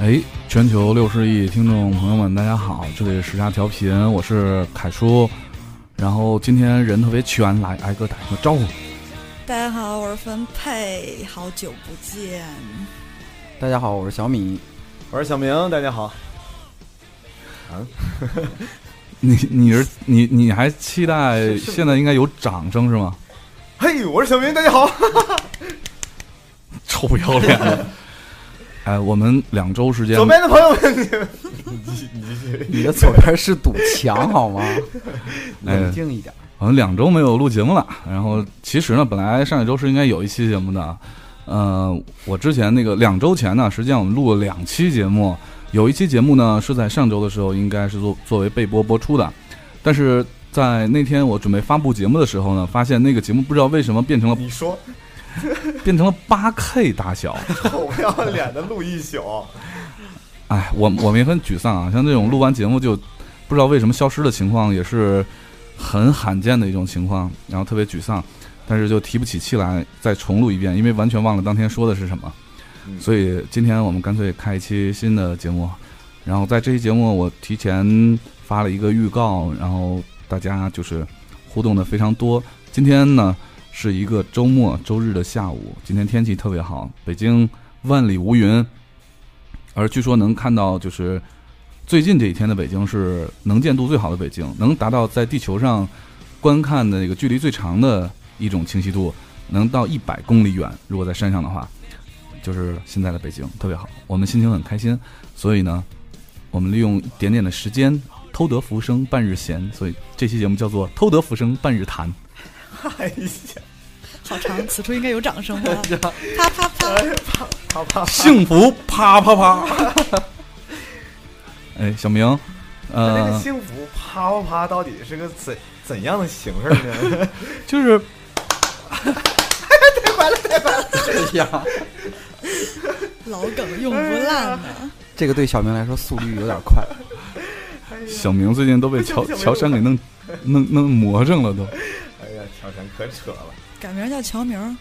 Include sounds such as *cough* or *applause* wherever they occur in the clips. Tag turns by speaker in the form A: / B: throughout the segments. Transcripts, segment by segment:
A: 哎，全球六十亿听众朋友们，大家好，这里是时差调频，我是凯叔。然后今天人特别全，来挨个打一个招呼。
B: 大家好，我是分配，好久不见。
C: 大家好，我是小米。
D: 我是小明，大家好。
A: 你你是你你还期待
D: 是是
A: 现在应该有掌声是吗？
D: 嘿，我是小明，大家好。
A: *laughs* 臭不要脸的！ *laughs* 哎，我们两周时间
D: 左，边的朋友们，你们，你
C: 你的左边是堵墙好吗？
A: 哎
C: 冷静一点。
A: 我们两周没有录节目了。然后其实呢，本来上一周是应该有一期节目的。呃，我之前那个两周前呢，实际上我们录了两期节目，有一期节目呢是在上周的时候应该是作作为备播播出的，但是在那天我准备发布节目的时候呢，发现那个节目不知道为什么变成了
D: 你说
A: 变成了八 K 大小。
D: 臭不要脸的录一宿，
A: 哎，我我们也很沮丧啊，像这种录完节目就不知道为什么消失的情况，也是很罕见的一种情况，然后特别沮丧，但是就提不起气来再重录一遍，因为完全忘了当天说的是什么。
D: 嗯
A: 所以今天我们干脆开一期新的节目，然后在这期节目我提前发了一个预告，然后大家就是互动的非常多。今天呢是一个周末周日的下午，今天天气特别好，北京万里无云，而据说能看到就是最近这几天的北京是能见度最好的北京，能达到在地球上观看的那个距离最长的一种清晰度，能到一百公里远。如果在山上的话，就是现在的北京特别好，我们心情很开心。所以呢，我们利用一点点的时间偷得浮生半日闲，所以这期节目叫做《偷得浮生半日谈》。
D: 哎呀，
B: 好长，此处应该有掌声
D: *laughs*
B: 吧？
D: 啊
B: 啪啪啪！
D: 好吧，
A: 幸福啪啪啪。 *laughs* 哎，小明，
D: 那
A: 呃
D: 个，幸福啪啪啪到底是个怎怎样的形式呢？ *laughs*
A: 就是
C: 哎呀，
B: 老梗用不烂呢。
C: 这个对小明来说速率有点快。
D: 哎呀，
A: 小明最近都被乔
D: 不行不行
A: 乔杉给弄弄弄魔怔了都。
D: 哎呀，乔杉可扯了。
B: 改名叫乔明儿，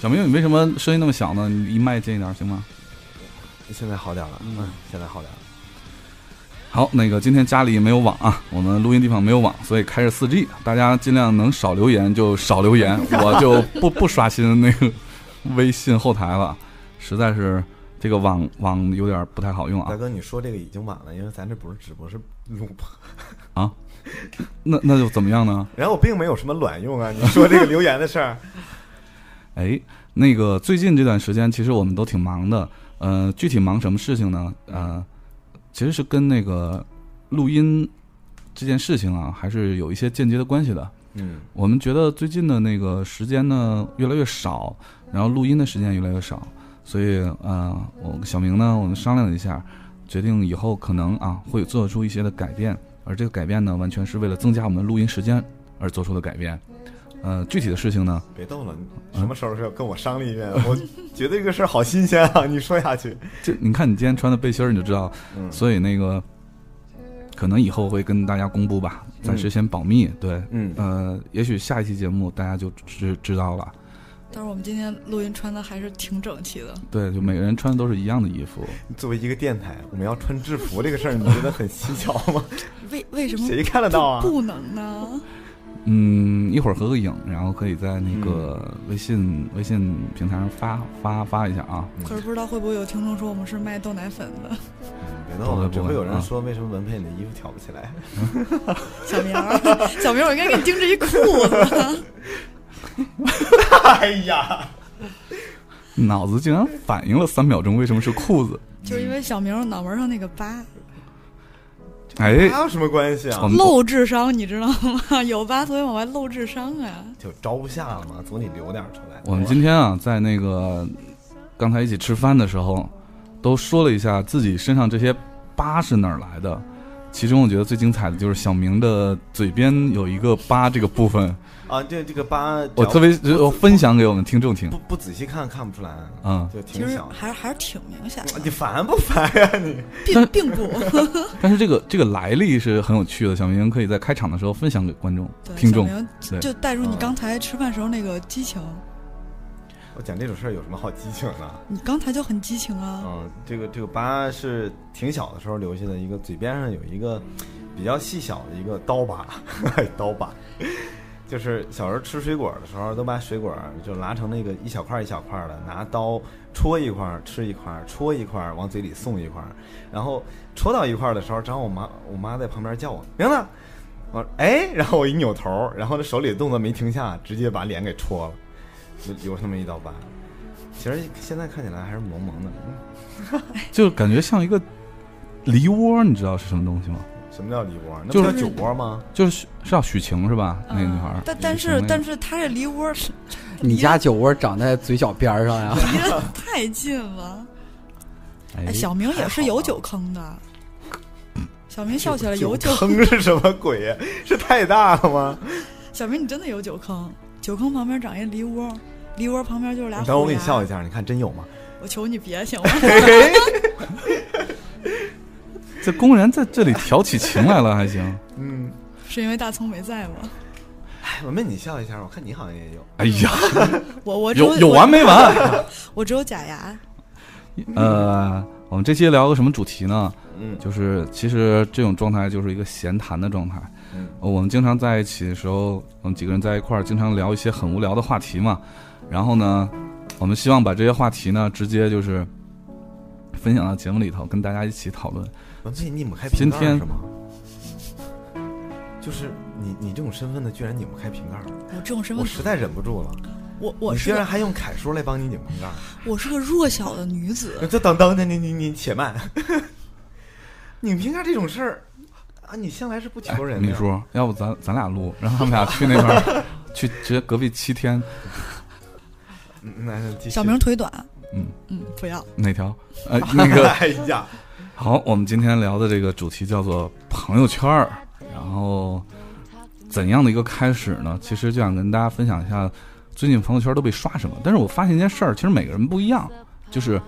A: 小明，你为什么声音那么小呢？你离麦近一点行吗？
D: 现在好点了，
C: 嗯
D: 嗯，现在好点了。
A: 好，那个今天家里没有网啊，我们录音地方没有网，所以开着 4G，大家尽量能少留言就少留言，我就不不刷新那个 *laughs* 微信后台了，实在是这个网网有点不太好用啊
D: 大。哥，你说这个已经晚了，因为咱这不是直播，是录 *laughs* 播。
A: 那那就怎么样呢？
D: 然后我并没有什么卵用啊，你说这个留言的事儿，
A: 哎，那个最近这段时间，其实我们都挺忙的。呃，具体忙什么事情呢？呃，其实是跟那个录音这件事情啊，还是有一些间接的关系的。
D: *laughs* 嗯，
A: 我们觉得最近的那个时间呢越来越少，然后录音的时间越来越少，所以呃，我跟小明呢，我们商量了一下，决定以后可能啊会做出一些的改变，而这个改变呢，完全是为了增加我们录音时间而做出的改变。呃，具体的事情呢，
D: 别逗了，你什么时候是要跟我商量一遍？我觉得这个事儿好新鲜啊，你说下去。
A: 这你看你今天穿的背心儿，你就知道。
D: 嗯，
A: 所以那个可能以后会跟大家公布吧，暂时先保密。对，
D: 嗯
A: 呃，也许下一期节目大家就知知道了。
B: 但是我们今天录音穿的还是挺整齐的。
A: 对，就每个人穿的都是一样的衣服。
D: 作为一个电台，我们要穿制服这个事儿，你觉得很蹊跷 *laughs* 吗？
B: 为为什么
D: 谁看得到啊？
B: 不能呢？
A: 嗯，一会儿合个影，然后可以在那个微信、微信平台上发发发一下啊。
B: 可是不知道会不会有听众说我们是卖豆奶粉的。
D: 别闹了，
A: 不会
D: 只
A: 不会
D: 会有人
A: 啊
D: 说为什么文佩你的衣服挑不起来。
B: 小明儿，小明儿，我应该给你定制一裤子。
D: *laughs* 哎呀，
A: 脑子竟然反应了三秒钟，为什么是裤子？
B: 就是因为小明儿脑门上那个疤，
A: 哎，
D: 哪有什么关系
A: 我
D: 啊？
A: 们
B: 露智商，你知道吗？有疤所以往外露智商啊。
D: 就招不下了嘛，总得留点儿出来。
A: 我们今天啊，在那个刚才一起吃饭的时候，都说了一下自己身上这些疤是哪儿来的。其中我觉得最精彩的就是小明的嘴边有一个疤这个部分，
D: 啊，这这个疤，
A: 我特别我分享给我们听众听
D: 不。不仔细看看不出来，
A: 嗯，
D: 就
B: 其
D: 挺
B: 实
D: 小的。 *laughs*
B: 还是还是挺明显的，
D: 你烦不烦呀你？ *laughs*
B: 并并不
A: 但是这个这个来历是很有趣的，小明可以在开场的时候分享给观众、
B: 对
A: 听
B: 小
A: 众。
B: 明
A: 对
B: 就带入你
D: 嗯
B: 刚才吃饭时候那个激情，
D: 我讲这种事儿有什么好激情的？
B: 你刚才就很激情
A: 哦
B: 啊，
D: 嗯，这个这个疤是挺小的时候留下的一个，嘴边上有一个比较细小的一个刀疤， *laughs* 刀疤，就是小时候吃水果的时候，都把水果就拿成那个一小块儿一小块儿的，拿刀戳一块儿吃一块儿，戳一块儿往嘴里送一块儿，然后戳到一块儿的时候，正好我妈我妈在旁边叫我，明子，我说哎，然后我一扭头，然后这手里的动作没停下，直接把脸给戳了，就有那么一道疤。其实现在看起来还是萌萌的，嗯
A: 就感觉像一个梨窝，你知道是什么东西吗？
D: 什么叫梨窝？那
A: 就
D: 不
A: 是
D: 叫酒窝吗？
A: 就是许是叫许晴是吧？那个女孩儿
B: 嗯。
A: 许晴
B: 但但是
A: 那个
B: 但是他这梨窝是
C: 你家酒窝长在嘴角边儿上呀？
B: 离得太近了。哎，
A: 哎
B: 小明也是有酒坑的，小明笑起来有酒，
D: 坑是什么鬼呀？是太大了吗？
B: 小明你真的有酒坑，酒坑旁边长一梨窝，梨窝旁边就是俩
D: 你
B: 虎
D: 等
B: 牙。
D: 会儿我给你笑一下，你看真有吗？
B: 我求你别
D: *laughs*
B: 行吗？
A: *laughs* 这公然在这里挑起情来了，还行。
D: 嗯，
B: 是因为大葱没在吗？
D: 哎，文斌你笑一下，我看你好像也有。
A: 哎呀，
B: 我呃我只
A: 有有完没完？
B: 我我只有假牙，
A: 呃，我们这期聊个什么主题呢？
D: 嗯
A: 就是其实这种状态就是一个闲谈的状态。
D: 嗯
A: 呃我们经常在一起的时候，我们几个人在一块儿经常聊一些很无聊的话题嘛。然后呢，我们希望把这些话题呢，直接就是分享到节目里头，跟大家一起讨论。
D: 文斌，你抹开瓶
A: 今
D: 盖
A: 天
D: 儿是吗？就是你你这种身份的，居然拧不开瓶盖儿，
B: 我这种身
D: 我
B: 份，
D: 实在忍不住了。
B: 我我
D: 你
B: 是
D: 居然
B: 个
D: 还用楷书来帮你拧瓶盖儿？
B: 我是个弱小的女子，
D: 这等等等，你你你且慢，拧瓶盖儿这种事儿啊，你向来是不
A: 哎
D: 求人的。
A: 秘书，要不咱咱俩录，让他们俩去那边儿，去直接隔壁七天，
D: 嗯，那继续
B: 小明腿短，
A: 嗯
B: 嗯，不要
A: 哪条？呃，那个
D: 哎呀，
A: 好，我们今天聊的这个主题叫做朋友圈儿，然后怎样的一个开始呢？其实就想跟大家分享一下，最近朋友圈都被刷什么。但是我发现一件事儿，其实每个人不一样，就是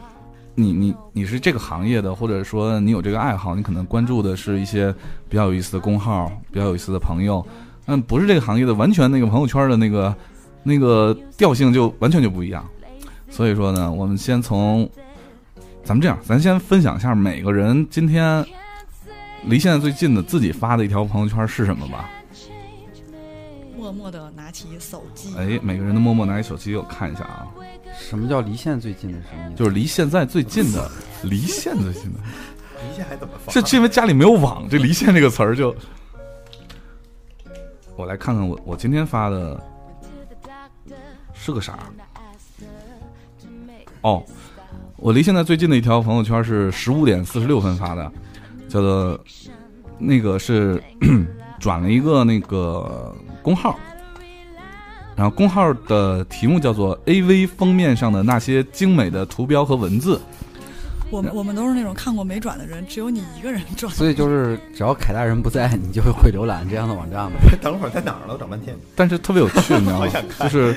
A: 你你你是这个行业的，或者说你有这个爱好，你可能关注的是一些比较有意思的公号，比较有意思的朋友，嗯，不是这个行业的，完全那个朋友圈的那个那个调性就完全就不一样。所以说呢，我们先从咱们这样，咱先分享一下每个人今天离现在最近的自己发的一条朋友圈是什么吧。
B: 默默的拿起手机，
A: 哎，每个人都默默拿起手机，我看一下啊，
C: 什么叫离线最近的是什么意思？
A: 就是离现在最近的，离现最近的，
D: 一下还怎么放？
A: 是因为家里没有网，这离线这个词儿就。 *laughs* 我来看看我我今天发的是个啥？哦，我离现在最近的一条朋友圈是十五点四十六分发的，叫做那个是 *clears throat* 转了一个那个公号，然后公号的题目叫做 “A V 封面上的那些精美的图标和文字
B: 我们我们都是那种看过没转的人，只有你一个人转。
C: 所以就是只要凯大人不在，你就会浏览这样的网站吗？
D: 等会儿在哪儿了？我找半天。”，
A: 但是特别有趣，你知道吗
D: *laughs* 好想？
A: 就是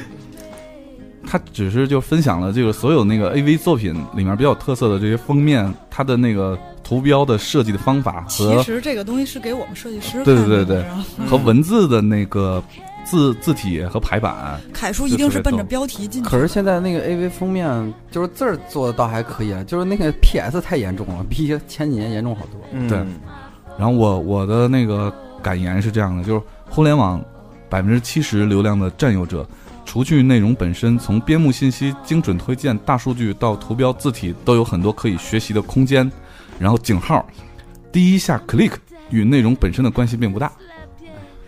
A: 他只是就分享了这个所有那个 A V 作品里面比较有特色的这些封面，它的那个图标的设计的方法
B: 其
A: 和
B: 实嗯这个东西是给我们设计师看
A: 对
B: 的，
A: 对对对
B: 然后
A: 和文字的那个字字体和排版。
B: 凯叔一定是奔着标题进去
C: 可是现在那个 AV 封面就是字儿做的倒还可以啊，就是那个 PS 太严重了，比前几年严重好多。
D: 嗯
A: 对然后我我的那个感言是这样的，就是互联网百分之七十流量的占有者，除去内容本身，从边牧信息、精准推荐、大数据到图标字体，都有很多可以学习的空间。然后井号，第一下 click 与内容本身的关系并不大，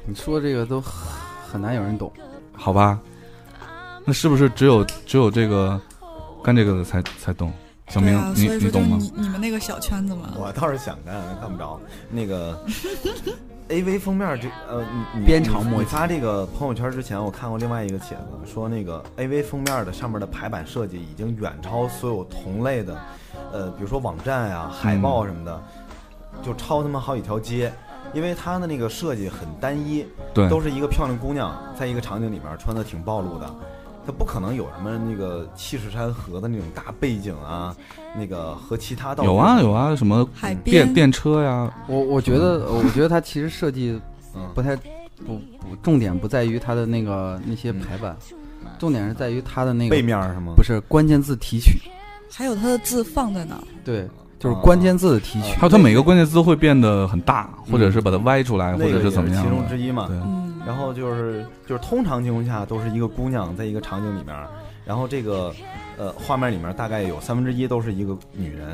C: 你说这个都很很难有人懂。
A: 好吧？那是不是只有只有这个干这个的才才懂？小
B: 对
A: 明，
B: 啊，
A: 你
B: 所以
A: 你
B: 说就
A: 懂
B: 是
A: 吗？
B: 你你们那个小圈子嘛，
D: 我倒是想干，看不着。
C: *laughs*
D: 那个 A V 封面这呃，你你
C: 鞭长莫及
D: 你发这个朋友圈之前，我看过另外一个帖子，说那个 A V 封面的上面的排版设计已经远超所有同类的，呃，比如说网站呀、海
C: 嗯
D: 报什么的，就超他妈好几条街。因为它的那个设计很单一，
A: 对，
D: 都是一个漂亮姑娘在一个场景里面穿的挺暴露的，她不可能有什么那个气势山河的那种大背景啊，那个和其他道具
A: 有啊有啊，什么
B: 海
A: 电
B: 边
A: 电车呀，
C: 我我觉得，我觉得它其实设计
D: 嗯
C: 不太不不，重点不在于它的那个那些排版，重点是在于它的那
D: 嗯背
C: 个
D: 面儿是吗？
C: 不是关键字提取，
B: 还有它的字放在哪
D: 嗯
B: 儿？
C: 对，就是
D: 哦
C: 关键字的提取
A: 还。有它每个关键字会变得很大，或者是把它歪出来，
D: 嗯
A: 或
D: 那个也
A: 者
D: 是
A: 怎么样
D: 其中
A: 的
D: 之一嘛。
A: 对，
B: 嗯，
D: 然后就是就是通常情况下都是一个姑娘在一个场景里面，然后这个呃画面里面大概有三分之一都是一个女人，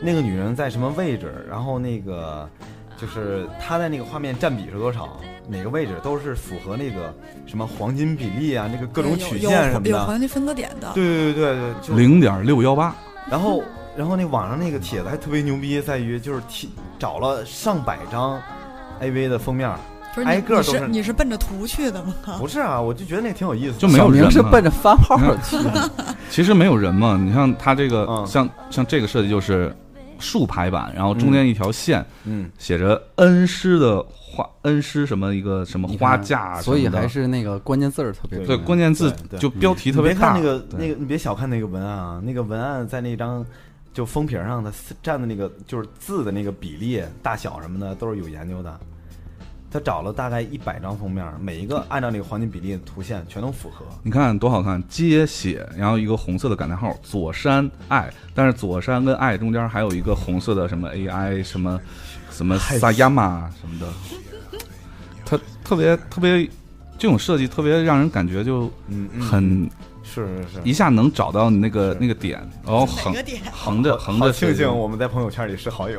D: 那个女人在什么位置，然后那个就是她在那个画面占比是多少，哪个位置都是符合那个什么黄金比例啊，那个各种曲线什么
B: 有有
D: 的。
B: 黄金分割点的，
D: 对对对对，就
A: 零点六幺八，
D: 然后，然后那网上那个帖子还特别牛逼，在于就是提找了上百张 AV 的封面儿，
B: 不是
D: 挨
B: 你
D: 个
B: 你
D: 都是
B: 是你是奔着图去的吗？
D: 不是啊，我就觉得那挺有意思的，
A: 就没有
C: 小
A: 人嗯
C: 明是
A: 嘛
C: 奔着番号去
D: *laughs*
C: 的，
A: 其实没有人嘛。你像它这个，
D: 嗯
A: 像像这个设计就是竖排版，然后中间一条线
D: 嗯，
A: 写着恩师的花，恩师什么一个什么
C: 你看
A: 花架什么的，
C: 所以还是那个关键字儿特别
D: 对
A: 对关键字
D: 对对
A: 就标题
D: 你
A: 特
D: 别
A: 别
D: 看
A: 大。
D: 那个
A: 对
D: 那个，你别小看那个文案啊，那个文案在那张就封皮儿上它占的那个就是字的那个比例、大小什么的都是有研究的。他找了大概一百张封面儿，每一个按照那个黄金比例的图线全都符合。
A: 你看多好看，接血，然后一个红色的感叹号，左山爱，但是左山跟爱中间还有一个红色的什么 AI 什么什么
D: 嗨
A: 萨亚玛什么的，它特别特别这种设计特别让人感觉就
D: 嗯，嗯
A: 很
D: 是是是，
A: 一下能找到你那个
D: 是
A: 那个点，然后横
B: 哪个点？
A: 横着横
D: 好
A: 着
D: 庆
A: 设计
D: 幸我们在朋友圈里是好友。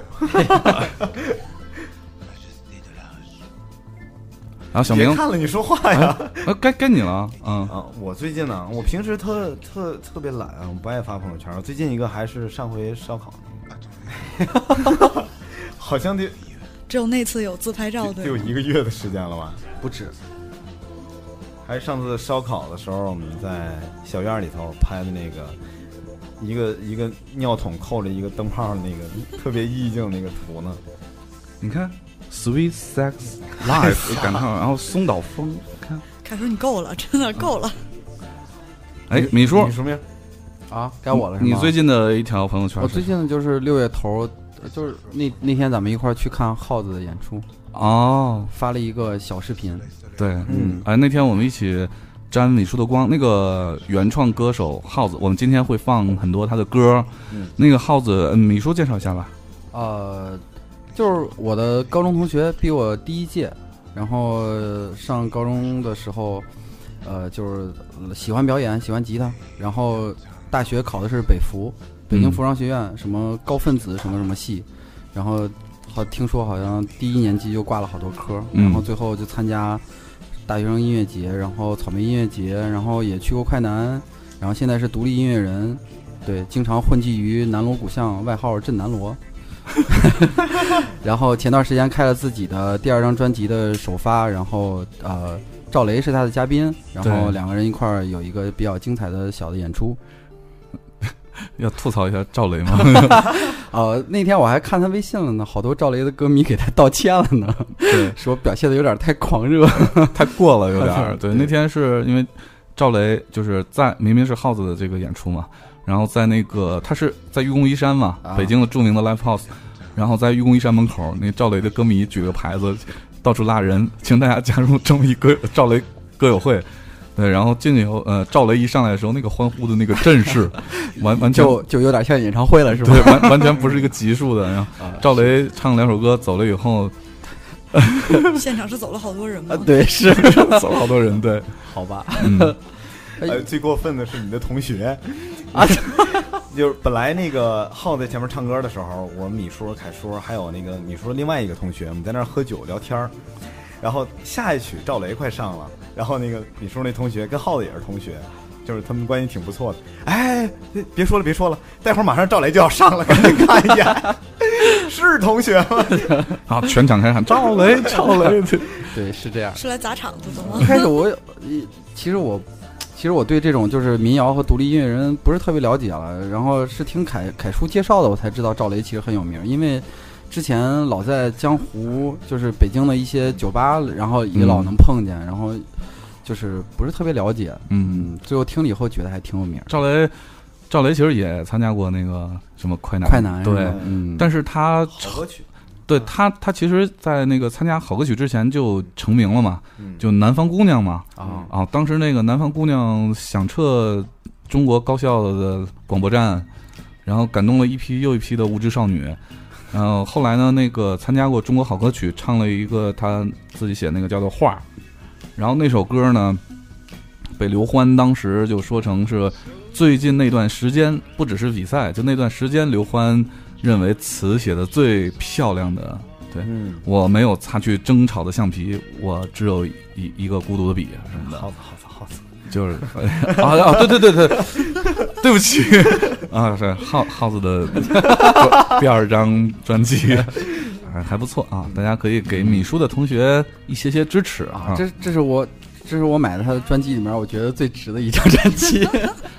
A: 然后小
D: *laughs* 别
A: 明，
D: 看了你说话呀。
A: 呃，该该你了啊，嗯，
D: 啊，我最近呢，我平时特特特别懒啊，我不爱发朋友圈儿。最近一个还是上回烧烤那个， *laughs* 好像得
B: 只有那次有自拍照
D: 得
B: 哦对
D: 得有
B: 吗
D: 一个月的时间了吧？
C: 不止。
D: 还是上次烧烤的时候，我们在小院儿里头拍的那个，一个一个尿桶扣着一个灯泡儿那个特别意境那个图呢。
A: 你看 Sweet Sex
D: *laughs*
A: Life 感叹号，然后松岛枫，看，
B: 凯叔，你够了，真的够了。
A: 哎，米叔
D: 你。署名？
C: 啊，该我了是吗？
A: 你最近的一条朋友圈
C: 我
A: 是
C: 最近就是六月头，呃就是那那天咱们一块儿去看耗子的演出，
A: 哦，
C: 发了一个小视频，
A: 对，
D: 嗯
A: 哎，那天我们一起沾米叔的光，那个原创歌手耗子，我们今天会放很多他的歌。
D: 嗯
A: 那个耗子，嗯米叔介绍一下吧。
C: 呃，就是我的高中同学比我低一届，然后呃上高中的时候，呃，就是呃喜欢表演，喜欢吉他，然后大学考的是北服，北京
A: 嗯
C: 服装学院什么高分子什么什么系，然后好听说好像第一年级就挂了好多科，
A: 嗯
C: 然后最后就参加大学生音乐节，然后草莓音乐节，然后也去过快男，然后现在是独立音乐人，对，经常混迹于南锣鼓巷，外号镇南锣。 *laughs* 然后前段时间开了自己的第二张专辑的首发，然后呃，赵雷是他的嘉宾，然后
A: 对
C: 两个人一块儿有一个比较精彩的小的演出。
A: 要吐槽一下赵雷吗？
C: 呃，那天我还看他微信了呢，好多赵雷的歌迷给他道歉了呢，
A: 对，
C: 说表现的有点太狂热。
A: 太过了，有点
C: 太过
A: 儿。
C: 了
A: 对，
C: *laughs* 对
A: 那天是因为赵雷就是在明明是耗子的这个演出嘛，然后在那个他是在愚公移山嘛，
C: 啊
A: 北京的著名的 live house，然后在愚公移山门口，那赵雷的歌迷举个牌子，到处拉人，请大家加入这么一歌赵雷歌友会。 *laughs* 对，然后进去以后，呃，赵雷一上来的时候，那个欢呼的那个阵
C: *laughs*
A: 势，完完全
C: 就就有点像演唱会了，是吧
A: *laughs* 对，？完完全不是一个级数的。然后
C: *laughs* 啊
A: 赵雷唱了两首歌走了以后， *laughs*
B: 现场是走了好多人吗
C: 啊，？对，是
A: 走了好多人。对，
C: 好吧？
A: 嗯，
C: 哎
D: 呃，最过分的是你的同学就是本来那个浩在前面唱歌的时候，我米叔、凯叔还有那个米叔另外一个同学，我们在那儿喝酒聊天儿。然后下一曲赵雷快上了，然后那个米叔那同学跟浩子也是同学，就是他们关系挺不错的。哎，别说了，别说了，待会儿马上赵雷就要上了，赶紧看一眼，是同学吗？
A: 然后全场开始喊赵雷，赵雷。对
C: *laughs* 对，是这样。
B: 是来砸场子的吗
C: 一？开始我有，一其实我，其实我对这种就是民谣和独立音乐人不是特别了解了。然后是听凯凯叔介绍的，我才知道赵雷其实很有名，因为之前老在江湖，就是北京的一些酒吧，然后也老能碰见，然后就是不是特别了解。
A: 嗯。
C: 嗯，最后听了以后觉得还挺有名。
A: 赵雷，赵雷其实也参加过那个什么快男，
C: 快男是
A: 对
C: 吧，嗯，
A: 但是他
D: 好歌曲，
A: 对他，他其实，在那个参加好歌曲之前就成名了嘛，
D: 嗯，
A: 就南方姑娘嘛。
C: 啊，
A: 啊，当时那个南方姑娘响彻中国高校的广播站，然后感动了一批又一批的无知少女。然后后来呢，那个参加过中国好歌曲，唱了一个她自己写那个叫做《画》，然后那首歌呢，被刘欢当时就说成是最近那段时间，不只是比赛，就那段时间，刘欢认为词写的最漂亮的。
D: 嗯，
A: 我没有擦去争吵的橡皮，我只有一一个孤独的笔啊什么的。
D: 好好好，
A: 就是 *laughs* 啊啊，对对对对，对不起啊，是耗耗子的第二张专辑，还还不错啊，大家可以给米叔的同学一些些支持啊。
C: 这这是我 *laughs* 这是我买的他的专辑里面我觉得最值的一张专
A: *laughs*
C: 辑，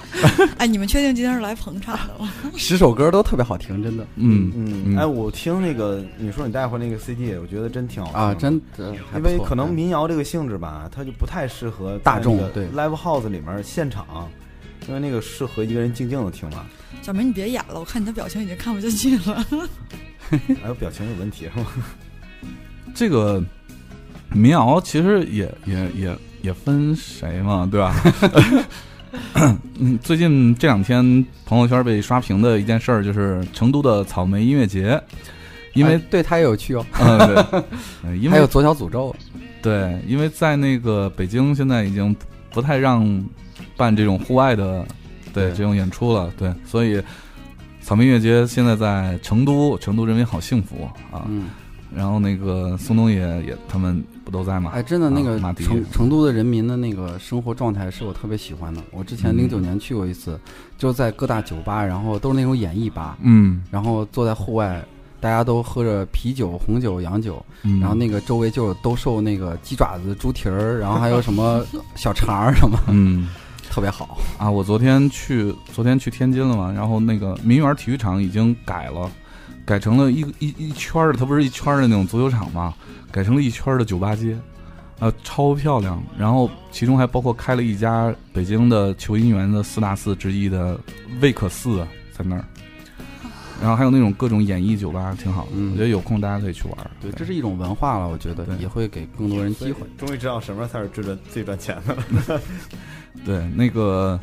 B: *laughs* 哎，你们确定今天是来捧场的吗？ *laughs*
C: 十首歌都特别好听，真的
A: 嗯，
D: 嗯，
A: 嗯
D: 哎，我听那个你说你带回那个 CD，我觉得真挺好听
C: 啊，
D: 的
C: 真的还
D: 因
C: 不错嗯
D: 为可能民谣这个性质吧，它就不太适合
C: 大众
D: 在那个
C: 对
D: live house 里面现场，因为那个适合一个人静静的听
C: *laughs*
D: 嘛。
B: 小明，你别演了，我看你的表情已经看不下去了。 *laughs*
D: 还有表情有问题是吗？
C: *laughs*
A: 这个民谣其实也也也也分谁嘛，对吧？ *coughs* 嗯，最近这两天朋友圈被刷屏的一件事儿就是成都的草莓音乐节，因为
C: 哎对他也有趣哦，
A: 嗯、对，呃因为
C: 还有左小诅咒，啊
A: 对，因为在那个北京现在已经不太让办这种户外的对
D: 对
A: 这种演出了，对，所以草莓音乐节现在在成都，成都人民好幸福啊。
C: 嗯，
A: 然后那个宋冬野也他们不都在吗？
C: 哎，真的那个
A: 啊马迪
C: 成成都的人民的那个生活状态是我特别喜欢的。我之前
A: 嗯
C: 零九年去过一次，就在各大酒吧，然后都是那种演艺吧，
A: 嗯，
C: 然后坐在户外，大家都喝着啤酒、红酒、洋酒，
A: 嗯
C: 然后那个周围就都售那个鸡爪子、猪蹄儿，然后还有什么小肠儿什么， *laughs*
A: 嗯
C: 特别好。
A: 啊，我昨天去昨天去天津了嘛，然后那个民园体育场已经改了，改成了一一一圈儿的，它不是一圈儿的那种足球场嘛，改成了一圈儿的酒吧街，呃，超漂亮。然后其中还包括开了一家北京的球姻园的四大寺之一的魏可寺在那儿，然后还有那种各种演艺酒吧，挺好的。
C: 嗯
A: 我觉得有空大家可以去玩儿。
C: 对，这是一种文化了，我觉得
A: 对
C: 也会给更多人机会。
D: 终于知道什么才是最赚最赚钱的了。
A: 对那个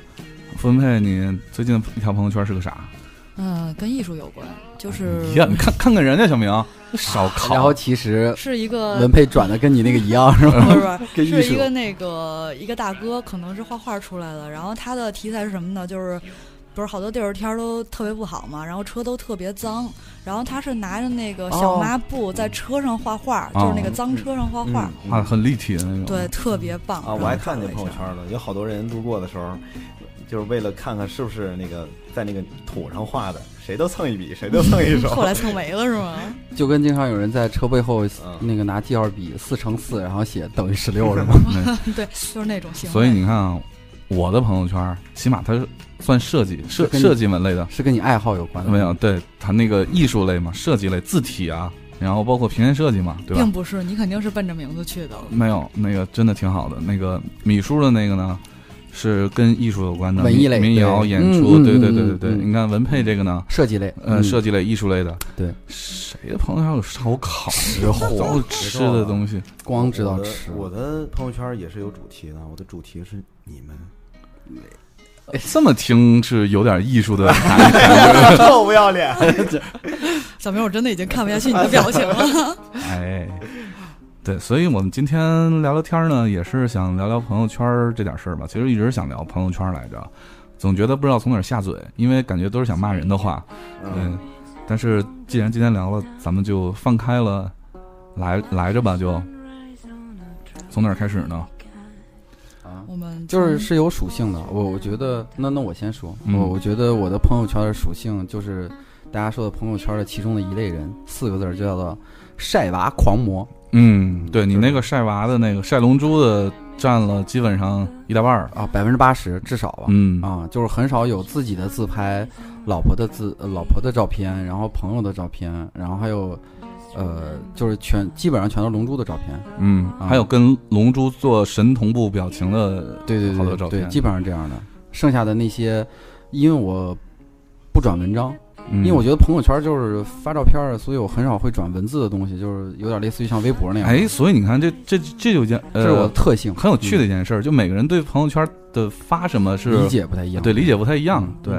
A: 分配，你最近一条朋友圈是个啥？
B: 嗯，跟艺术有关，就是
A: 呀，你看看看人家小明，少考。
C: 然后其实
B: 是一个
C: *laughs* 文佩转的跟你那个一样是吧？
B: 呃 *laughs* 不是不
C: 跟艺
B: 是，是
C: 术
B: 一个那个一个大哥，可能是画画出来的。然后他的题材是什么呢？就是不是好多地儿天儿都特别不好嘛，然后车都特别脏。然后他是拿着那个小
C: 哦
B: 抹布在车上画画，
A: 哦
B: 就是那个脏车上画画，
A: 画的
D: 嗯
A: 啊很立体的那种。
B: 对，，特别棒。
D: 啊，我还看见朋友圈了，有好多人路过的时候，就是为了看看是不是那个在那个土上画的，谁都蹭一笔，谁都蹭一
B: 嗯 *laughs* 后
D: 手。
B: 来蹭没了是吗？ *laughs*
C: 就跟经常有人在车背后
D: 嗯
C: 那个拿记号笔四乘四，然后写等于十六是
A: *laughs*
C: 吗？
B: 对，就是那种行
A: 嗯
B: 为。
A: 所以你看啊，我的朋友圈起码它是算设计设
C: 是跟你
A: 设计门类的，
C: 是跟你爱好有关的。
A: 没有对它那个艺术类嘛，设计类字体啊，然后包括平面设计嘛，对吧嗯
B: 并？不是，你肯定是奔着名字去的。
A: 没有那个真的挺好的，那个米叔的那个呢。是跟艺术有关的，
C: 文艺类
A: 民民谣
C: 对
A: 演
C: 嗯
A: 出，
C: 嗯
A: 对对
C: 嗯
A: 对对
C: 嗯
A: 对。
C: 嗯
A: 你看文佩这个呢，
C: 设计类，
A: 呃，
C: 嗯
A: 设计类、艺术类的，
C: 对，
A: 谁的朋友圈有烧烤？
C: 吃
A: 都
C: 货
A: 是吃的东西，
C: 光知道吃，
D: 我的我的朋友圈也是有主题的，我的主题是你
C: *laughs*
D: 们。 *laughs*
A: 这么听是有点艺术的含义
D: 臭不
C: *laughs*
D: 要脸！
B: 小明，我真的已经看不下去你的表情了。 *laughs*
A: 哎，对，所以我们今天聊聊天儿呢，也是想聊聊朋友圈儿这点事儿吧。其实一直想聊朋友圈儿来着，总觉得不知道从哪儿下嘴，因为感觉都是想骂人的话。嗯，但是既然今天聊了，咱们就放开了，来来着吧，就从哪儿开始呢？
C: 啊，
B: 我们
C: 就是是有属性的。我我觉得，那那我先说，
A: 嗯
C: 我我觉得我的朋友圈的属性就是大家说的朋友圈的其中的一类人，四个字儿就叫做晒娃狂魔。
A: 嗯，对你那个晒娃的那个晒龙珠的，占了基本上一大半儿。
C: 啊，百分之八十至少吧。
A: 嗯
C: 啊，就是很少有自己的自拍，老婆的自呃老婆的照片，然后朋友的照片，然后还有，呃，就是全基本上全都是龙珠的照片。
A: 嗯，还有跟龙珠做神同步表情的，
C: 对对对，
A: 好多照片
C: 对，基本上这样的。剩下的那些，因为我不转文章，
A: 因
C: 因为我觉得朋友圈就是发照片儿，所以我很少会转文字的东西，就是有点类似于像微博那样。
A: 哎，，所以你看，这这这就件
C: 这
A: 呃，
C: 是我的特性，嗯
A: 很有趣的一件事儿，就每个人对朋友圈的发什么是
C: 理解不太一样。
A: 对理解不太一样
C: 嗯。
A: 对，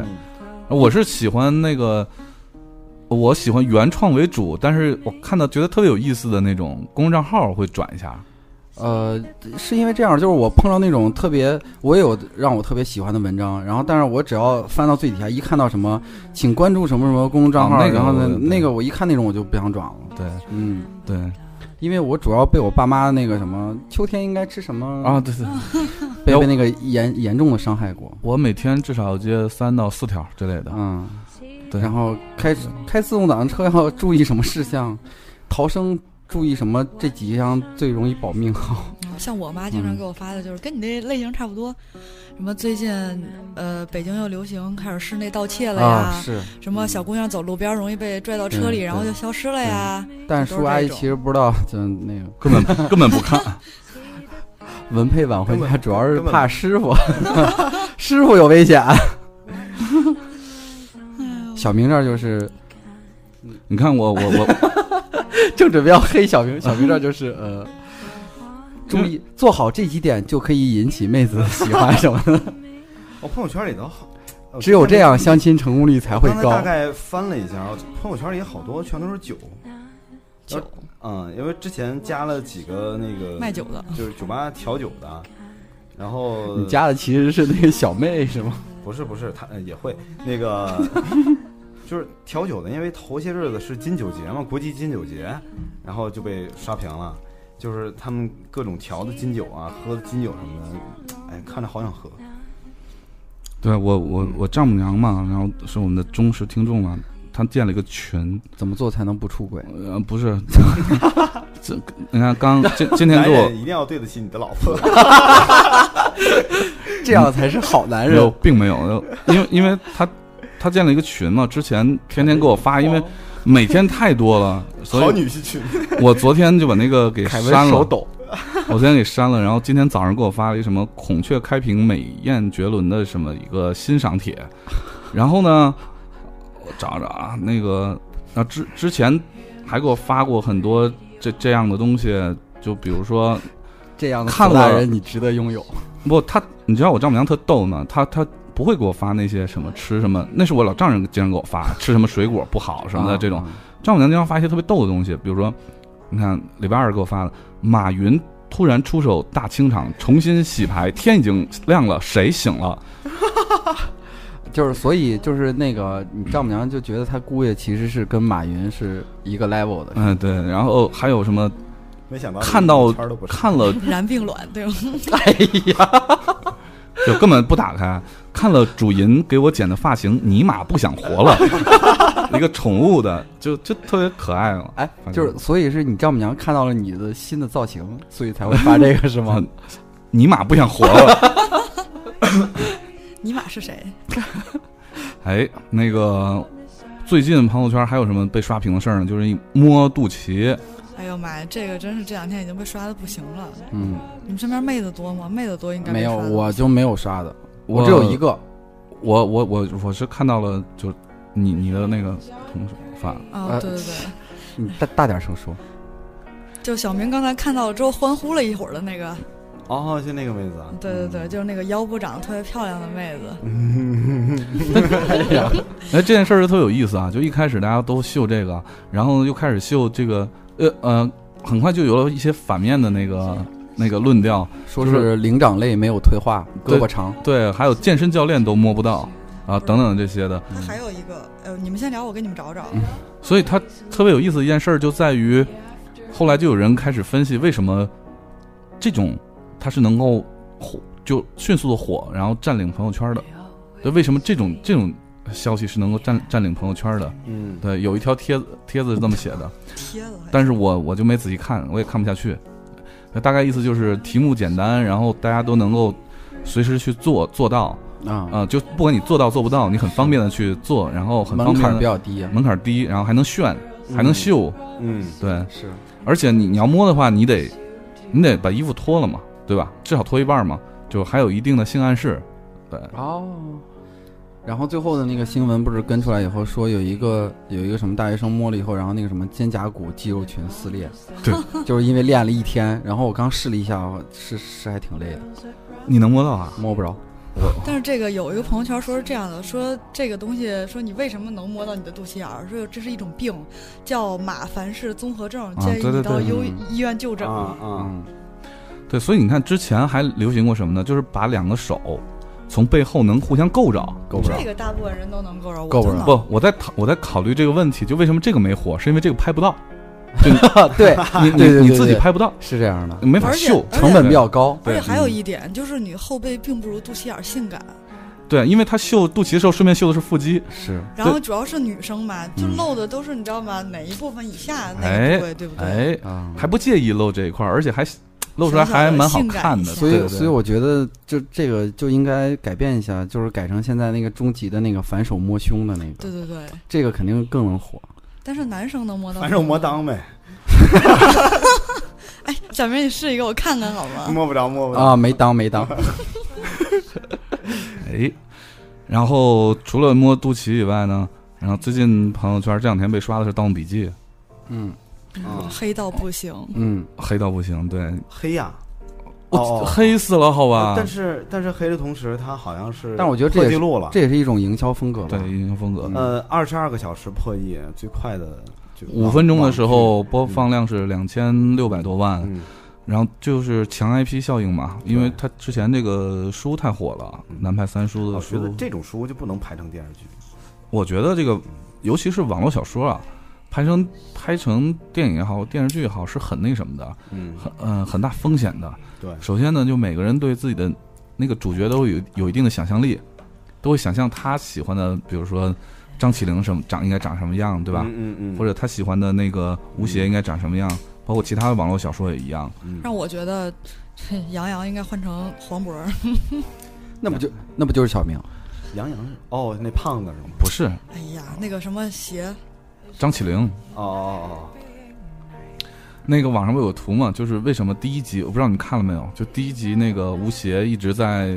A: 我是喜欢那个，我喜欢原创为主，但是我看到觉得特别有意思的那种公众账号会转一下。
C: 呃，是因为这样，就是我碰到那种特别，我也有让我特别喜欢的文章，然后但是我只要翻到最底下，一看到什么，请关注什么什么公众账号，
A: 哦那个
C: 然后呢
A: 我，
C: 那个我一看那种我就不想转了。
A: 对
C: 嗯，
A: 对
C: 因为我主要被我爸妈那个什么秋天应该吃什么
A: 啊，，对对，
C: 被
A: 有
C: 被那个严严重的伤害过。
A: 我每天至少接三到四条之类的。
C: 嗯，
A: 对
C: 然后开开自动挡车要注意什么事项，逃生注意什么这几项最容易保
B: *laughs*
C: 命。
B: 啊像我妈
C: 嗯
B: 经常给我发的就是跟你那类型差不多，什么最近呃北京又流行开始室内盗窃了呀，
C: 啊是，
B: 什么小姑娘走路边儿容易被拽到车里，
C: 嗯
B: 然后
C: 对
B: 就消失了呀。
C: 但
B: 都
C: 是
B: 是
C: 叔阿
B: 这
C: 姨
B: 种
C: 其实不知道，就那个
A: 根 *laughs* 本根本不看，
C: 文佩晚回
D: 根
C: 家
D: 本
C: 主要是
D: 根本
C: 怕师傅，师傅有危险。小明这儿就是
A: 你看我我我，
C: 正准备要黑小明，小明这儿就是呃，注意做好这几点就可以引起妹子的喜欢什么的，
D: 我哦朋友圈里头好，
A: 哦
D: 呃
C: 只有这样相亲成功率才会
D: 我刚才
C: 高
D: 大。概翻了一下，我朋友圈里好多全都是酒，
B: 啊
D: 酒，嗯，因为之前加了几个那个
B: 卖酒的，
D: 就是酒吧调酒的，然后
C: *laughs* 你加的其实是那个小妹是吗？
D: 不是不是，他呃也会那个，
C: *laughs*
D: 就是调酒的，因为头些日子是金酒节嘛，国际金酒节，然后就被刷屏了，就是他们各种调的金酒啊，喝的金酒什么的，哎，看着好想喝。
A: *laughs* 对我我我丈母娘嘛，然后是我们的忠实听众嘛，她建了一个群，
C: 怎么做才能不出轨？
A: 呃，不 *laughs* 是，这你看刚今今天给
D: 男
A: 我
D: 人一定要对得起你的老婆。
C: 这样才是好男
A: 有，
C: 人。
A: 并没有，因为因为他他建了一个群嘛，之前天天给我发，因为每天太多了，
D: *laughs* 好
A: 所以
D: 女婿群，
A: 我昨天就把那个给
C: 凯
A: 删
C: 文
A: 了，
C: 手
A: 我
C: 抖，
A: 昨天给删了，然后今天早上给我发了一个什么“孔雀开屏，美艳绝伦”的什么一个欣赏帖，然后呢，我找找啊，那个啊之之前还给我发过很多这这样的东西，就比如说
C: 这样的
A: 看
C: 好男
A: 了
C: 人你值得拥有。
A: 不，他你知道我丈母娘特逗呢，她她不会给我发那些什么吃什么，那是我老丈人经常给我发吃什么水果不好什么的这种。
C: 啊，
A: 丈母娘经常发一些特别逗的东西，比如说，你看礼拜二给我发的，马云突然出手大清场，重新洗牌，天已经亮了，谁醒了？
C: 就是所以就是那个你丈母娘就觉得她姑爷其实是跟马云是一个 level 的，
A: 嗯，对，然后还有什么
D: 没想到
A: 看到
D: 圈都不是。
A: 看了
B: 然并卵，对吗？
A: 就根本不打开，看了主银给我剪的发型，尼玛不想活了，一个宠物的，就就特别可爱了。
C: 哎，
A: 反正
C: 就是所以是你丈母娘看到了你的新的造型，所以才会发这
A: *laughs*
C: 个是吗
A: 嗯？尼玛不想活了，
B: *laughs*
A: *laughs*
B: 尼玛是谁？
A: 哎，那个最近朋友圈还有什么被刷屏的事儿呢？就是一摸肚脐，
B: 哎呦妈呀，这个真是这两天已经被刷的不行了。
C: 嗯，
B: 你们身边妹子多吗？妹子多应该被
C: 没有，
B: 刷的
C: 我就没有刷的，
A: 我
C: 我只有一，个。
A: 我我我我是看到了，就是你你的那个同事
C: *laughs*
A: 发，
B: 啊，
C: 呃
B: 对对对，
C: 你大大点声说，
B: 就小明刚才看到了之后欢呼了一会儿的那个，
D: 哦，就那个妹子啊，
B: 对对
C: 嗯
B: 对，就是那个腰部长得特别漂亮的妹子，
A: *laughs* 哎，这件事儿就特有意思啊！就一开始大家都秀这个，然后又开始秀这个，呃呃，很快就有了一些反面的那个那个论调，
C: 说
A: 就是
C: 是灵长类没有退化，胳
A: 对
C: 膊长，
A: 对，还有健身教练都摸不到啊，等等这些的，
B: 那还有一个，呃，你们先聊，我给你们找找。
A: 嗯所以它特别有意思的一件事儿就在于，后来就有人开始分析为什么这种它是能够火，就迅速的火，然后占领朋友圈的。对，为什么这种这种消息是能够占占领朋友圈的？
D: 嗯，
A: 对，有一条帖子帖子是这么写的，
B: 贴了还，
A: 但是我我就没仔细看，我也看不下去。那大概意思就是题目简单，然后大家都能够随时去做做到，
C: 啊
A: 啊、就不管你做到做不到，你很方便的去做，然后很方
C: 门
A: 便
C: 槛比
A: 的
C: 较低啊。
A: 门槛低，然后还能炫，还能秀，
D: 嗯，
A: 对，
C: 是，
A: 而且你你要摸的话，你得你得把衣服脱了嘛，对吧？至少脱一半嘛，就还有一定的性暗示。对，
C: 哦，然后最后的那个新闻不是跟出来以后说有一个有一个什么大学生摸了以后，然后那个什么肩胛骨肌肉群撕裂，
A: 对，
C: 就是因为练了一天。然后我刚试了一下，是是还挺累的，
A: 你能摸到啊？
C: 摸不着。
B: 但是这个有一个朋友圈说是这样的，说这个东西，说你为什么能摸到你的肚脐眼儿？说这是一种病，叫马凡氏综合症，建议
A: 啊对对
B: 你到
A: 对
B: 医
C: 嗯
B: 医院就诊。
D: 啊啊，
C: 嗯，
A: 对，所以你看之前还流行过什么呢？就是把两个手从背后能互相够着。
C: 够不着
B: 这。个大部分人都能够着，我
C: 够不
B: 真
C: 着
B: 的
A: 不，我在考我在考虑这个问题，就为什么这个没火，是因为这个拍不到，
C: *laughs* 对，
A: 你
C: 对对
A: 你你
C: 对
A: 自己
C: 对嗯
A: 拍不到，
C: 是这样的，
A: 没法
B: 而且
A: 秀，
B: 而且
C: 成本比较高。
B: 而且
A: 对
B: 还有
A: 嗯
B: 一点就是，你后背并不如肚脐眼儿性感。
A: 对，因为他秀肚脐的时候顺便秀的是腹肌，
C: 是，
B: 然后主要是女生嘛，就露的都是你知道吗？哪一部分以下那个部位，对不对？
A: 嗯哎，
C: 嗯，
A: 还不介意露这一块儿，而且还露出来还蛮好看的，
B: 小小
C: 所
B: 的
C: 以
A: 对对对
C: 所以我觉得就这个就应该改变一下，就是改成现在那个终极的那个反手摸胸的那个，
B: 对对对，
C: 这个肯定更能火。
B: 但是男生能摸到，
D: 反正摸。裆呗，
B: 哎，小明，你试一个，我看看好吗？
D: 摸不着摸不着。
C: 啊，没当没当，
A: 哎，然后除了摸肚脐以外呢，然后最近朋友圈这两天被刷的是《盗墓笔记》，
C: 嗯
D: 啊
B: 黑到不行，
C: 嗯，
A: 黑到不行，对，
D: 黑呀，
A: 我、
D: 哦呃
A: 黑死了，好吧？
D: 但是但是黑的同时，它好像是
C: 但我觉得这
D: 破
C: 也
D: 纪
C: 是
D: 录了，
C: 这也是一种营销风格吧
A: 对，。英雄风格。
C: 嗯
D: 呃二十二个小时破亿最快的就
A: 五分钟的时候，播放量是两千六百多万，
D: 嗯
A: 然后就是强 IP 效应嘛，因为他之前这个书太火了，
D: 嗯
A: 南派三叔
D: 我
A: 的
D: 觉得
A: 书，
D: 这种书就不能拍成电视剧，
A: 我觉得这个尤其是网络小说啊，拍成拍成电影也好，电视剧也好，是很那什么的，
D: 嗯，
A: 很嗯、很大风险的。
D: 对，
A: 首先呢，就每个人对自己的那个主角都有有一定的想象力，都会想象他喜欢的，比如说张起灵什么长应该长什么样， *laughs* 对吧？
D: 嗯嗯嗯，
A: 或者他喜欢的那个吴邪应该长什么样，包括其他的网络小说也一样。
D: 嗯
B: 让我觉得嘿杨洋应该换成黄渤。
C: 那不就那不就是小明？
D: 杨洋是哦那胖子是吗？
A: 不是
B: 哎呀，那个什么
C: 啊
B: 鞋，
A: 张起灵，
D: 哦哦
A: 那个网上不有图嘛？就是为什么第一集我不知道你看了没有？就第一集那个吴邪一直在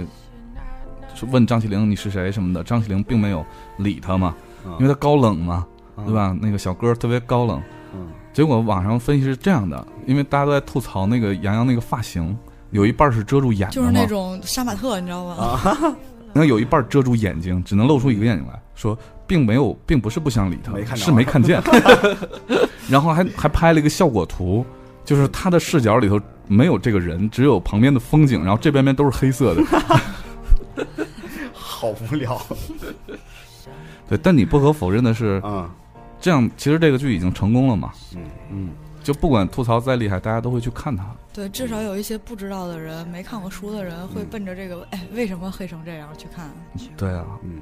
A: 问张起灵你是谁什么的，张起灵并没有理他嘛，
D: 哦，
A: 因为他高冷嘛，
D: 嗯
A: 对？吧？那个小哥特别高冷。
D: 嗯
A: 结果网上分析是这样的，因为大家都在吐槽那个杨洋那个发型，有一半是遮住眼的
B: 就
A: 嘛，
B: 是
C: 啊
B: 那种杀马特，你知道吗？
A: 然后有一半遮住眼睛，只能露出一个眼睛来说，并没有，并不是不想理他，
D: 没看着啊
A: 是没看
D: *laughs*
A: 见。然后还还拍了一个效果图，就是他的视角里头没有这个人，只有旁边的风景，然后这边边都是黑色
D: *laughs*
A: 的。
D: 嗯好无
A: *laughs*
D: 聊
A: 对，但你不可否认的是，
D: 啊
A: 这样其实这个剧已经成功了嘛，
D: 嗯
C: 嗯，
A: 就不管吐槽再厉害，大家都会去看它。
B: 对，至少有一些不知道的人、没看过书的人，
C: 嗯
B: 会奔着这个，哎，为什么黑成这样去看？
A: 对啊，
D: 嗯，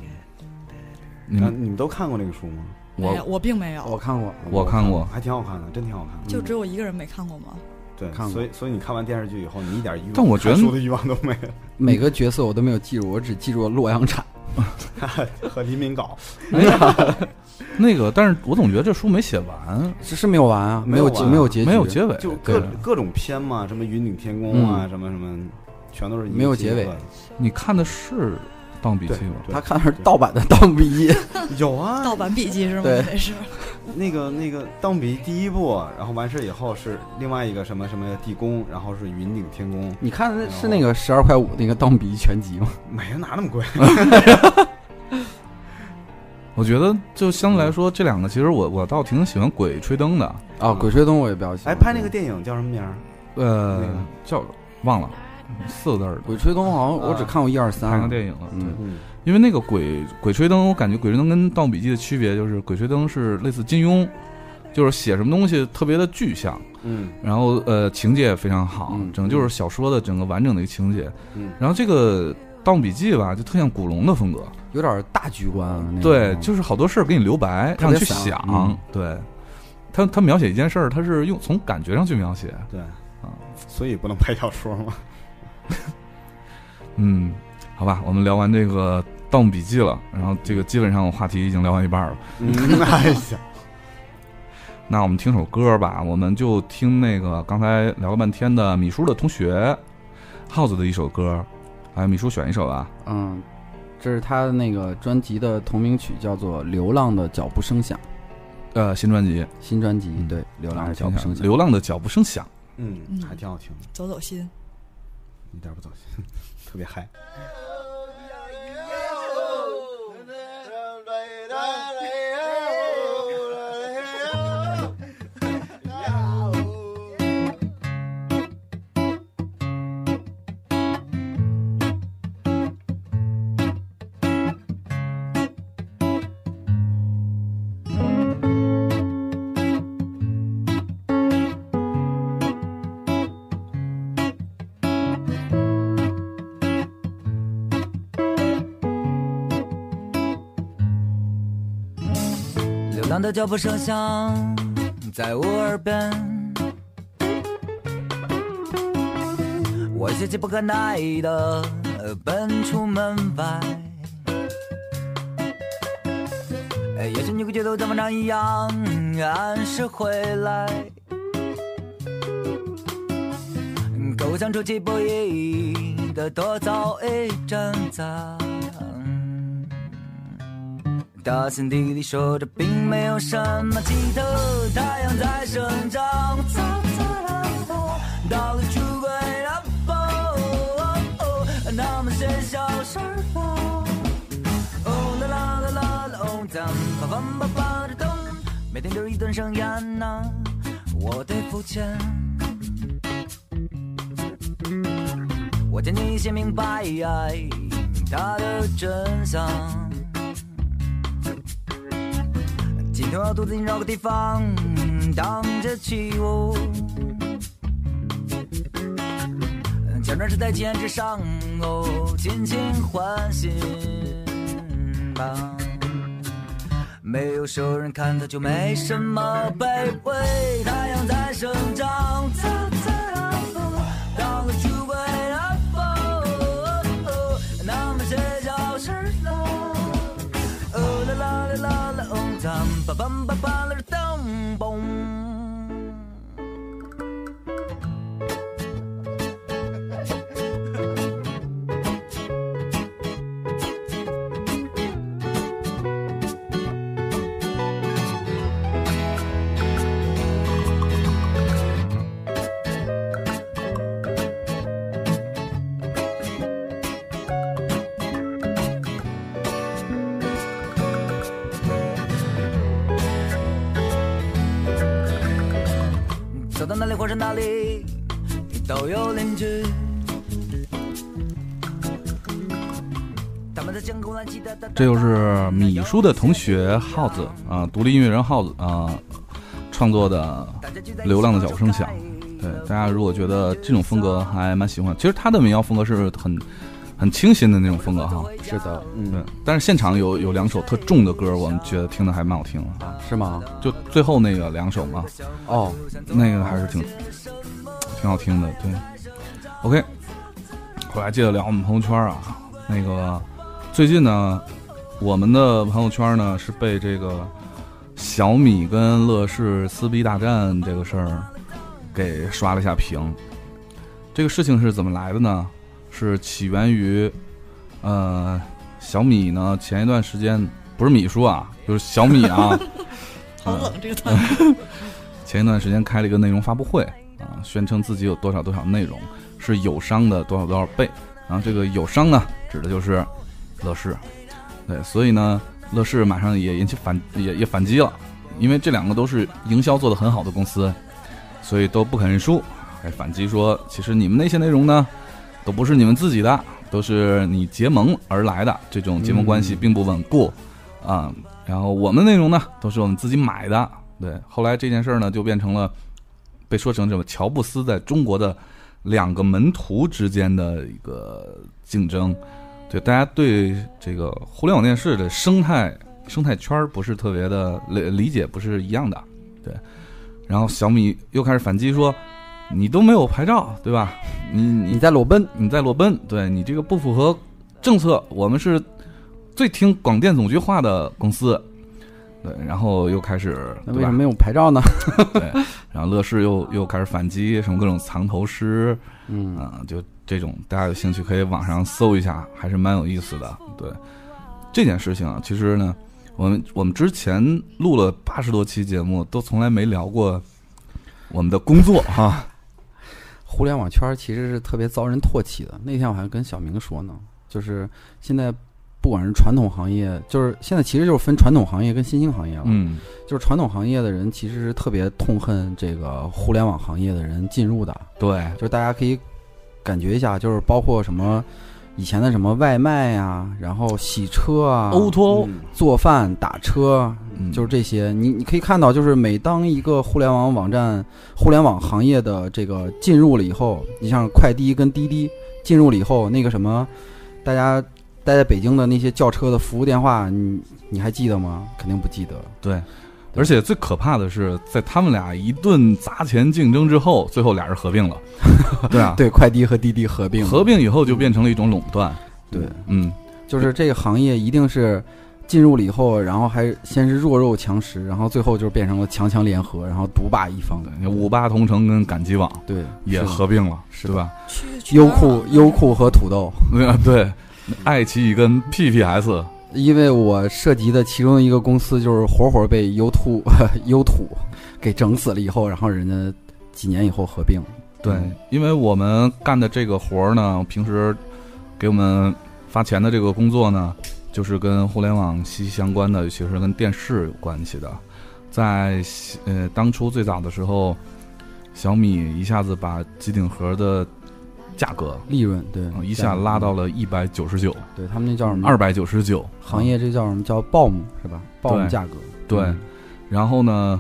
A: 你
D: 那
A: 们
D: 你们都看过那个书吗？
B: 哎呀
A: 我
B: 我并没
C: 我
B: 有，
C: 看过，
A: 我看过，
D: 还挺好看的，真挺好看的。
B: 就只有一个人没看过吗？
D: 对，
C: 看过
D: 所以所以你看完电视剧以后，你一点欲望，
A: 但我觉得
D: 看书的欲望都没有。
C: 每个角色我都没有记住，我只记住了洛阳铲。
D: *laughs* 和李敏搞
A: *laughs* 那个，但是我总觉得这书没写完，
C: 是是没有完啊，
D: 没
C: 没
D: 有
C: 有
D: 完
C: 结没有结局，
A: 没有结尾，
D: 就
A: 对
D: 各各种片嘛，什么云顶天宫啊，什么什么，全都是一个
C: 没有结尾
D: 接一个
A: 你看的是《盗墓笔记》吗？
D: 对
C: 他看的是盗版的《盗墓笔记》，
D: 的。有啊，
B: 盗版笔记是吗？
C: 嗯对
B: 这是。
D: 那个那个《当比》第一部，然后完事以后是另外一个什么什么地宫，然后是云顶天宫，
C: *laughs* 你看的是那个十二块五那个《盗墓笔记》全集吗？
D: 没有哪那么贵。
A: 我觉得就相
C: 嗯
A: 对来说，这两个其实我我倒挺喜欢《鬼吹灯》的，
C: 啊，《鬼吹灯》我也比较喜欢。
D: 哎，拍那个电影叫什么名儿？那个
A: 呃，叫忘了四个字儿
C: 《
A: 的，
C: 鬼吹灯》，好像我只看过一二
A: 拍成
C: 三。
A: 电影了。
C: 嗯
A: 对，
D: 嗯
A: 因为那个鬼《鬼吹灯》，我感觉《鬼吹灯》跟《盗墓笔记》的区别就是，《鬼吹灯》是类似金庸，就是写什么东西特别的具象，
D: 嗯
A: 然后呃情节也非常好，
C: 嗯
A: 整个就是小说的整个完整的一个情节。
D: 嗯，
A: 然后这个《盗墓笔记》吧，就特像古龙的风格，
C: 有点大局观啊。那种
A: 对，就是好多事儿给你留白，
C: 特
A: 让
C: 别
A: 你去
C: 散
A: 想。
C: 嗯
A: 对，他他描写一件事儿，他是用从感觉上去描写。
D: 对，所以不能拍小说嘛。
A: 嗯，好吧，我们聊完这个《盗墓笔记》了，然后这个基本上我话题已经聊完一半了。
D: 嗯， *laughs* 哎呀，
A: 那我们听首歌吧，我们就听那个刚才聊了半天的米叔的同学耗子的一首歌，来，米叔选一首吧。啊
C: 嗯，
E: 这是他的那个专辑的同名曲，叫做《流浪的脚步声响》，
A: 呃，新专辑
E: 新专辑
A: 嗯
E: 对《流浪
A: 啊
E: 的脚步声响》
A: 流浪的脚步声响。
D: 嗯，还挺好听的，
B: 走走心。
D: 一点不走心， *laughs* 特别嗨。
C: 流浪的脚步声响在我耳边，我切切不可耐的奔出门外。哎也许你会觉得我像往常一样按时回来，可我想出其不意的多走一阵子。他心底里说着，并没有什么奇特。太阳在生长，擦擦啦啦，道理出轨了吧？哦哦哦那么些小事儿吧。哦啦啦啦啦啦，哦咱吧吧吧吧的咚，每天都是一顿盛宴呐，我得付钱。我渐渐已经明白他的真相。今天我要独自找个地方荡着起舞，假装是在剑之上哦，尽情欢欣吧。没有熟人看他就没什么卑微，太阳在生长，擦擦啦啦，当了出轨了吧，那么些小事了。哦啦啦啦啦啦，哦，咱吧吧吧吧啦当嘣。走到哪里或者哪里都有邻居，他们在监控乱七八糟。
A: 这就是米叔的同学耗子啊，独立音乐人耗子啊创作的。流浪的脚步声响对，大家如果觉得这种风格还蛮喜欢，其实他的民谣风格是很很清新的那种风格哈。
E: 是的，
A: 对
E: 嗯，，
A: 但是现场有有两首特重的歌，我们觉得听的还蛮好听的啊。
E: 是吗？
C: 嗯
A: 就最后那个两首嘛，
E: 哦，
A: 那个还是挺挺好听的。对，OK，回来接着聊我们朋友圈啊。那个最近呢，我们的朋友圈呢是被这个小米跟乐视撕逼大战这个事儿给刷了一下屏。这个事情是怎么来的呢？是起源于呃小米呢前一段时间不是米叔啊，就是小米啊。
B: 好
A: 嗯
B: 冷这个段子，
A: 前一段时间开了一个内容发布会啊，宣称自己有多少多少内容是友商的多少多少倍，然后这个友商呢指的就是乐视，对，所以呢乐视马上也引起反也也反击了，因为这两个都是营销做得很好的公司，所以都不肯认输，还反击说其实你们那些内容呢都不是你们自己的，都是你结盟而来的，这种结盟关系
E: 嗯
A: 并不稳固啊、然后我们内容呢都是我们自己买的，对，后来这件事儿呢，就变成了被说成这么乔布斯在中国的两个门徒之间的一个竞争。对，大家对这个互联网电视的生态生态圈儿不是特别的理理解，不是一样的。对，然后小米又开始反击说：“你都没有牌照，对吧？你
E: 你
A: 你
E: 在裸奔，
A: 你在裸奔，对你这个不符合政策，我们是最听广电总局话的公司。对，然后又开始
C: 那
A: 对
C: 为什
A: 吧
C: 么？没有牌照呢？
A: 然后乐视又又开始反击，什么各种藏头诗，
C: 嗯，
A: 啊，就这种，大家有兴趣可以网上搜一下，还是蛮有意思的。对这件事情啊，其实呢，我们我们之前录了八十多期节目，都从来没聊过我们的工作啊哈、
C: *laughs* 互联网圈儿其实是特别遭人唾弃的。那天我还跟小明说呢，就是现在不管是传统行业，就是现在其实就是分传统行业跟新兴行业了。
A: 嗯，
C: 就是传统行业的人其实是特别痛恨这个互联网行业的人进入的，
A: 对，
C: 就是大家可以感觉一下，就是包括什么以前的什么外卖呀、然后洗车啊、
A: o to O，
D: 嗯
C: 做饭、打车，
A: 嗯
C: 就是这些。你你可以看到，就是每当一个互联网网站、互联网行业的这个进入了以后，你像快滴跟滴滴进入了以后，那个什么，大家待在北京的那些叫车的服务电话，你你还记得吗？肯定不记得。
A: 对。而且最可怕的是，在他们俩一顿砸钱竞争之后，最后俩人合并了，对啊，
C: 对，快滴和滴滴合并了，
A: 合并以后就变成了一种垄断，
C: 对，
A: 嗯，
C: 就是这个行业一定是进入了以后，然后还先是弱肉强食，然后最后就是变成了强强联合，然后独霸一方的。
A: 五八同城跟赶集网
C: 对，
A: 也
C: 是的
A: 合并了，
C: 是
A: 对
C: 的
A: 吧？
B: 去去
C: 优
B: 哪儿
C: 酷、
B: 了
C: 优酷和土豆，
A: 对对，爱奇艺跟 PPS
C: 因为我涉及的其中一个公司就是活活被优兔、 *laughs* 优土给整死了以后，然后人家几年以后合并。
A: 对
C: 嗯，
A: 因为我们干的这个活儿呢，平时给我们发钱的这个工作呢，就是跟互联网息息相关的，尤其是跟电视有关系的。在西呃当初最早的时候，小米一下子把机顶盒的价格、
C: 利润对
A: 嗯，一下拉到了一百九十九、
C: 对他们那叫什么
A: 二百九十九，
C: 行业，这叫什么叫 BOM 是吧？BOM
A: 对
C: 价格
A: 对
C: 嗯
A: 然后呢，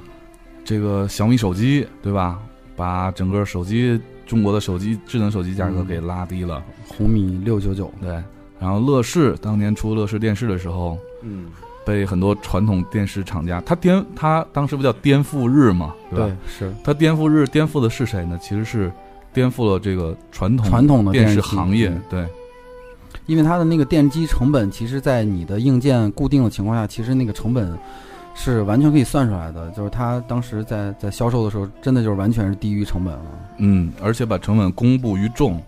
A: 这个小米手机，对吧？把整个手机中国的手机智能手机价格
C: 嗯
A: 给拉低了。
C: 红米六九九
A: 对，然后乐视当年出乐视电视的时候，
D: 嗯，
A: 被很多传统电视厂家，它颠，它当时不叫颠覆日嘛，对吧？
C: 对是
A: 它颠覆日颠覆的是谁呢？其实是颠覆了这个传统
C: 传统的
A: 电
C: 视
A: 视
C: 机
A: 行业
C: 嗯。
A: 对
C: 因为它的那个电机成本，其实，在你的硬件固定的情况下，其实那个成本是完全可以算出来的。就是它当时在在销售的时候，真的就是完全是低于成本了。
A: 嗯，而且把成本公布于众，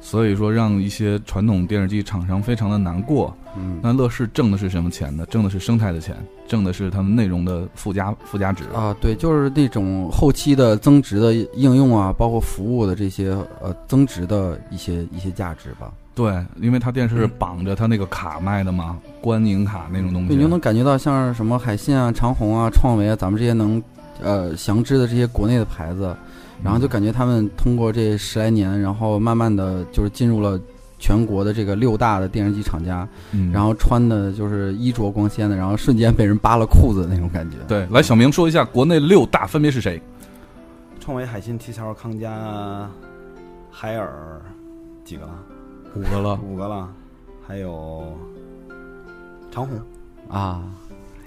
A: 所以说让一些传统电视机厂商非常的难过。
C: 嗯
A: 那乐视挣的是什么钱呢？挣的是生态的钱，挣的是他们内容的附加附加值。
C: 啊，对，就是那种后期的增值的应用啊，包括服务的这些呃增值的一些一些价值吧。
A: 对，因为它电视绑着它那个卡卖的嘛，观影卡那种东西。
C: 嗯对，你就能感觉到像是什么海信啊、长虹啊、创维啊，咱们这些能呃详知的这些国内的牌子，然
A: 嗯
C: 后就感觉他们通过这十来年，然后慢慢的就是进入了全国的这个六大的电视机厂家，
A: 嗯，
C: 然后穿的就是衣着光鲜的，然后瞬间被人扒了裤子的那种感觉。，
A: 对，来小明说一下国内六大分别是谁？
D: 创维、海信、T 桥、康佳、啊海尔，几个了？
C: 五个了
D: 五个了，还有长虹、
C: 啊！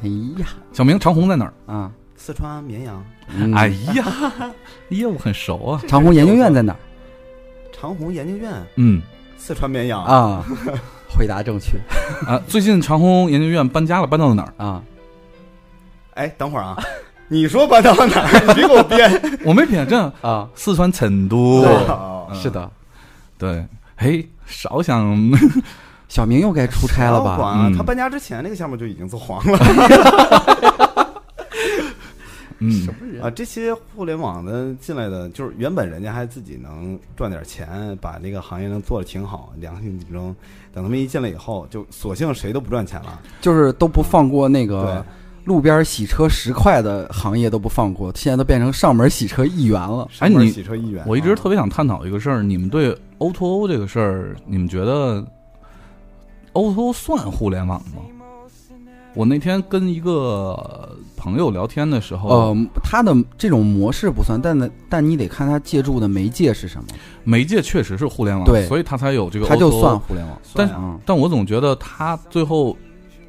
C: 哎呀
A: 小明长虹在哪儿？
C: 啊！
D: 四川绵阳。
C: 嗯
A: 哎，呀，业务很熟啊。
C: 长虹研究院在哪儿
D: 长虹研究院、
A: 嗯
D: 四川绵阳，
C: 啊？回答正确
A: 啊，最近长虹研究院搬家了，搬到了哪儿？
C: 啊！
D: 哎，等会儿啊，你说搬到哪儿？ *laughs* 你别给我编。
A: 我没骗，这
C: 啊，
A: 四川成都。
D: 哦
C: 是的，
A: 对，嘿，少
C: *laughs*
A: 想， *laughs*
C: 小明又该出差了
D: 不要
C: 吧？
D: 管啊
A: 嗯
D: 他搬家之前那个项目就已经做黄了
A: 嗯，
C: 么人
D: 啊！这些互联网的进来的，就是原本人家还自己能赚点钱，把这个行业能做的挺好，良性竞争。等他们一进来以后，就索性谁都不赚钱了。
C: 就是都不放过那
D: 对
C: 个路边洗车十块的行业都不放过，现在都变成上门洗车一元了。
A: 哎
D: 上门
A: 你
D: 洗车一元啊，
A: 我一直特别想探讨一个事儿，你们对 O to O 这个事儿，你们觉得 O to O 算互联网吗？我那天跟一个朋友聊天的时候，
C: 呃，它的这种模式不算，但呢，但你得看它借助的媒介是什么，
A: 媒介确实是互联网，
C: 对
A: 所以它才有这个 O2O。
C: 它就算互联网。
D: 算啊
C: 嗯，
A: 但我总觉得它最后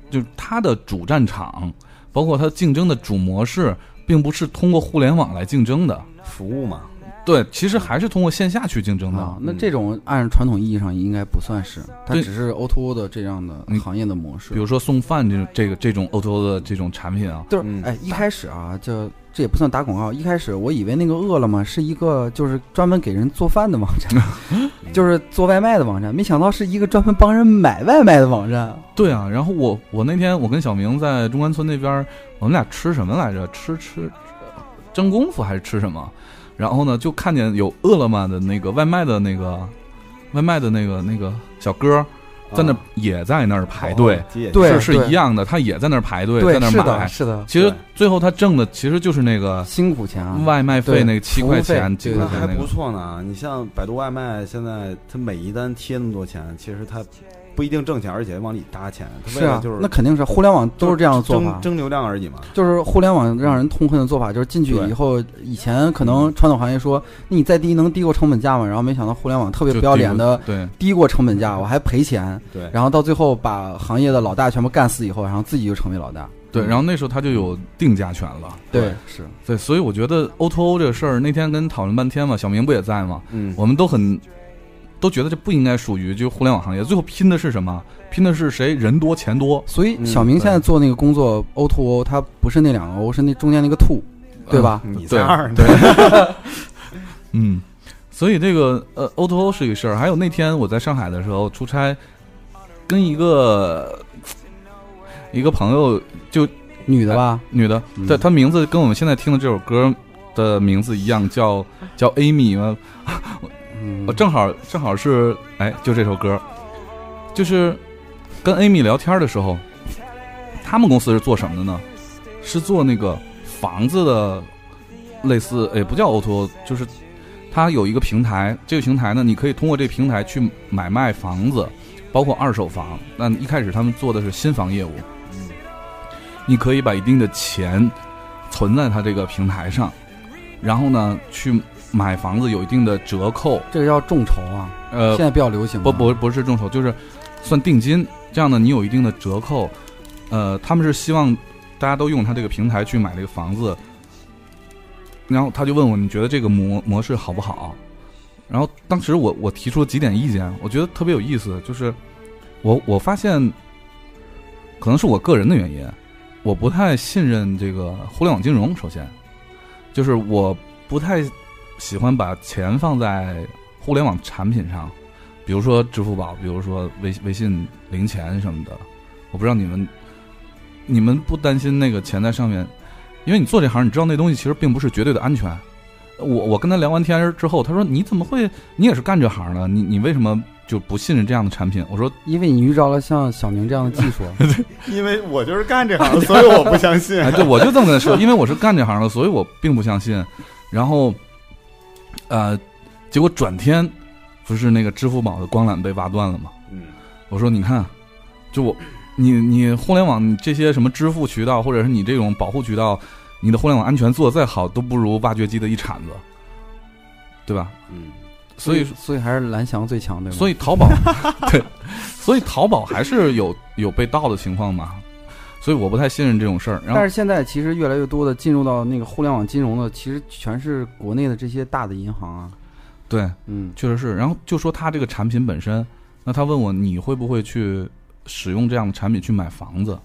A: 就是它的主战场，包括它竞争的主模式，并不是通过互联网来竞争的。
D: 服务嘛，
A: 对，其实还是通过线下去竞争的。
C: 啊，那这种按传统意义上应该不算是，它
A: 对
C: 只是 O to O 的这样的
A: 嗯
C: 行业的模式。
A: 比如说送饭这种这个这种 O to O 的这种产品啊，
C: 就是
D: 嗯
C: 哎，一开始啊，就这也不算打广告。一开始我以为那个饿了么是一个就是专门给人做饭的网站，就是做外卖的网站，没想到是一个专门帮人买外卖的网站。
A: 对啊。然后我我那天我跟小明在中关村那边儿，我们俩吃什么来着？吃吃真功夫还是吃什么？然后呢，就看见有饿了么的那个外卖的那个外卖的那个那个小哥儿
D: 嗯
A: 在
D: 啊
A: 那、也在那儿排队，
D: 对
C: 嗯对
A: 是是一样的，他也在那儿排队，
C: 对
A: 在，那
C: 是
A: 儿
C: 的，
A: 买。
C: 是的，
A: 其实
D: 对
A: 最后他挣的其实就是那个
C: 辛苦钱啊，
A: 外卖费
C: 对
A: 那个七
C: 服务
A: 块
C: 费
A: 钱，几
C: 对
A: 块
D: 那
A: 钱
D: 还
A: 那
D: 不
A: 个。
D: 错呢。你像百度外卖，现在它每一单贴那么多钱，其实它不一定挣钱，而且往里搭钱。它
C: 是
D: 为了
C: 啊，
D: 就是
C: 那肯定是互联网都是这样的做法
D: 争。争流量而已嘛。
C: 就是互联网让人痛恨的做法，就是进去以后，以前可能传统行业说那你再低能低过成本价吗？然后没想到互联网特别
A: 就
C: 不要脸的
A: 低嗯于，
C: 低过成本价，我还赔钱，
D: 对，
C: 然后到最后把行业的老大全部干死以后，然后自己就成为老大。
A: 对对，然后那时候他就有定价权了，
C: 对，是
A: 对，所以我觉得 O to O 这个事儿，那天跟讨论半天嘛，小明不也在嘛，
D: 嗯，
A: 我们都很都觉得这不应该属于就是互联网行业，最后拼的是什么？拼的是谁人多钱多，
C: 所以
D: 嗯
C: 小明现在做那个工作 O to O，它不是那两个 O，是那中间那个 two，对
A: 嗯
C: 吧？
D: 你在
A: 对
D: 二呢
A: 对，嗯，所以这个呃 O to O 是一个事儿，还有那天我在上海的时候出差，跟一个一个朋友
C: 女的吧？
A: 女的，
C: 嗯
A: 对，她名字跟我们现在听的这首歌的名字一样，叫叫 Amy 嘛，哎
C: 嗯
A: 哦我，正好正好是哎，就这首歌，就是跟 Amy 聊天的时候，他们公司是做什么的呢？是做那个房子的，类似也不叫 O to O，就是它有一个平台，这个平台呢，你可以通过这平台去买卖房子，包括二手房。那一开始他们做的是新房业务，你可以把一定的钱存在它这个平台上，然后呢去买房子有一定的折扣，
C: 这个叫众筹啊，
A: 呃
C: 现，在比较流行啊。
A: 不不不是众筹，就是算定金，这样呢你有一定的折扣。呃，他们是希望大家都用他这个平台去买这个房子。然后他就问我，你觉得这个模模式好不好？然后当时我我提出了几点意见，我觉得特别有意思，就是我我发现，可能是我个人的原因，我不太信任这个互联网金融。首先，就是我不太喜欢把钱放在互联网产品上，比如说支付宝，比如说微微信零钱什么的，我不知道你们，你们不担心那个钱在上面，因为你做这行，你知道那东西其实并不是绝对的安全。我我跟他聊完天之后，他说你怎么会，你也是干这行的，你你为什么就不信任这样的产品？我说
C: 因为你遇着了像小明这样的技术，啊
D: *laughs* 因为我就是干
C: *laughs*
D: 这行，所以我不相信
A: 哎，对，我就这么跟他说，因 *laughs* 为我是干这行的，所以我并不相信。然后，呃，结果转天不是那个支付宝的光缆被挖断了吗？
D: 嗯，
A: 我说你看，啊就我，你你互联网这些什么支付渠道，或者是你这种保护渠道，你的互联网安全做得再好，都不如挖掘机的一铲子，对吧？
D: 嗯，
A: *laughs* 所以
C: 所以还是蓝翔最强，对吗？
A: 所以淘宝， *laughs* 对，所以淘宝还是有有被盗的情况嘛，所以我不太信任这种事儿。然后
C: 但是现在其实越来越多的进入到那个互联网金融的，其实全是国内的这些大的银行啊。
A: 对，
C: 嗯，
A: 确实是。然后就说他这个产品本身，那他问我你会不会去使用这样的产品去买房子？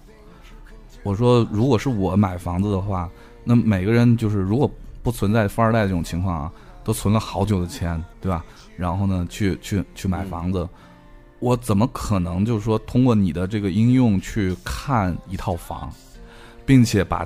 A: 我说如果是我买房子的话，那每个人就是如果不存在富二代这种情况啊，都存了好久的钱，对吧？然后呢，去去去买房子。我怎么可能就是说通过你的这个应用去看一套房，并且把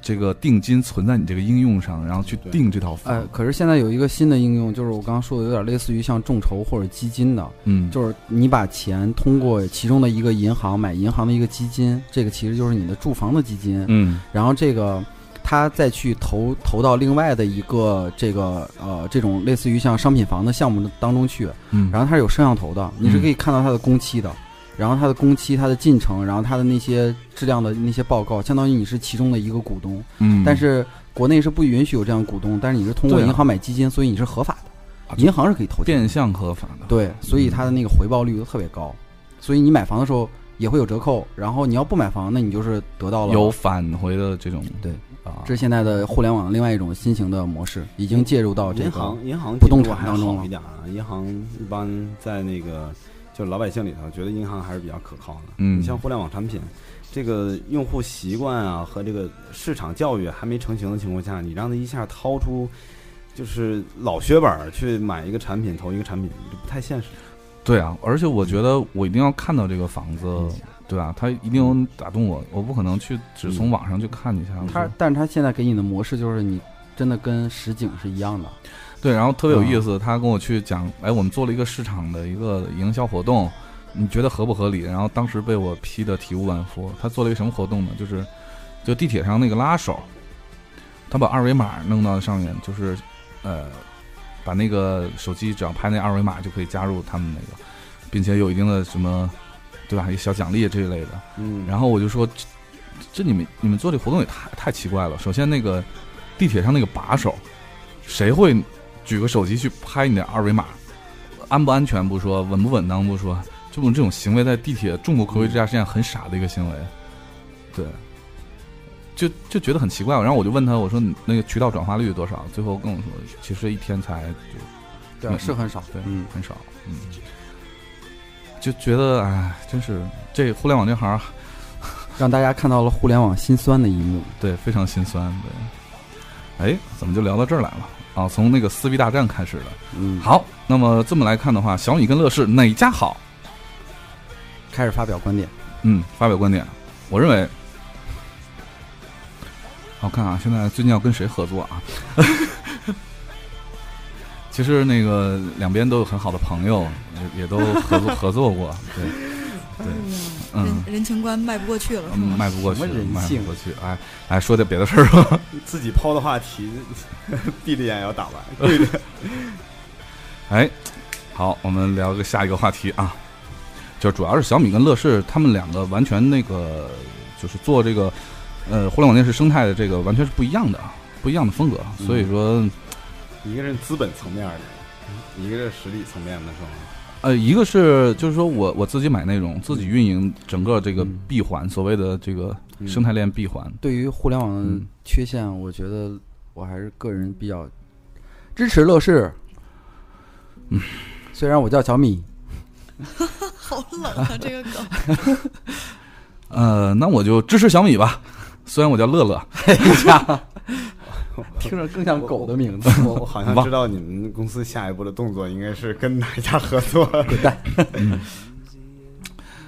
A: 这个定金存在你这个应用上，然后去
D: 对
A: 定这套房？
C: 哎，可是现在有一个新的应用，就是我刚刚说的，有点类似于像众筹或者基金的，
A: 嗯，
C: 就是你把钱通过其中的一个银行买银行的一个基金，这个其实就是你的住房的基金，
A: 嗯
C: 然后这个。他再去投投到另外的一个这个呃这种类似于像商品房的项目当中去，
A: 嗯，
C: 然后它是有摄像头的，你是可以看到它的工期的，然后它的工期、它的进程，然后它的那些质量的那些报告，相当于你是其中的一个股东。
A: 嗯，
C: 但是国内是不允许有这样的股东，但是你是通过
A: 对啊
C: 银行买基金，所以你是合法
A: 啊嗯
C: 的，银行是可以投钱的。
A: 变相合法的。
C: 对，所以它的那个回报率都特别高，所以你买房的时候，也会有折扣。然后你要不买房，那你就是得到了
A: 有返回的这种
C: 对
A: 啊，
C: 这是现在的互联网另外一种新型的模式，已经介入到这
D: 银
C: 个
D: 行银行
C: 不动
D: 进入
C: 产
D: 还
C: 当中
D: 好
C: 了
D: 一点啊，银行一般在那个就是老百姓里头，觉得银行还是比较可靠的。
A: 嗯
D: 你像互联网产品，这个用户习惯啊和这个市场教育还没成型的情况下，你让他一下掏出就是老血本儿去买一个产品投一个产品，就不太现实。
A: 对啊，而且我觉得我一定要看到这个房子，对啊，它一定有打动我，我不可能去只从网上去看一下。
C: 嗯它，但是它现在给你的模式就是你真的跟实景是一样的，
A: 对，然后特别有意思，他跟我去讲，哎，我们做了一个市场的一个营销活动，你觉得合不合理？然后当时被我批的体无完肤。他做了一个什么活动呢？就是就地铁上那个拉手，他把二维码弄到上面，就是呃，把那个手机只要拍那二维码就可以加入他们那个，并且有一定的什么，对吧？一小奖励这一类的。
D: 嗯
A: 然后我就说，这这你们你们做这活动也太太奇怪了。首先那个地铁上那个把手，谁会举个手机去拍你的二维码？安不安全不说，稳不稳当不说，这种这种行为在地铁众目睽睽之下是件很傻的一个行为。对。就就觉得很奇怪，然后我就问他，我说你那个渠道转化率多少？最后跟我说，其实一天才就
C: 对
A: 嗯
C: 是很少。
A: 对，
C: 嗯，
A: 很少，嗯，就觉得哎，真是这互联网这行
C: 让大家看到了互联网心酸的一幕。
A: 对，非常心酸。对，哎，怎么就聊到这儿来了？啊，从那个撕逼大战开始的。
C: 嗯，，
A: 好，那么这么来看的话，小米跟乐视哪家好？
C: 开始发表观点。
A: 嗯，发表观点，我认为，我看啊，现在最近要跟谁合作啊？ *laughs* 其实那个两边都有很好的朋友，也也都合
D: *laughs*
A: 作合作过，对对，嗯
D: 哎
B: 人，人情关迈不过去了，是
A: 嗯
B: 吗？
A: 迈不过去
D: 什么，人
A: 迈不
D: 性啊
A: 过去，哎，来说点别的事儿吧。
D: 自己抛的话题，闭着眼也要打完，对着
A: 哎，好，我们聊个下一个话题啊，就主要是小米跟乐视他们两个完全那个就是做这个呃互联网电视生态的这个完全是不一样的，啊，不一样的风格，所以说
D: 一个是资本层面的，一个是实力层面的，是吗？
A: 呃一个是就是说我我自己买内容，自己运营整个这个
C: 嗯
A: 闭环，所谓的这个
D: 嗯
A: 生态链闭环，
C: 对于互联网的
A: 嗯
C: 缺陷，我觉得我还是个人比较支持乐视。嗯虽然我叫小米，
B: 好冷啊，这个
C: *laughs*
B: 梗。
A: 呃，那我就支持小米吧， *laughs* 虽然我叫乐乐，
C: 听着更像狗的名字。 *laughs*
D: 我我好像知道你们公司下一步的动作应该是跟哪一家
C: *laughs*
D: 合作。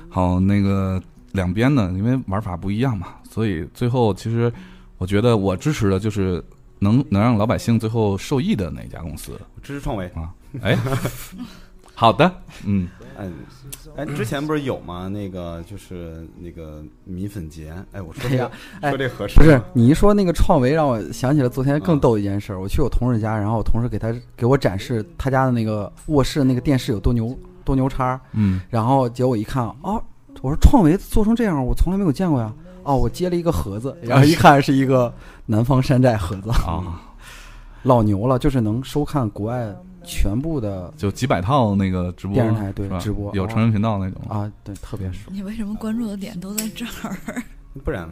A: 好，那个两边呢，因为玩法不一样嘛，所以最后其实我觉得我支持的就是能能让老百姓最后受益的哪家公
C: *laughs*
A: 司
D: 支持创维，
A: 啊？哎，好的，嗯，
D: 嗯，哎，之前不是有吗？那个就是那个米粉节，哎，我说这个、
C: 哎呀
D: 说这合适
C: 不
D: 吗
C: 是你一说那个创维，让我想起了昨天更逗的一件事儿。我去我同事家，然后我同事给他给我展示他家的那个卧室那个电视有多牛多牛叉儿，
A: 嗯，
C: 然后结果一看，哦，我说创维做成这样，我从来没有见过呀。哦，我接了一个盒子，然后一看是一个南方山寨盒子，
A: 啊，
C: 老牛了，就是能收看国外全部的
A: 就几百套那个直播
C: 电视台对
A: 是吧
C: 直播
A: 有成人频道那种，
C: 啊，对，特别爽。
B: 你为什么关注的点都在这儿？
D: 不然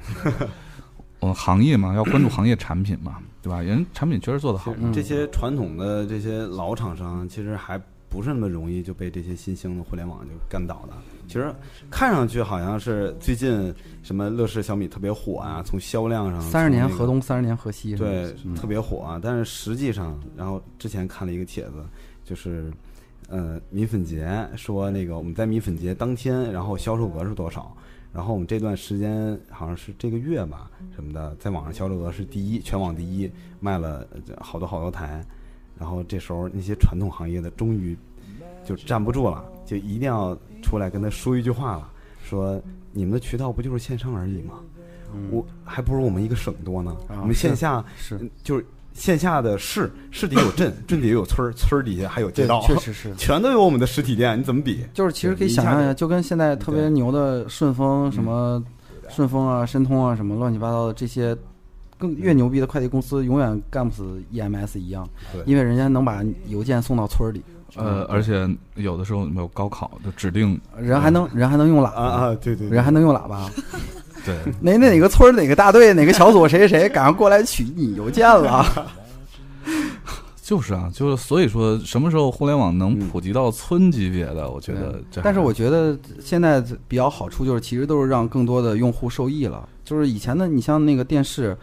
A: 我们行业嘛，要关注行业产品嘛，对吧？人产品确实做得
C: 嗯
A: 好，
D: 这些传统的这些老厂商，其实还不是那么容易就被这些新兴的互联网就干倒的。其实看上去好像是最近什么乐视、小米特别火啊，从销量上
C: 三十年
D: 从那个
C: 河东，三十年河西，是吧嗯
D: 对，特别火啊。但是实际上，然后之前看了一个帖子，就是呃米粉节说那个我们在米粉节当天，然后销售额是多少？然后我们这段时间好像是这个月吧什么的，在网上销售额是第一，全网第一，卖了呃好多好多台。然后这时候那些传统行业的终于就站不住了，就一定要出来跟他说一句话了，说你们的渠道不就是线上而已吗？我还不如我们一个省多呢。
C: 嗯啊
D: 我们线下
C: 是
D: 嗯就是线下的市，市底有
C: *laughs*
D: 镇，镇底有村儿，村儿底下还有街
C: 对，
D: 道，
C: 确实是。
D: *laughs* 全都有我们的实体店，你怎么比？
C: 就是其实可以
D: 对一下
C: 想象一
D: 就嗯
C: 下，就跟现在特别
D: 对
C: 牛的顺丰什么顺丰啊、申通啊什么乱七八糟的这些更越牛逼的快递公司永远干不死 EMS 一样
F: 对，
C: 因为人家能把邮件送到村儿里，
A: 呃，而且有的时候没有高考就指定
C: 人还能人还能用喇
F: 啊
C: 叭，
F: 啊，对对，对
C: 人还能用喇叭，
A: *laughs* 对，
C: *laughs* 哪哪个村儿哪个大队哪个小组谁谁谁赶快过来取你邮件了，啊
A: 就是啊，就是所以说什么时候互联网能普及到村级别的，我 *laughs* 觉得这还，
C: 嗯但是我觉得现在比较好处就是，其实都是让更多的用户受益了。就是以前的，你像那个电视，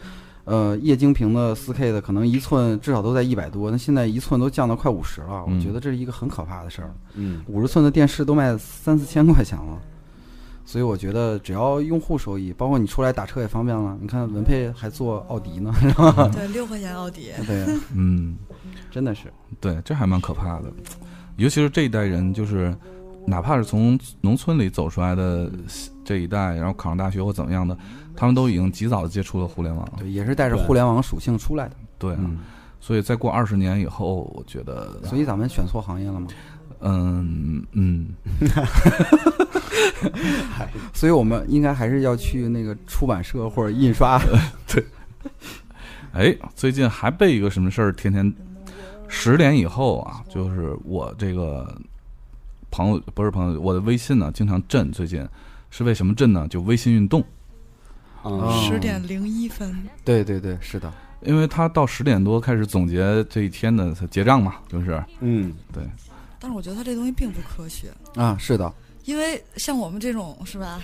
C: 呃，液晶屏的4 K 的，可能一寸至少都在一百多，那现在一寸都降到快五十了。我
A: 嗯
C: 觉得这是一个很可怕的事儿。
F: 嗯
C: 五十寸的电视都卖三四千块钱了，所以我觉得只要用户受益，包括你出来打车也方便了。你看文佩还做奥迪呢，是吧？
B: 对，六块钱奥迪，
C: 对，啊嗯
A: 嗯，
C: *laughs* 真的是，
A: 对，这还蛮可怕的，尤其是这一代人，就是哪怕是从农村里走出来的这一代，然后考上大学或怎么样的，他们都已经及早的接触了互联网了。
C: 对，也啊是带着互联网属性出来的。
A: 对啊，
C: 嗯，
A: 所以再过二十年以后，我觉得，
C: 所以咱们选错行业了吗？
A: 嗯嗯，
C: 所以我们应该还是要去那个出版社或者印刷。
A: 哎，最近还被一个什么事儿，天天十点以后啊，就是我这个朋友不是朋友，我的微信呢经常震，最近是为什么震呢？就微信运动，
C: 嗯
F: 啊，
B: 十点零一分，
C: 对 *laughs* 对对，是的，
A: 因为他到十点多开始总结这一天的结账嘛，
D: 啊
A: 就是
F: 嗯，
B: 但是我觉得它这东西并不科学，
C: 啊，是的，
B: 因为像我们这种是吧，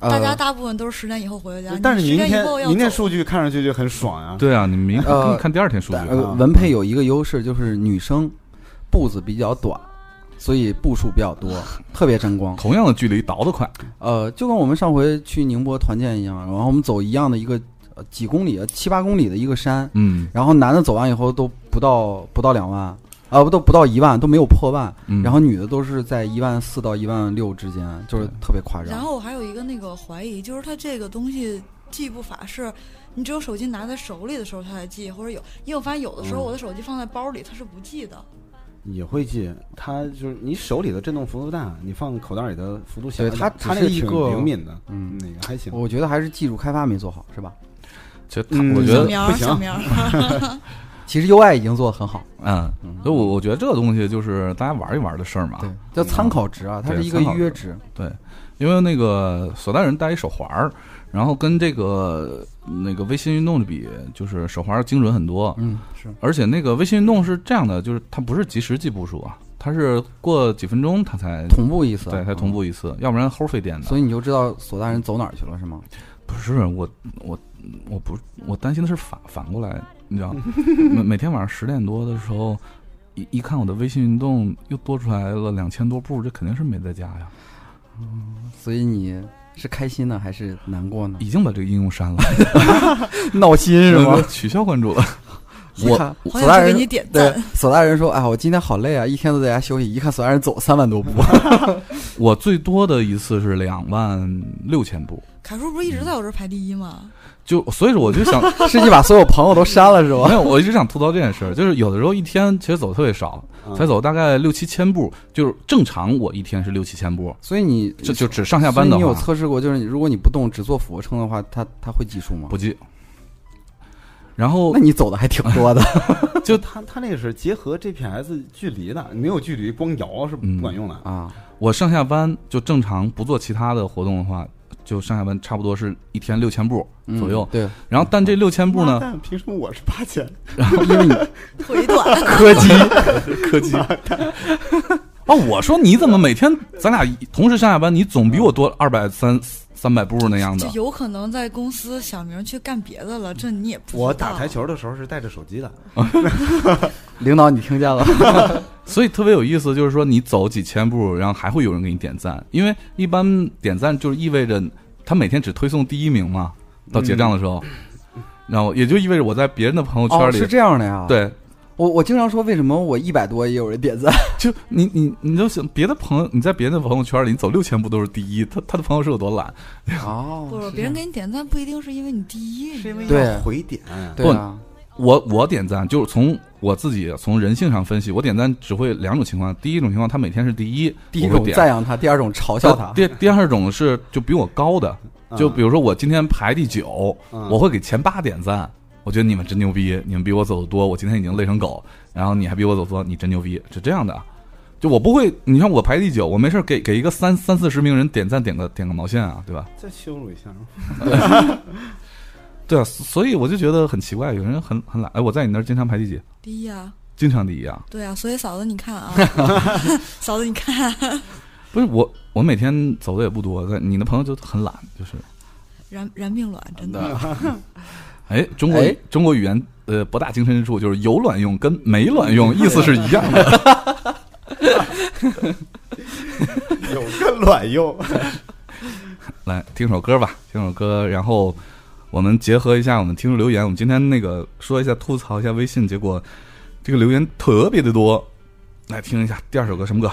C: 呃、
B: 大家大部分都是十点以后回的家，
F: 但是
B: 你
F: 明
B: 十点以
F: 天
B: 后要
F: 明天
B: 走
F: 数据看上去就很爽啊，
A: 对啊，你明
C: 呃
A: 根本看第二天数据，
C: 呃文配有一个优势就是女生步子比较短，所以步数比较多，特别沾光。
A: 同样的距离倒得快，
C: 呃，就跟我们上回去宁波团建一样，然后我们走一样的一个呃几公里、七八公里的一个山，
A: 嗯
C: 然后男的走完以后都不到不到两万，啊、不都不到一万，都没有破万，
A: 嗯，
C: 然后女的都是在一万四到一万六之间，就是
A: 对
C: 特别夸张。
B: 然后我还有一个那个怀疑，就是它这个东西记不法是，你只有手机拿在手里的时候它才记，或者有，因为我发现有的时候
F: 嗯
B: 我的手机放在包里它是不记的。
F: 也会记，它就是你手里的震动幅度大，你放口袋里的幅度小
C: 对，它
F: 它
C: 只
F: 那
C: 是
F: 个
C: 一
F: 挺
C: 个
F: 灵敏的，
C: 嗯，
F: 那个还行，
C: 我觉得还是技术开发没做好，是吧？
A: 其实他
F: 嗯
A: 我觉
B: 小
A: 得，
B: 苗
F: 不
B: 儿，
F: 行
B: 小
F: *laughs*
B: 苗儿，
C: 其实 UI 已经做得很好，
A: 嗯，所以我我觉得这个东西就是大家玩一玩的事儿嘛，
C: 对，啊叫参考值啊，它
A: 对
C: 是一个
A: 参考
C: 约值，
A: 对，因为那个索带人戴一手环儿，然后跟这个那个微信运动比，就是手环儿精准很多。
C: 嗯，是
A: 而且那个微信运动是这样的，就是它不是及时记步数啊，它是过几分钟它才
C: 同步意啊思，嗯
A: 对才同步一次，要不然齁费电的。
C: 所以你就知道索大人走哪儿去了，是吗？
A: 不是我我我不我担心的是反反过来，你知道，
C: *laughs*
A: 每每天晚上十点多的时候。一一看我的微信运动又多出来了两千多步，这肯定是没在家呀，
C: 所以你是开心呢还是难过呢？
A: 已经把这个应用删了，
C: *laughs* 闹心 *laughs* 是吗？
A: 取消关注了。 *laughs*
C: 一看
B: 好
C: 索大
B: 想去给
C: 人
B: 你点
C: 对
B: 赞。
C: 索大人说：“哎，我今天好累啊，一天都在家休息。”一看索大人走三万多步， *laughs*
A: 我最多的一次是两万六千步，
B: 凯叔不是一直在我这儿排第一吗？
A: 就所以说我就
C: *laughs*
A: 想，
C: 是你把所有朋友都删了是
A: 没 *laughs*
C: 吧？
A: 有，我一直想吐槽这件事儿，就是有的时候一天其实走特别少，
F: 嗯
A: 才走大概六七千步，就是正常我一天是六七千步，
C: 所以你
A: 这就只上下
C: 所
A: 班
C: 以
A: 的
C: 你有
A: 话
C: 测试过，就是你如果你不动只做俯卧撑的话，它它会计数吗
A: 不？计。然
C: *laughs*
A: 后
C: 那你走的还挺
A: *laughs*
C: 多的。
F: 就它它那个是结合 GPS 距离的，你没有距离光摇是不管用的。
C: 啊，
A: 我上下班就正常不做其他的活动的话，就上下班差不多是一天六千步 *laughs*
C: 嗯
A: 左右。
C: 对，
A: 然后但这六千步
F: 妈
A: 呢，
F: 蛋凭什么我是八千？
C: 因为你
B: 腿短，
C: 柯基
A: 科技。啊！我说你怎么每天咱俩同时上下班，你总比我多二百三三百步那样的
F: *laughs*
B: 就？有可能在公司小明去干别的了，这你也不知道。
F: *laughs* 我打台球的时候是带着手机的，
C: 领导，你听见
A: *laughs*
C: 了？
A: 所以特别有意思，就是说你走几千步，然后还会有人给你点赞，因为一般点赞就是意味着他每天只推送第一名嘛，到结账的时候，然后也就意味着我在别人的朋友圈
C: 嗯哦，
A: 里，
C: 是这样的呀。，
A: 对，
C: 我我经常说，为什么我一百多也有人
A: *laughs*
C: 点赞？
A: 就你你你就想别的朋友，你在别人的朋友圈里，你走六千步都是第一，他他的朋友是有多懒？
C: 哦
B: 不是别人给你点赞，不一定是因为你第一，你
F: 是因为
B: 知道吗
C: 对
F: 要回点。
C: 对啊，
A: 我我点赞就是从我自己从人性上分析，我点赞只会两种情况，第一种情况他每天是第一，
C: 第一
A: 我会
C: 种
A: 点呃
C: 赞扬他，第二种嘲笑他。
A: 第第二种是就比我高的，就比如说我今天排第九，
F: 嗯
A: 我会给前八点赞。我觉得你们真牛逼，你们比我走的多，我今天已经累成狗，然后你还比我走得多，你真牛逼，是这样的。就我不会，你看我排第九，我没事儿给给一个三三四十名人点赞，点个点个毛线啊，对吧？
F: 再羞辱一 *laughs* 下吗？
A: 对啊，所以我就觉得很奇怪，有人很很懒。哎，我在你那儿经常排第几？
B: 第一啊，
A: 经常第一啊。
B: 对啊，所以嫂子你看
C: *laughs*
B: 啊，嫂子你看，啊
A: 不是我，我每天走的也不多，在你的朋友就很懒，就是
B: 燃燃并卵真的。
A: 哎，中国
C: 哎
A: 中国语言呃博大精深之处就是有卵用跟没卵用意思是一样
C: *laughs*
A: 的。
D: 有个
F: *laughs*
D: 卵用，
A: 来听首歌吧，听首歌，然后我们结合一下我们听众留言，我们今天那个说一下吐槽一下微信，结果这个留言特别的多。来听一下第二首歌什么歌？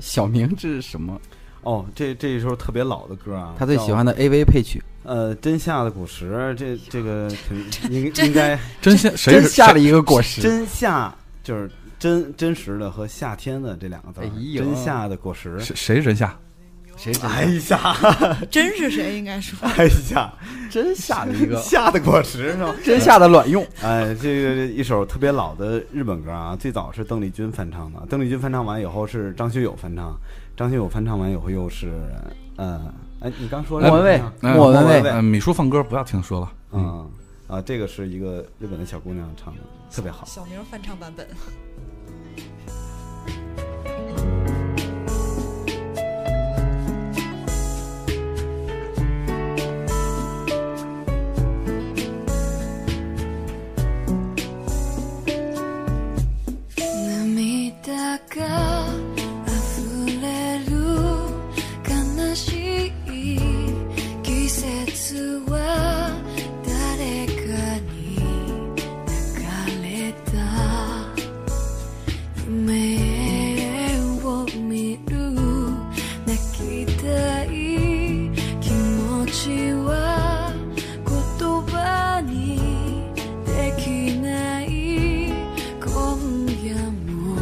C: 小明这是什么？
F: 哦，这这一首特别老的歌啊，
C: 他最
F: 叫
C: 喜欢的 AV 配曲，
F: 呃真下的果实，这这个肯应
B: *laughs* 真
F: 应该
A: 真下谁
C: 真
A: 是
C: 下了一个果实。
F: 真下就是真真实的和夏天的这两个字儿，
C: 哎呦
F: 真下的果实。
A: 谁谁真下？
C: 谁真
D: 哎
F: *laughs*
D: 呀
C: 嗯
B: 真是谁应该说，
D: 哎呀，
C: 真下了一个？
D: 吓得果实是吧？
C: *laughs* 真下的卵用。
F: 哎，这个一首特别老的日本歌啊，最早是邓丽君翻唱的，邓丽君翻唱完以后是张学友翻唱，张学友翻唱完以后又是呃，哎，你刚说
C: 莫文蔚嗯
F: 啊，
A: 哎
C: 莫文
F: 莫
C: 蔚
F: 文，
A: 呃，米叔放歌不要听说了，
F: 嗯啊，这个是一个日本的小姑娘唱的，特别好。
B: 小明翻唱版本。
G: 涙が溢れる悲しい季節は誰かに抱かれた夢を見る泣きたい気持ちは言葉にできない今夜も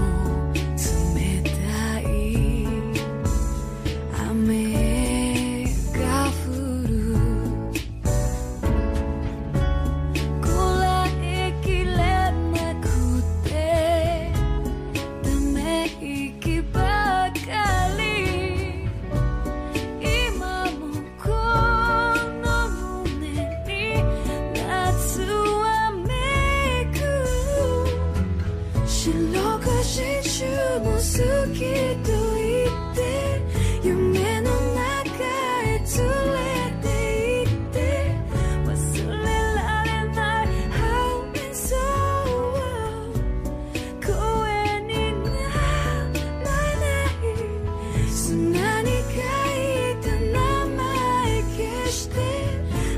G: 冷たい雨が降るこらえきれなくてため息ばかり今もこの胸に夏はめく白く真珠も好きと言って夢の中へ連れて行って忘れられない How in so world 声にならない砂に書いた名前消して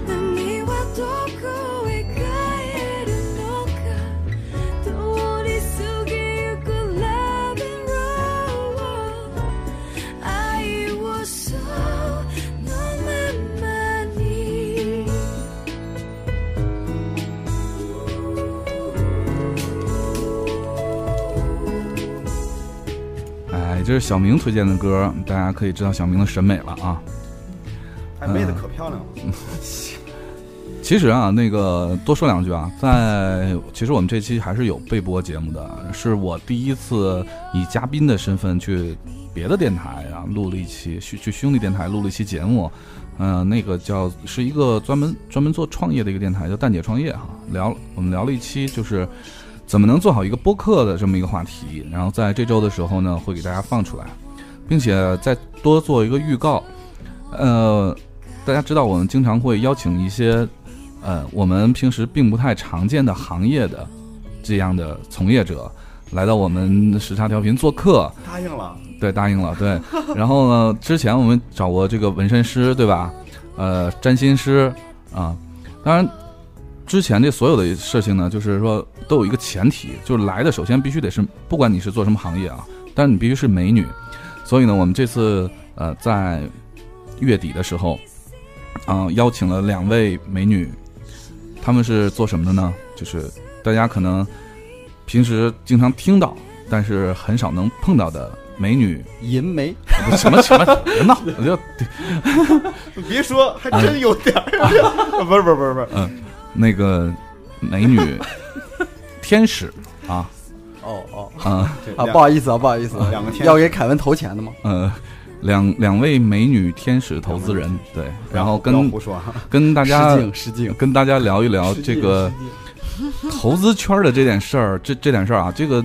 G: 波はどこへ帰るのか通り過ぎゆく Love and Roll 愛をそのままに
A: 哎，这是小明推荐的歌，大家可以知道小明的审美了啊。
C: 嗯
F: 哎，妹子可漂亮了，
A: 其实啊，那个多说两句啊，在其实我们这期还是有备播节目的，是我第一次以嘉宾的身份去别的电台啊录了一期，去去兄弟电台录了一期节目，嗯、那个叫是一个专门专门做创业的一个电台，叫蛋姐创业哈、聊我们聊了一期就是怎么能做好一个播客的这么一个话题，然后在这周的时候呢会给大家放出来，并且再多做一个预告，呃。大家知道，我们经常会邀请一些呃，我们平时并不太常见的行业的这样的从业者来到我们时差调频做客，
D: 答应了，
A: 对，答应了，对。然后呢，之前我们找过这个纹身师，对吧？呃，占星师啊，当然。之前这所有的事情呢，就是说都有一个前提，就是来的首先必须得是，不管你是做什么行业啊，但是你必须是美女。所以呢，我们这次呃在月底的时候，啊、邀请了两位美女，她们是做什么的呢？就是大家可能平时经常听到，但是很少能碰到的美
C: *laughs*
A: 女，
C: 呃银梅，
A: 什么什么，别闹，我就
D: 别说，还真有点儿，
C: *laughs*
D: 不是不是不是不是，
A: 那个美女天使啊，
C: 哦哦
A: 嗯
D: 这
C: 啊，
D: 两
C: 不好意思啊，不好意思啊，
D: 两个天
C: 要给凯文投钱的吗？
A: 呃，两两位美女天使投资人，对，然后
D: 不要
A: 跟
D: 胡说 *laughs* 啊，
A: 跟大家
C: 啊失敬失敬，
A: 跟大家聊一聊这个投资圈的这点事儿，这这点事儿啊，这个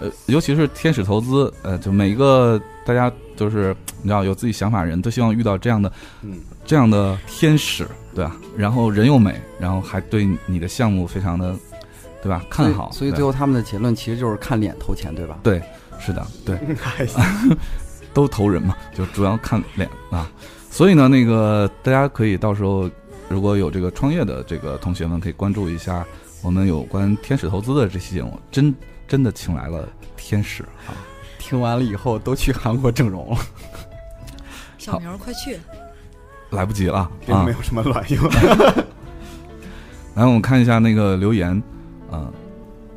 A: 呃，尤其是天使投资，呃，就每一个大家就是你知道有自己想法的人，都希望遇到这样的，
F: 嗯，
A: 这样的天使，对吧、然后人又美，然后还对你的项目非常的，对吧？看好，
C: 所以所以
A: 对
C: 最后他们的结论其实就是看脸投钱，对吧？
A: 是的，对，
D: 还行
A: 都投人嘛， *laughs* 就主要看脸啊。所以呢，那个大家可以到时候如果有这个创业的这个同学们，可以关注一下我们有关天使投资的这期节目，真真的请来了天使啊。
C: 听完了以后都去韩国整容了。
B: 小明儿快去，
A: 来不及了
D: 并
A: 啊
D: 没！有什么卵用。
A: 来，我们看一下那个留言，啊，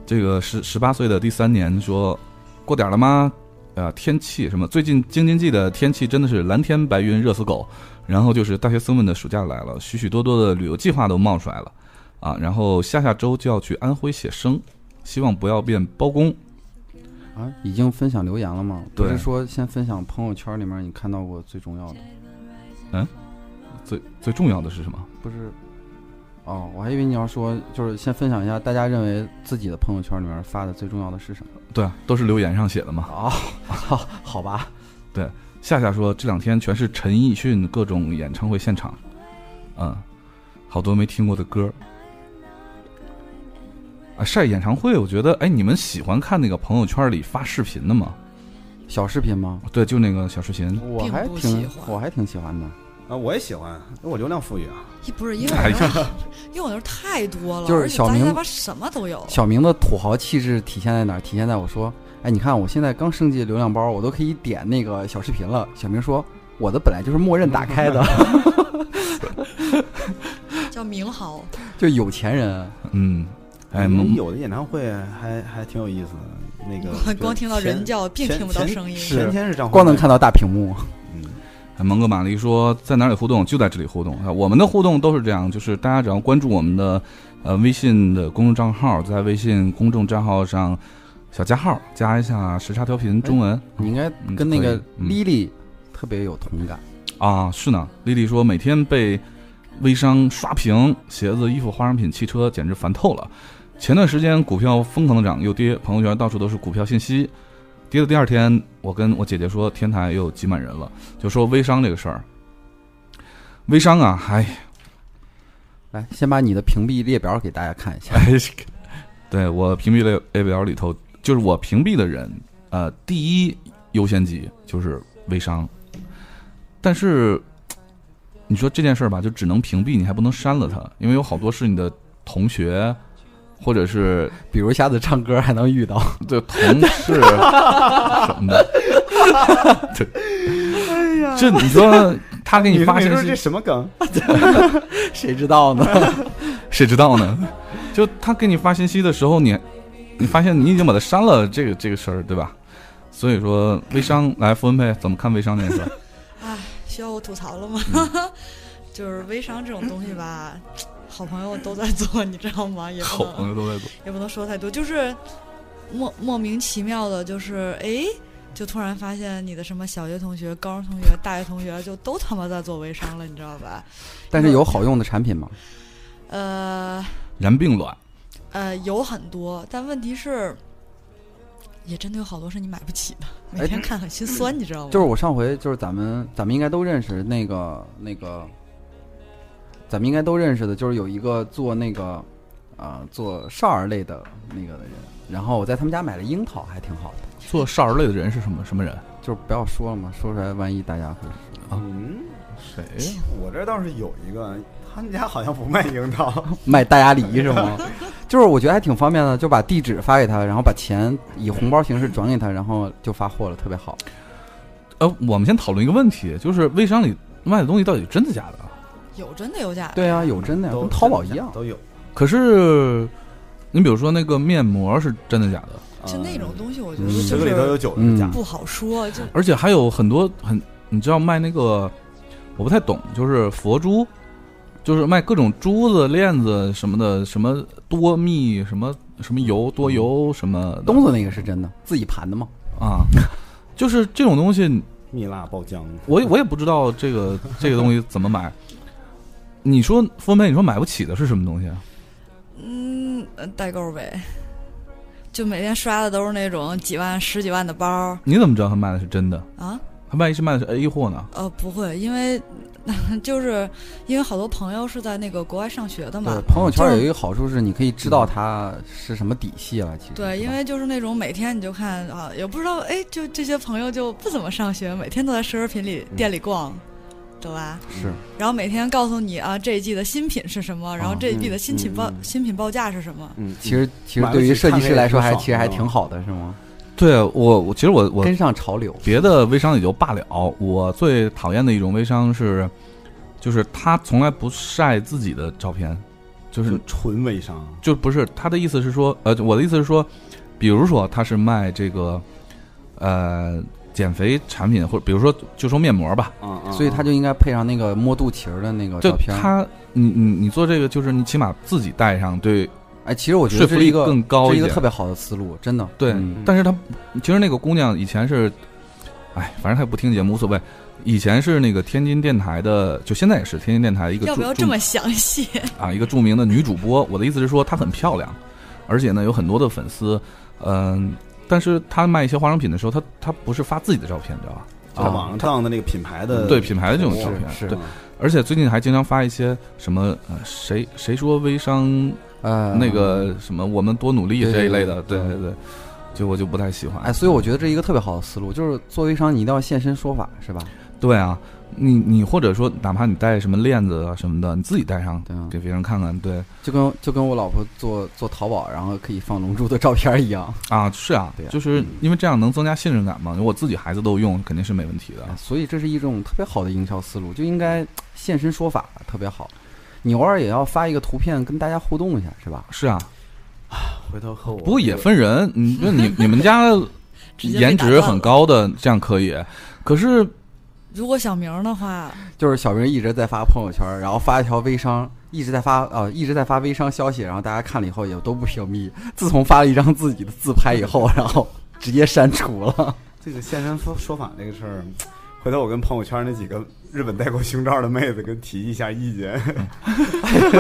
A: 这个十十八岁的第三年说，过点儿了吗？啊，天气什么？最近京津冀的天气真的是蓝天白云，热死狗。然后就是大学生们的暑假来了，许许多多的旅游计划都冒出来了，啊，然后下下周就要去安徽写生，希望不要变包公。
C: 啊，已经分享留言了吗？
A: 对
C: 不是说先分享朋友圈里面你看到过最重要的，
A: 最最重要的是什么？
C: 不是？哦，我还以为你要说就是先分享一下大家认为自己的朋友圈里面发的最重要的是什么？
A: 对啊，都是留言上写的嘛。
C: 哦， *laughs* 好，好吧，
A: 夏夏说这两天全是陈奕迅各种演唱会现场，嗯，好多没听过的歌。啊，晒演唱会，我觉得，哎，你们喜欢看那个朋友圈里发视频的吗？
C: 小视频吗？
A: 对，就那个小视频。
C: 我还
B: 并不喜
C: 挺，
B: 欢
C: 我还挺喜欢的。
F: 啊，我也喜欢，我流量富裕啊，
B: 一不是因为我那儿，因为我那儿太多了，
C: 哎就是
B: 而且
C: 小
B: 杂七
C: 明
B: 杂八什么都有。
C: 小明的土豪气质体现在哪儿？体现在我说，哎，你看我现在刚升级流量包，我都可以点那个小视频了。小明说，我的本来就是默认打
A: *laughs*
C: 开的，
B: 叫明豪，
C: 就有
A: *laughs*
C: 钱人。
A: 嗯，哎，
F: 嗯
A: 萌
F: 有的演唱会还还挺有意思的，那个
B: 我 *laughs* 光听到人
F: 叫，
B: 叫，并
F: 前
B: 听不到声音。
C: 是
F: 前天是张，
C: 光能，看到大屏幕。
F: 嗯，
A: 哎蒙哥马利说在哪里互动就在这里互动啊！我们的互动都是这样，就是大家只要关注我们的呃微信的公众账号，在微信公众账号上小加号加一下时差调频中文。
C: 你应该
A: 嗯
C: 跟那个
A: 可以嗯
C: Lily 特别有同感。
A: 啊，是呢。丽丽说，每天被微商刷屏，鞋子、衣服、化妆品、汽车，简直烦透了。前段时间股票疯狂的涨又跌，朋友圈到处都是股票信息。跌的第二天，我跟我姐姐说，天台又挤满人了，就说微商这个事儿。微商啊，哎，
C: 来，先把你的屏蔽列表给大家看一下。
A: 哎， *laughs* 对我屏蔽列列表里头，就是我屏蔽的人，呃，第一优先级就是微商，但是你说这件事儿吧，就只能屏蔽，你还不能删了它，因为有好多是你的同学，或者是
C: 比如下次唱歌还能遇到， *laughs*
A: 对同 *laughs* 事什么的， *laughs* 对， *laughs* 这你说他给
D: 你
A: 你
D: 说
A: 发
D: 你
A: 信
D: 说
A: 息
D: 这，什么梗？
C: 谁知道
A: *laughs*
C: 呢？
A: 谁知道呢？ *laughs* 就他给你发信息的时候，你你发现你已经把他删了，这个这个事儿，对吧？所以说微商来付文佩怎么看微商这件事儿？
B: 唉，需要我吐槽了吗？
C: 嗯
B: *laughs* 就是微商这种东西吧，好朋友都在做，你知道吗？也不
A: 好朋
B: 能
A: 友都在做，
B: 也不能说太多，就是莫莫名其妙的，就是哎，就突然发现你的什么小学同学、高中同学、大学同学就都他妈在做微商了，你知道吧？
C: 但是有好用的产品吗？
B: 呃
A: 然并卵，
B: 呃，有很多，但问题是。也真的有好多是你买不起的，每天看很心酸，你知道吗？
C: 哎就是我上回就是咱们咱们应该都认识那个那个，咱们应该都认识的，就是有一个做那个啊、做少儿类的那个的人，然后我在他们家买了樱桃，还挺好的。
A: 做少儿类的人是什么什么人？
C: 就是不要说了嘛，说出来万一大家会
F: 嗯，
A: 谁？
D: 我这倒是有一个，他们家好像不卖
C: *laughs*
D: 樱桃，
C: 卖大鸭梨是吗？ *laughs* 就是我觉得还挺方便的，就把地址发给他，然后把钱以红包形式转给他，然后就发货了，特别好。
A: 呃，我们先讨论一个问题，就是微商里卖的东西到底真的假的？啊
B: 有真的有假的，
C: 对啊，有真的呀，
D: 都
C: 跟淘宝一样。
D: 都有
A: 可是你比如说那个面膜是真的假的？
F: 啊、
B: 就那种东西，我觉得
C: 嗯
B: 就
D: 十个里头有
B: 是
D: 九个
C: 嗯
D: 是假的。
B: 不好说，就
A: 而且还有很多很，你知道卖那个，我不太懂，就是佛珠，就是卖各种珠子、链子什么的，什么多蜜、什么什么油、多油什么的
C: 东子那个是真的，自己盘的嘛。
A: 啊，就是这种东西，
F: 蜜蜡爆浆，
A: 我我也不知道这个这个东西怎么买。你说风妹，你说买不起的是什么东西啊？
B: 嗯，呃代购呗。就每天刷的都是那种几万、十几万的包儿
A: 你怎么知道他卖的是真的？
B: 啊，
A: 他万一是卖的是 A 货呢？
B: 呃，不会，因为就是因为好多朋友是在那个国外上学的
C: 对
B: 嘛，，
C: 朋友圈
B: 就
C: 有
B: 是
C: 一个好处是，你可以知道他是什么底细了。其实
B: 对，
C: 是
B: 因
C: 吧
B: 为就是那种每天你就看啊，也不知道哎，就这些朋友就不怎么上学，每天都在奢侈品里店里逛，懂吧？
C: 是
B: 然后每天告诉你啊，这一季的新品是什么，然后
A: 啊
B: 这一季的新品报、
F: 嗯嗯
B: 新品报价是什么。
F: 嗯，
C: 其实其实
F: 买得
C: 对于
F: 起
C: 设计
F: 看着
C: 师
F: 也
C: 来说
F: 挺
C: 还
F: 爽
C: 其实还
F: 的
C: 挺好的，是吗？
A: 对我，我其实我我
C: 跟上潮流，
A: 别的微商也就罢了，我最讨厌的一种微商是，就是他从来不晒自己的照片，就是
F: 是纯微商，
A: 就不是他的意思是说，呃，我的意思是说，比如说他是卖这个，呃，减肥产品，或者比如说就说面膜吧，
F: 啊啊，
C: 所以他就应该配上那个摸肚脐儿的那个
A: 嗯就
C: 照片。
A: 他你你你做这个就是你起码自己带上，对，
C: 哎，其实我觉
A: 说
C: 得
A: 服
C: 这是
A: 力
C: 一个
A: 更
C: 这
A: 高
C: 是
A: 一
C: 一个
A: 点
C: 特。别好的思路，真的。
A: 对
C: 嗯
A: 但是她其实那个姑娘以前是，哎，反正她也不听节目无所谓。以前是那个天津电台的，就现在也是天津电台一个
B: 要不
A: 著
B: 要
A: 著
B: 这么详细？ *laughs*
A: 啊，一个著名的女主播。我的意思是说，她很漂亮，而且呢有很多的粉丝，嗯、但是她卖一些化妆品的时候，她她不是发自己的照片，你知道吧？
F: 在网上的那个品牌的
A: 嗯哦对品牌的这种
F: 是
A: 照片，
C: 是
A: 对，而且最近还经常发一些什么呃，谁谁说微商
C: 呃，
A: 嗯那个什么我们多努力
C: 对
A: 这一类的，
C: 对
A: 对
C: 对
A: 对对，就我就不太喜欢。
C: 哎，所以我觉得这是一个特别好的思路，就是做微商你一定要现身说法，是吧？
A: 对啊，你你或者说哪怕你戴什么链子啊什么的，你自己戴上
C: 对啊，
A: 给别人看看，对
C: 就跟就跟我老婆做做淘宝，然后可以放龙珠的照片儿一样。
A: 啊是啊
C: 对啊，
A: 就是因为这样能增加信任感嘛。我自己孩子都用，肯定是没问题的
C: 哎。所以这是一种特别好的营销思路，就应该现身说法，特别好。你偶尔也要发一个图片跟大家互动一下，是吧？
A: 是啊，
F: 回头和我
A: 不过也分人，你就你你们家
B: 直接被
A: 颜
B: 打断
A: 值很
B: 了
A: 高的这样可以，可是
B: 如果小明儿的话，
C: 就是小明一直在发朋友圈，然后发一条微商，一直在发呃一直在发微商消息，然后大家看了以后也都不屏蔽。自从发了一张自己的自拍以后，然后直接删
F: *laughs*
C: 除了。
F: 这个现身说说法这个事儿，回头我跟朋友圈那几个日本代购胸罩的妹子跟提一下意见。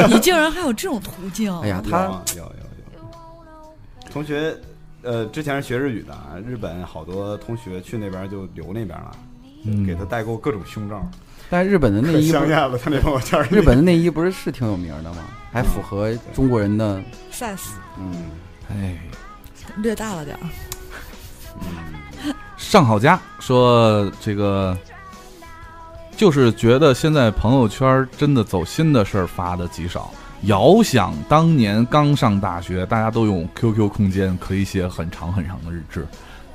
B: 你竟然还有这种途径？
A: *laughs*
C: 哎呀，
F: 有
C: 他
F: 啊有有有，同学，呃，之前是学日语的，啊，日本好多同学去那边就留那边了，
A: 嗯
F: 给他代购各种胸罩，
C: 但是日本的内
F: 可
C: 衣不
F: *laughs* 香艳
C: 是，
F: 了。他那朋友圈里，
C: 日
F: *laughs*
C: 本的内衣不是是挺有名的吗？还符合中国人的
B: size
C: 嗯，
A: 哎，
B: 略大了点儿，
A: 上好佳说这个。就是觉得现在朋友圈真的走心的事儿发的极少。遥想当年刚上大学，大家都用 QQ 空间可以写很长很长的日志，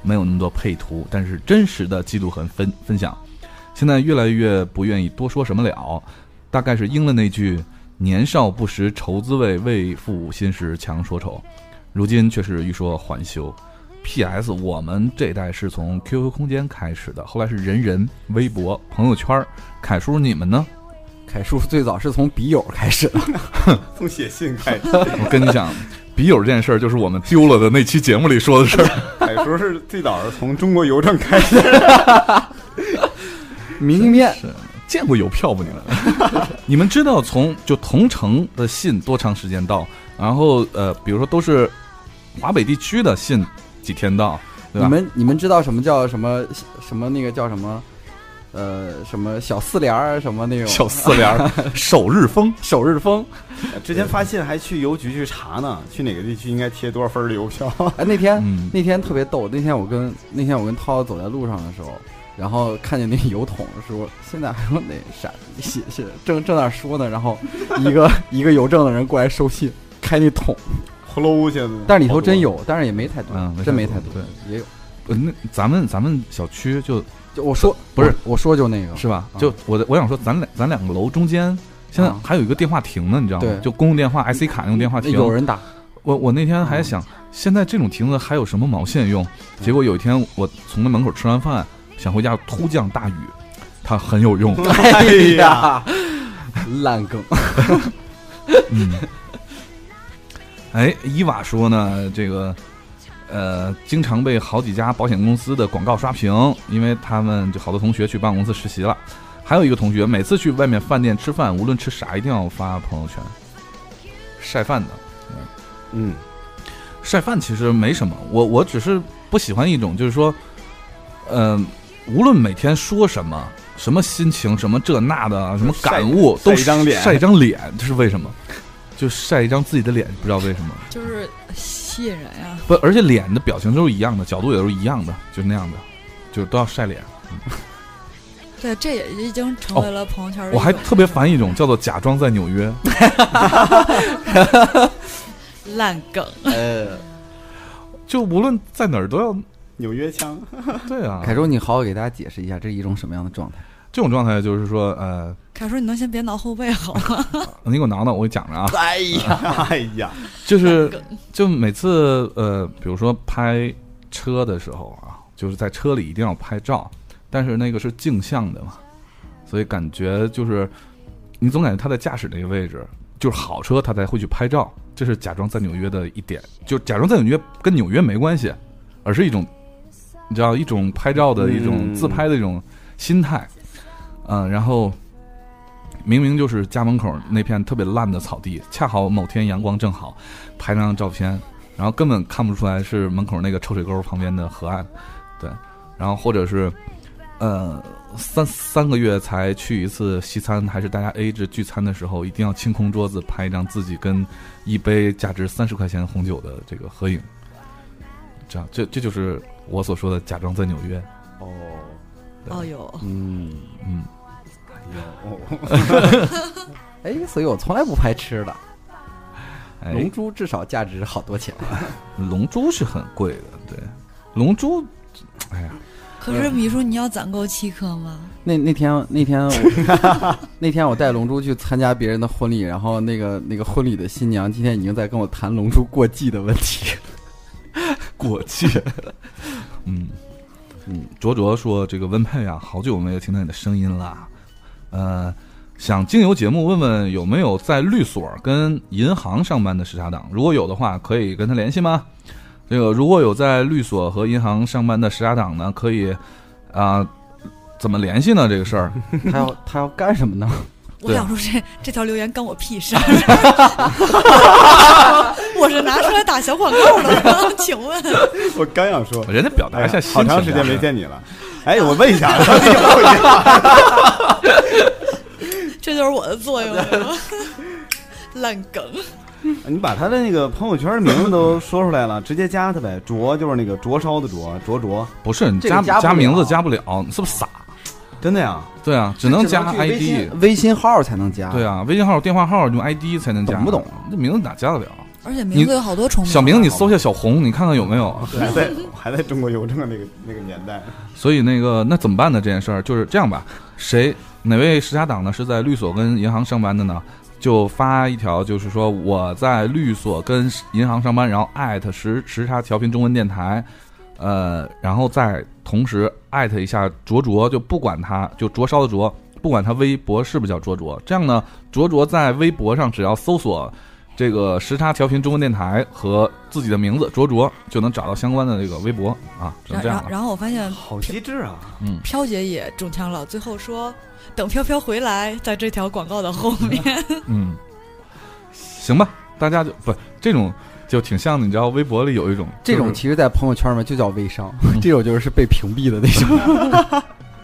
A: 没有那么多配图，但是真实的记录和分分享。现在越来越不愿意多说什么了，大概是应了那句“年少不识愁滋味，为赋新时强说愁”，如今却是欲说还休。P.S. 我们这一代是从 QQ 空间开始的，后来是人人、微博、朋友圈儿。凯叔，你们
C: *laughs*
A: 呢？
C: 凯叔最早是从笔友开始
F: *laughs*
C: 的，
F: 从写信开 *laughs* 始，
A: 我跟你讲，笔友这件事儿就是我们丢了的那期节目里说的事
C: *laughs*
A: 儿。
F: 凯叔是最早是从中国邮政开始。
C: 明信片
A: 见过邮票不？你们？ *laughs* 你们知道从就同城的信多长时间到？然后呃，比如说都是华北地区的信几天到？对
C: 你
A: 吧？
C: 们你们知道什么叫什么什么那个叫什么，呃，什么小四联儿啊什么那种
A: 小四联
C: *laughs*
A: 儿首日封，
C: 哎首日封？
F: 之前发信还去邮局去查呢，去哪个地区应该贴多少分儿的邮票。
C: 哎，那天、
A: 嗯
C: 那天特别逗，那天我跟那天我跟涛走在路上的时候，然后看见那个油桶，说现在还有那啥，写是正正那儿说呢，然后一个 *laughs* 一个邮政的人过来收信，开那桶，
F: 呼噜去了，
C: 但是里头真
A: 哦
C: 有，但是也没太多，
A: 嗯没太
C: 真没
A: 多
C: 太多，也有。
A: 呃那咱们咱们小区就
C: 就我说
A: 不是
C: 我，我说就那个
A: 是吧？
C: 啊
A: 就我的我想说，咱两咱两个楼中间现在
C: 啊
A: 还有一个电话亭呢，你知道吗
C: 对？
A: 就公用电话 IC 卡那种电话亭， *laughs*
C: 有人打，嗯
A: 我我那天还想，现在这种亭子还有什么毛线用？结果有一天我从那门口吃完饭，想回家突降大雨，它很有用。
C: 哎呀，烂梗。
A: 嗯， *laughs* 哎，伊娃说呢，这个呃，经常被好几家保险公司的广告刷屏，因为他们就好多同学去办公司实习了。还有一个同学，每次去外面饭店吃饭，无论吃啥，一定要发朋友圈晒饭的。
F: 嗯，
A: 晒饭其实没什么，我我只是不喜欢一种，就是说，嗯、无论每天说什么，什么心情，什么这那的，啊什么感悟，
D: 晒
A: 都
D: 晒一张脸
A: 晒一张脸， *laughs* 这是为什么？就晒一张自己的脸，不知道为什么。
B: 就是吸引人呀、
A: 不，而且脸的表情都是一样的，角度也都是一样的，就那样的，就是都要晒脸。
B: 对，这也已经成为了朋友圈的一
A: 我
B: 种、
A: 还特别烦一种叫做假装在纽约。
B: 烂梗，
C: 呃，
A: 就无论在哪儿都要
D: 纽约腔，
A: 对啊，
C: 凯州，你好好给大家解释一下，这是一种什么样的状态？
A: 这种状态就是说，呃，
B: 凯叔，你能先别挠后背好吗？
A: 你给我挠挠，我给你讲着啊，
C: 哎呀，
D: 哎呀，
A: 就是就每次呃，比如说拍车的时候啊，就是在车里一定要拍照，但是那个是镜像的嘛，所以感觉就是你总感觉他在驾驶那个位置，就是好车他才会去拍照，这是假装在纽约的一点，就假装在纽约跟纽约没关系，而是一种你知道一种拍照的一种
F: 嗯
A: 自拍的一种心态，嗯、然后。明明就是家门口那片特别烂的草地，恰好某天阳光正好，拍张照片，然后根本看不出来是门口那个臭水沟旁边的河岸，对，然后或者是，呃，三三个月才去一次西餐，还是大家 A 制聚餐的时候，一定要清空桌子拍一张自己跟一杯价值三十块钱红酒的这个合影，这样，这这就是我所说的假装在纽约，
F: 哦，
B: 哦哟，
F: 嗯，
A: 嗯，
C: *laughs* 哎，所以我从来不拍吃的。
A: 哎
C: 龙，珠至少价值好
A: *laughs*
C: 多钱，
A: 龙珠是很贵的，对，龙珠，哎呀，
B: 可是米叔，你要攒够七颗吗？
C: 那那天那天我 *laughs* 那天我带龙珠去参加别人的婚礼，然后那个那个婚礼的新娘今天已经在跟我谈龙珠过季的问题。 *laughs*
A: 过气。嗯嗯，卓卓说：“这个温佩啊，好久没有听到你的声音啦。呃，想经由节目问问有没有在律所跟银行上班的时差党，如果有的话，可以跟他联系吗？这个如果有在律所和银行上班的时差党呢，可以啊、怎么联系呢？这个事儿，
C: 他要他要干什么呢？
B: 我
A: 对
B: 想说这这条留言干我屁事儿， *laughs* 我是拿出来打小广告的 *laughs* 吗，请问
D: 我刚想说，
A: 人家表达一下
D: 哎呀
A: 心情、啊
D: 好长时间没。见你 *laughs* 了。哎，我问一下， *laughs* 我问一下
B: 这就是我的作用是吗？ *laughs* 烂梗，
D: 你把他的那个朋友圈名字都说出来了，直接加他呗。灼就是那个灼烧的灼，灼灼，
A: 不是你
C: 这个
A: 加
C: 加不了
A: 名字加不了，你是不是傻？
D: 真的呀？
A: 对啊，只能加
C: 去微
A: ID
C: 信。
D: 啊
C: 微信号才能加。
A: 对
C: 啊，
A: 啊，微信号、电话号用 ID 才能加，
C: 懂不懂？
A: 这名字哪加得了？
B: 而且名字有好多重名。
A: 小明，你搜一下小红，你看看有没有。
D: 还在还在中国邮政的那个那个年代，
A: 所以那个，那怎么办呢？这件事儿就是这样吧，谁哪位时差党呢是在律所跟银行上班的呢？就发一条，就是说我在律所跟银行上班，然后艾特时时差调频中文电台，呃，然后再同时艾特一下卓卓，就不管他就灼烧的灼，不管他微博是不是叫卓卓，这样呢，卓卓在微博上只要搜索这个时差调频中文电台和自己的名字卓卓，就能找到相关的这个微博啊，只能
B: 然
A: 这样
B: 然
A: 了。
B: 然后我发现
D: 好机智啊！
B: 飘姐也中枪了，最后说等飘飘回来，在这条广告的后面。 *laughs*
A: 嗯，行吧，大家就不这种就挺像的，你知道，微博里有一种
C: 这种其实，在朋友圈嘛就叫微商，
F: 嗯
C: 这种就是被屏蔽的那种，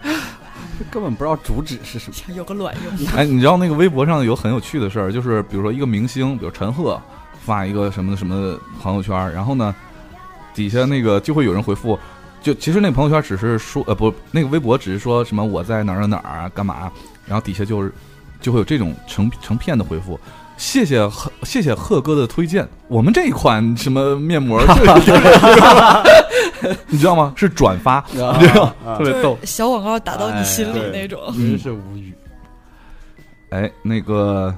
F: *laughs*
C: *laughs* 根本不知道主旨是什么。
B: 有个卵用，
A: 哎，你知道那个微博上有很有趣的事儿，就是比如说一个明星，比如陈赫发一个什么什么朋友圈儿，然后呢，底下那个就会有人回复，就其实那个朋友圈只是说呃不，那个微博只是说什么我在哪儿哪儿哪儿啊干嘛，然后底下就是就会有这种成成片的回复。谢谢贺，谢谢贺哥的推荐。我们这一款什么面 *laughs* 膜，你知道吗？是 *laughs* 转发，
C: 啊
A: 你知道吗特别逗。
B: 就是小广告打到你心里
D: 哎对
B: 那种。
C: 真是无语。
A: 哎，那个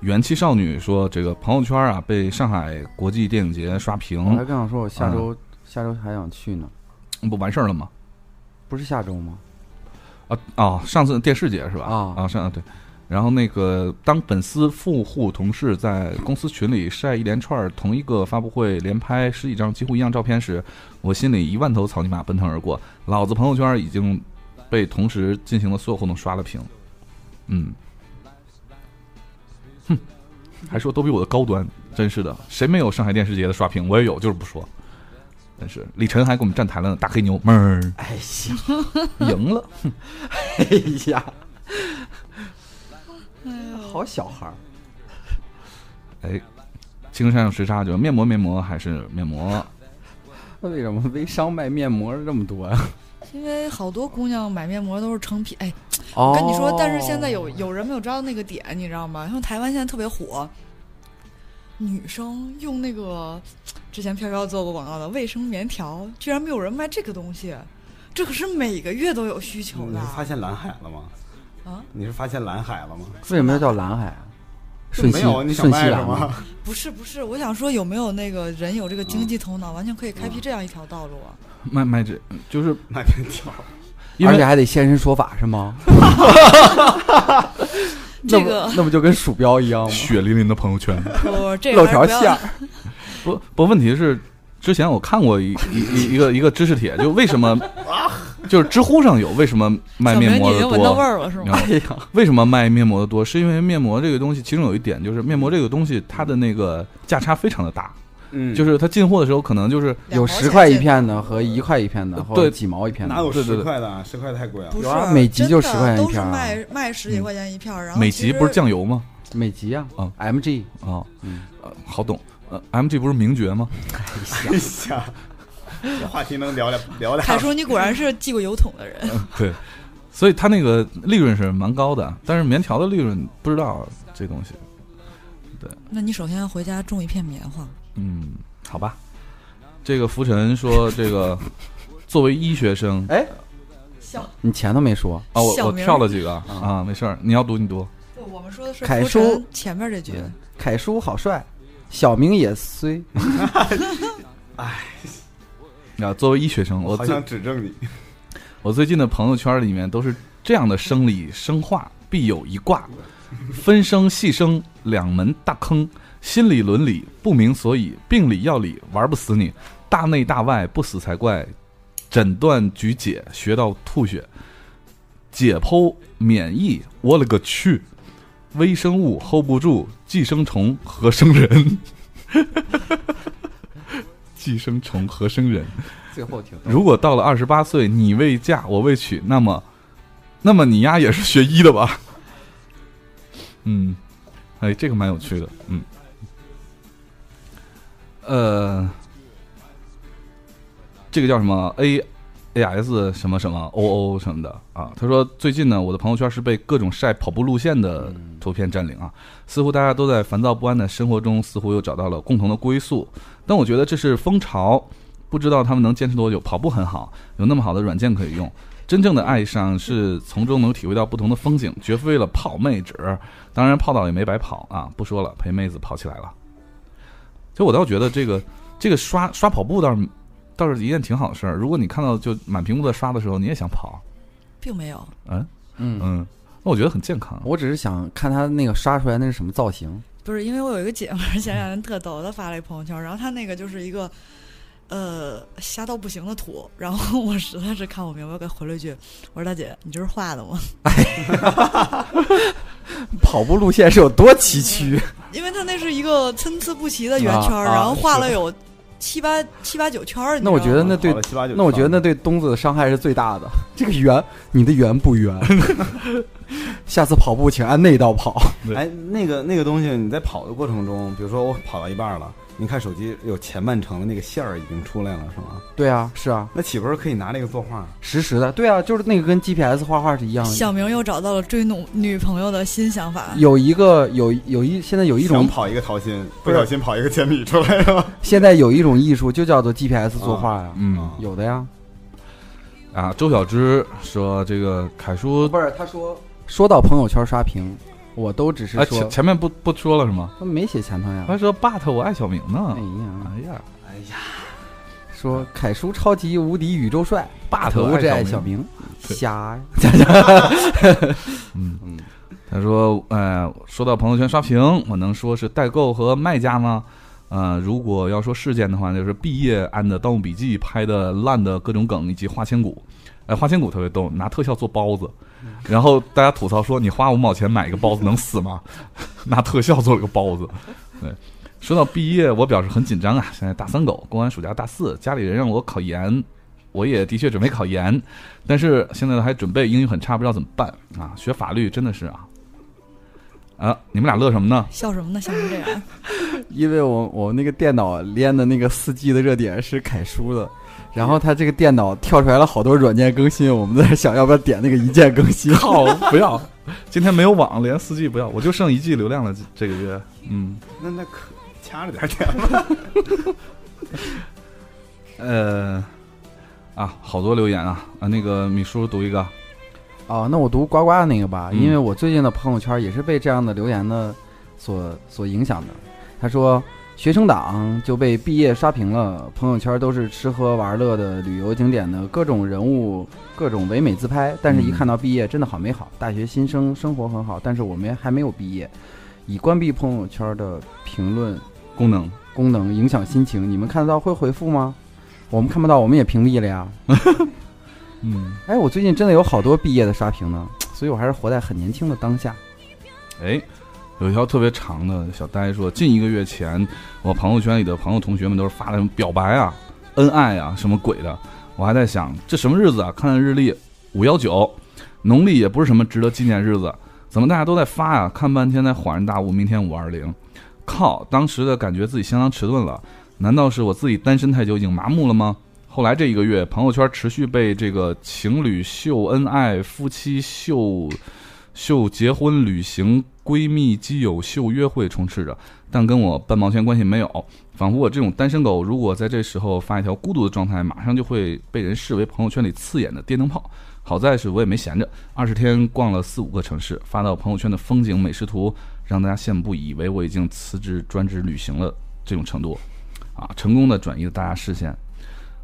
A: 元气少女说，这个朋友圈啊被上海国际电影节刷
C: 我还
A: 屏，
C: 刚想说，我下
F: 嗯
C: 周、下周哦还想去呢，
A: 不完事儿了吗？
C: 不是下周
F: *laughs*
C: 吗？
A: 啊哦，上次电视节是吧？
C: 啊
A: 啊上对，然后那个当粉丝富户同事在公司群里晒一连串儿同一个发布会连拍十几张几乎一样照片时，我心里一万头草泥马奔腾而过，老子朋友圈已经被同时进行的所有活动刷了屏，嗯，哼，还说都比我的高端，真是的，谁没有上海电视节的刷屏？我也有，就是不说。但是李晨还给我们站台了呢，大黑牛妹儿
F: 哎呀，
A: 赢了。
C: 哎呀， *laughs* 好小孩儿，
A: 青山有时差，就面膜面膜还是面
B: *laughs*
A: 膜。
C: 那为什么微商卖面膜这么多呀、
B: 因为好多姑娘买面膜都是成品，哎，
C: 哦
B: 我跟你说，但是现在有有人没有抓到那个点，你知道吗？像台湾现在特别火，女生用那个之前飘飘做过广告的卫生棉条，居然没有人卖这个东西，这可是每个月都有需求
F: 你
B: 的
C: 嗯
F: 是。发现蓝海了吗？
B: 啊，
F: 你是发现蓝海了吗？
C: 为什么要叫蓝海啊？
F: 就
C: 顺
F: 没
C: 西
F: 有，你想
C: 顺
F: 卖什
C: 西啊蓝吗
F: 么？
B: 不是不是，我想说有没有那个人有这个经济头脑，完全可以开辟这样一条道路啊？
A: 卖卖这就是
F: 卖面条，
A: 因
C: 而
A: 为
C: 且还得现身说法是吗？那
B: 这
C: 不
B: 个
C: 那不就跟鼠标一样吗？
A: 血淋淋的朋友圈。
B: 不，这
C: 露
B: 个还是
C: 条
B: 不
C: 线
B: 要
C: 儿。，
A: *laughs*
B: *laughs*
A: 不不，问题是之前我看过一一一一个一个知识帖，就为什
B: *laughs*
A: 么就是知乎上有为什么卖
B: 啊小
A: 面
B: 明
A: 膜
B: 你已
A: 的
B: 经闻到味
A: 多。
B: 儿了是
A: 你知
B: 吗
A: 道？吗
C: 哎呀，
A: 为什么卖面膜的多？是因为面膜这个东西，其中有一点就是面膜这个东西，它的那个价差非常的大，
F: 嗯
A: 就是它进货的时候可能就是
B: 两
C: 有
B: 毛
C: 十
B: 钱
C: 块一
B: 进
C: 片的和一块一片的，或者
A: 对
C: 几毛一片的
F: 哪。有
A: 对对
F: 十
A: 对
F: 块的啊？十块太贵了。
B: 不是
C: 有啊，每集
B: 真
C: 就
B: 的
C: 10块钱一
B: 都是
C: 片儿啊
B: 卖卖十几
A: 嗯
B: 块钱一片儿，然后
A: 美
B: 其
A: 极不是
B: 实
A: 酱油吗？
C: 美极啊
A: 嗯
C: ，MG
A: 啊、
C: 嗯
A: 呃好懂。呃，MG 不是名爵吗？
F: 哎呀，这话题能聊俩聊俩
B: 凯叔，你果然是系过油桶的人。 *laughs*
A: 对，所以它那个利润是蛮高的，但是棉条的利润不知道这东西。
B: 那你首先要回家种一片棉花。
A: 嗯，好吧。这个浮尘说，这个作为医学生
C: 哎，
B: 小，
C: 你前头没说，
A: 啊，我
B: 小
A: 我
B: 名儿
A: 跳了几个啊，没事儿，你要读你读。
B: 不，我们说的是
C: 凯
B: 浮
C: 叔
B: 尘前面这句。
C: 凯叔好帅，小明也衰，
A: 啊，作为医学生，我
F: 好
A: 最
F: 想指正你，
A: 我最近的朋友圈里面都是这样的生理生化，必有一卦，分生细生两门大坑，心理伦理不明所以，病理药理玩不死你，大内大外不死才怪，诊断举解学到吐血，解剖免疫，我了个去，微生物 hold 不住，寄生虫和生人。 *laughs* 寄生虫和生人，
C: *laughs* 最后挺
A: 如果到了二十八岁，你未嫁我未娶，那么，那么你丫也是学医的吧？ *laughs* 嗯，哎，这个蛮有趣的，嗯，呃，这个叫什么 A A S 什么什么 O O 什么的啊？他说最近呢，我的朋友圈是被各种晒跑步路线的图片占领啊，似乎大家都在烦躁不安的生活中，似乎又找到了共同的归宿，但我觉得这是风潮。不知道他们能坚持多久。跑步很好，有那么好的软件可以用。真正的爱上是从中能体会到不同的风景，绝非为了泡妹纸。当然，泡到也没白跑啊！不说了，陪妹子跑起来了。其实我倒觉得这个这个刷刷跑步倒是倒是一件挺好的事儿。如果你看到就满屏幕的刷的时候，你也想跑，
B: 并没有，
A: 嗯
C: 嗯，
A: 嗯，那我觉得很健康。
C: 我只是想看他那个刷出来那是什么
B: *laughs*
C: 造型，
B: 不是因为我有一个姐们儿，前两天特逗，她发了一朋友圈，然后她那个就是一个，呃，瞎到不行的图，然后我实在是看不明白，我给回了一句，我说大姐，你这是画的吗？ *laughs*
C: 跑步路线是有多崎岖？
B: 因为她那是一个参差不齐的圆圈儿，
C: 啊啊
B: 然后画了有七八七八九圈儿。你
C: 那我
B: 知道
C: 觉得
B: 吗
C: 那对
F: 跑了七八九，
C: 那我觉得那对东子的伤害是最大的。这个圆，你的圆不圆？ *laughs* 下次跑步请按内道跑。 *laughs*
F: 哎，那个那个东西，你在跑的过程中，比如说我跑到一半了，你看手机有前半程的那个线儿已经出来了，是吗？
C: 对啊，是啊，
F: 那岂不是可以拿那个作画？
C: 实时的。对啊，就是那个跟 GPS 画画是一样
B: 小
C: 的。
B: 明又找到了追女女朋友的新想法。
C: 有一个有有一现在有一
F: 想
C: 种啊
F: 跑一个桃心，
C: 不
F: 不
C: 是
F: 小心跑一个千米出来了。
C: 现在有一种艺术就叫做 GPS 作画呀，
A: 嗯
C: 有的呀。
A: 啊，周小芝说这个凯叔
C: 不是，他说说到朋友圈刷屏，我都只是
A: 哎，前
C: 说，
A: 前面不不说了是吗？
C: 他没写前头呀。
A: 他说 but 我爱小明呢
C: 哎。呀，
A: 哎呀
C: 说凯叔超级无敌宇宙帅
A: ，but
C: 可恶
A: 我
C: 之爱
A: 爱
C: 小
A: 明。
C: 明，
A: 对
C: 瞎呀。
A: 嗯，他说，呃，说到朋友圈刷屏，我能说是代购和卖家吗？呃，如果要说事件的话，就是毕业按的《盗墓笔记》拍的烂的各种梗，以及花千骨。哎，花千骨特别逗，拿特效做包子，然后大家吐槽说：“你花五毛钱买一个包子能死吗？” *laughs* 拿特效做了个包子。对，说到毕业，我表示很紧张啊，现在大三狗，过完暑假大四，家里人让我考研，我也的确准备考研，但是现在还准备英语很差，不知道怎么办啊！学法律真的是啊，啊，你们俩乐什么呢？
B: 笑什么呢？笑成这样，
C: 因为我我那个电脑连的那个四 G 的热点是凯叔的，然后他这个电脑跳出来了好多软件更新，我们在想要不要点那个一键更新。
A: 靠，哦不要！ *laughs* 今天没有网，连四 G 不要，我就剩一 G 流量了。这这个月，嗯，
F: 那那可掐着点儿点儿。
A: 呃，啊，好多留言啊啊！那个米叔读一个，
C: 哦，那我读呱呱那个吧，
A: 嗯
C: 因为我最近的朋友圈也是被这样的留言的所所影响的。他说，学生党就被毕业刷屏了，朋友圈都是吃喝玩乐的、旅游景点的各种人物、各种唯美自拍，但是一
A: 嗯
C: 看到毕业，真的好美好。大学新生生活很好，但是我们还没有毕业。已关闭朋友圈的评论
A: 功能
C: 功能影响心情，你们看得到会回复吗？我们看不到，我们也屏蔽了呀。
A: *laughs* 嗯，
C: 哎，我最近真的有好多毕业的刷屏呢，所以我还是活在很年轻的当下。
A: 哎，有一条特别长的小呆说，近一个月前，我朋友圈里的朋友同学们都是发的什么表白啊、恩爱啊什么鬼的，我还在想这什么日子啊？看看日历，五幺九，农历也不是什么值得纪念日子，怎么大家都在发呀、看半天才恍然大悟，明天五二零，靠！当时的感觉自己相当迟钝了，难道是我自己单身太久已经麻木了吗？后来这一个月，朋友圈持续被这个情侣秀恩爱、夫妻秀秀结婚、旅行、闺蜜、基友、秀约会充斥着，但跟我半毛钱关系没有。仿佛我这种单身狗，如果在这时候发一条孤独的状态，马上就会被人视为朋友圈里刺眼的电灯泡。好在是我也没闲着，二十天逛了四五个城市，发到朋友圈的风景美食图，让大家羡慕不已，以为我已经辞职专职旅行了这种程度，啊，成功的转移了大家视线。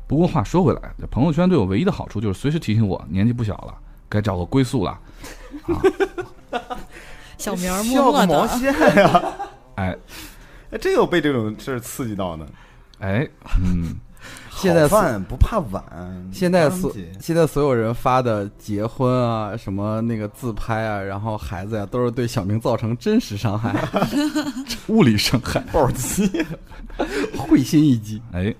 A: 不过话说回来，这朋友圈对我唯一的好处就是随时提醒我年纪不小了，该找个归宿了。
B: 小 *laughs* 明儿默
D: 笑
B: 默
D: 个毛
B: 的，
D: 线
F: 啊
D: 呀！
A: 哎
D: 哎，真有被这种事儿刺激到呢。
A: 哎，嗯，
C: 现在
D: 好
C: 所
D: 饭不怕晚，
C: 现在
D: 张
C: 所
D: 姐
C: 现在所有人发的结婚啊，什么那个自拍啊，然后孩子呀、都是对小明造成真实伤害，
A: *laughs* 物理伤害。
D: 暴击，
C: 会心一击。
A: 哎，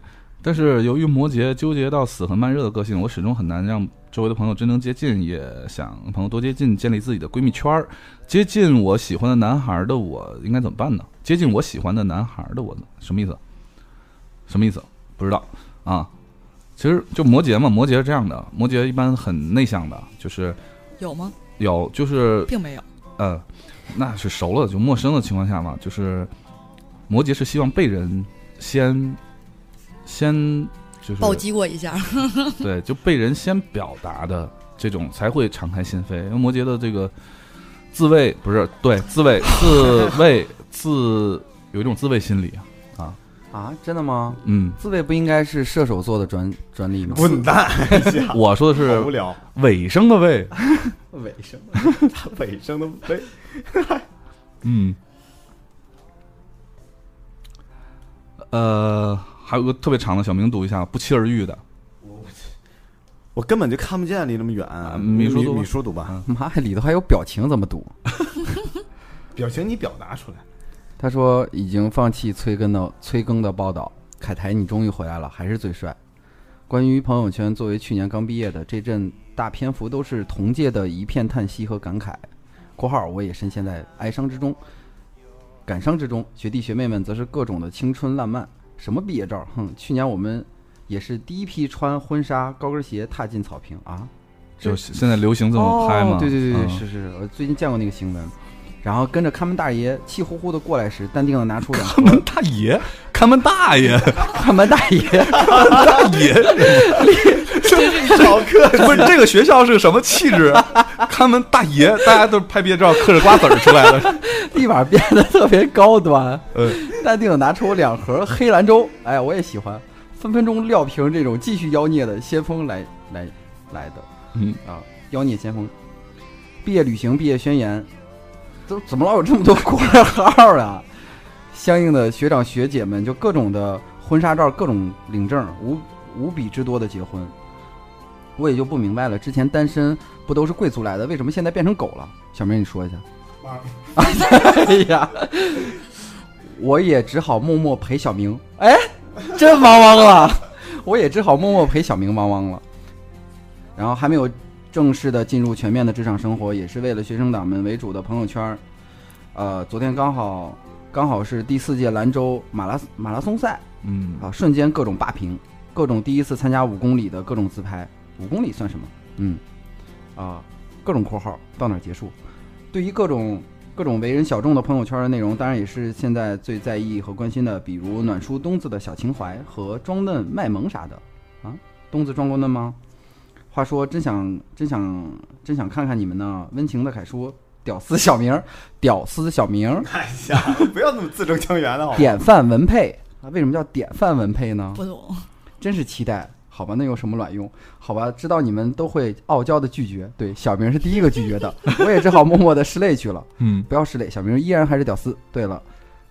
A: 但是由于摩羯纠结到死和慢热的个性，我始终很难让周围的朋友真正接近，也想朋友多接近，建立自己的闺蜜圈儿。接近我喜欢的男孩儿的我应该怎么办呢？接近我喜欢的男孩儿的我什么意思？什么意思？不知道啊。其实就摩羯嘛，摩羯是这样的，摩羯一般很内向的，就是
B: 有吗？
A: 有就是
B: 并没有。
A: 呃，那是熟了就陌生的情况下嘛，就是摩羯是希望被人先先就是
B: 暴击过一下，
A: 对，就被人先表达的这种才会敞开心扉。因为摩羯的这个自卫不是对自卫自卫自有一种自卫心理啊，
C: 啊，真的吗？
A: 嗯，
C: 自卫不应该是射手座的专专利吗？
D: 滚蛋！
A: 我说的
D: 好无
A: 是
D: 聊，
A: 尾声的卫，
C: 尾声。
D: 尾声的尾，
A: 嗯，呃，还有个特别长的小明读一下，不期而遇的。
D: 我根本就看不见，离那么远。嗯
A: 米叔读吧
D: 米叔读吧，
C: 妈呀，里头还有表情怎么读？
D: 表情你表达出来。 *laughs*
C: 他说已经放弃催更的催更的报道。凯台，你终于回来了，还是最帅。关于朋友圈，作为去年刚毕业的，这阵大篇幅都是同届的一片叹息和感慨。（括号我也深陷在哀伤之中，感伤之中。学弟学妹们则是各种的青春烂漫，什么毕业照？哼，去年我们也是第一批穿婚纱高跟鞋踏进草坪啊。
A: 就现在流行这么拍嘛？
C: 哦、对对对对，
A: 嗯
C: 是是是，我最近见过那个新闻。然后跟着看门大爷气呼呼的过来时，淡定的拿出
A: *laughs*
C: 两
A: 看门大爷，看门大 *laughs* 爷，
C: 看门大爷，
A: 大爷，
D: 好客
A: *laughs* 不是这个学校是个什么气质？啊 *laughs* 看门大爷，大家都是拍毕业照嗑着瓜子儿出来的。
C: 立马变得特别高端， *laughs*
A: 呃，
C: 淡定的拿出两盒黑兰州，哎，我也喜欢，分分钟撂平这种继续妖孽的先锋来来来的
A: 嗯，
C: 啊，妖孽先锋，毕业旅行、毕业宣言，都怎么老有这么多国人号啊？相应的学长学姐们就各种的婚纱照、各种领证，无无比之多的结婚，我也就不明白了，之前单身不都是贵族来的，为什么现在变成狗了？小明，你说一下。 *laughs* 哎呀，我也只好默默陪小明。哎，真汪汪了， *laughs* 我也只好默默陪小明汪汪了。然后还没有正式的进入全面的职场生活，也是为了学生党们为主的朋友圈儿。呃，昨天刚好刚好是第四届兰州马拉马拉松赛
A: 嗯，
C: 啊，瞬间各种霸屏，各种第一次参加五公里的各种自拍，五公里算什么？嗯，啊，各种括号到哪儿结束？对于各种各种为人小众的朋友圈的内容，当然也是现在最在意和关心的，比如暖叔东子的小情怀和装嫩卖萌啥的啊。东子装过嫩吗？话说真想真想真想看看你们呢，温情的凯叔，屌丝小明儿，屌丝小明儿，
D: 看一下，哎不要那么字正腔圆的好
C: *laughs*
D: 吗？
C: 典范文配啊。为什么叫典范文配呢？
B: 不懂，
C: 真是期待。好吧，那有什么卵用？好吧，知道你们都会傲娇的拒绝。对，小明是第一个拒绝的， *laughs* 我也只好默默的拭泪去了。
A: 嗯，
C: 不要失礼，小明依然还是屌丝。对了，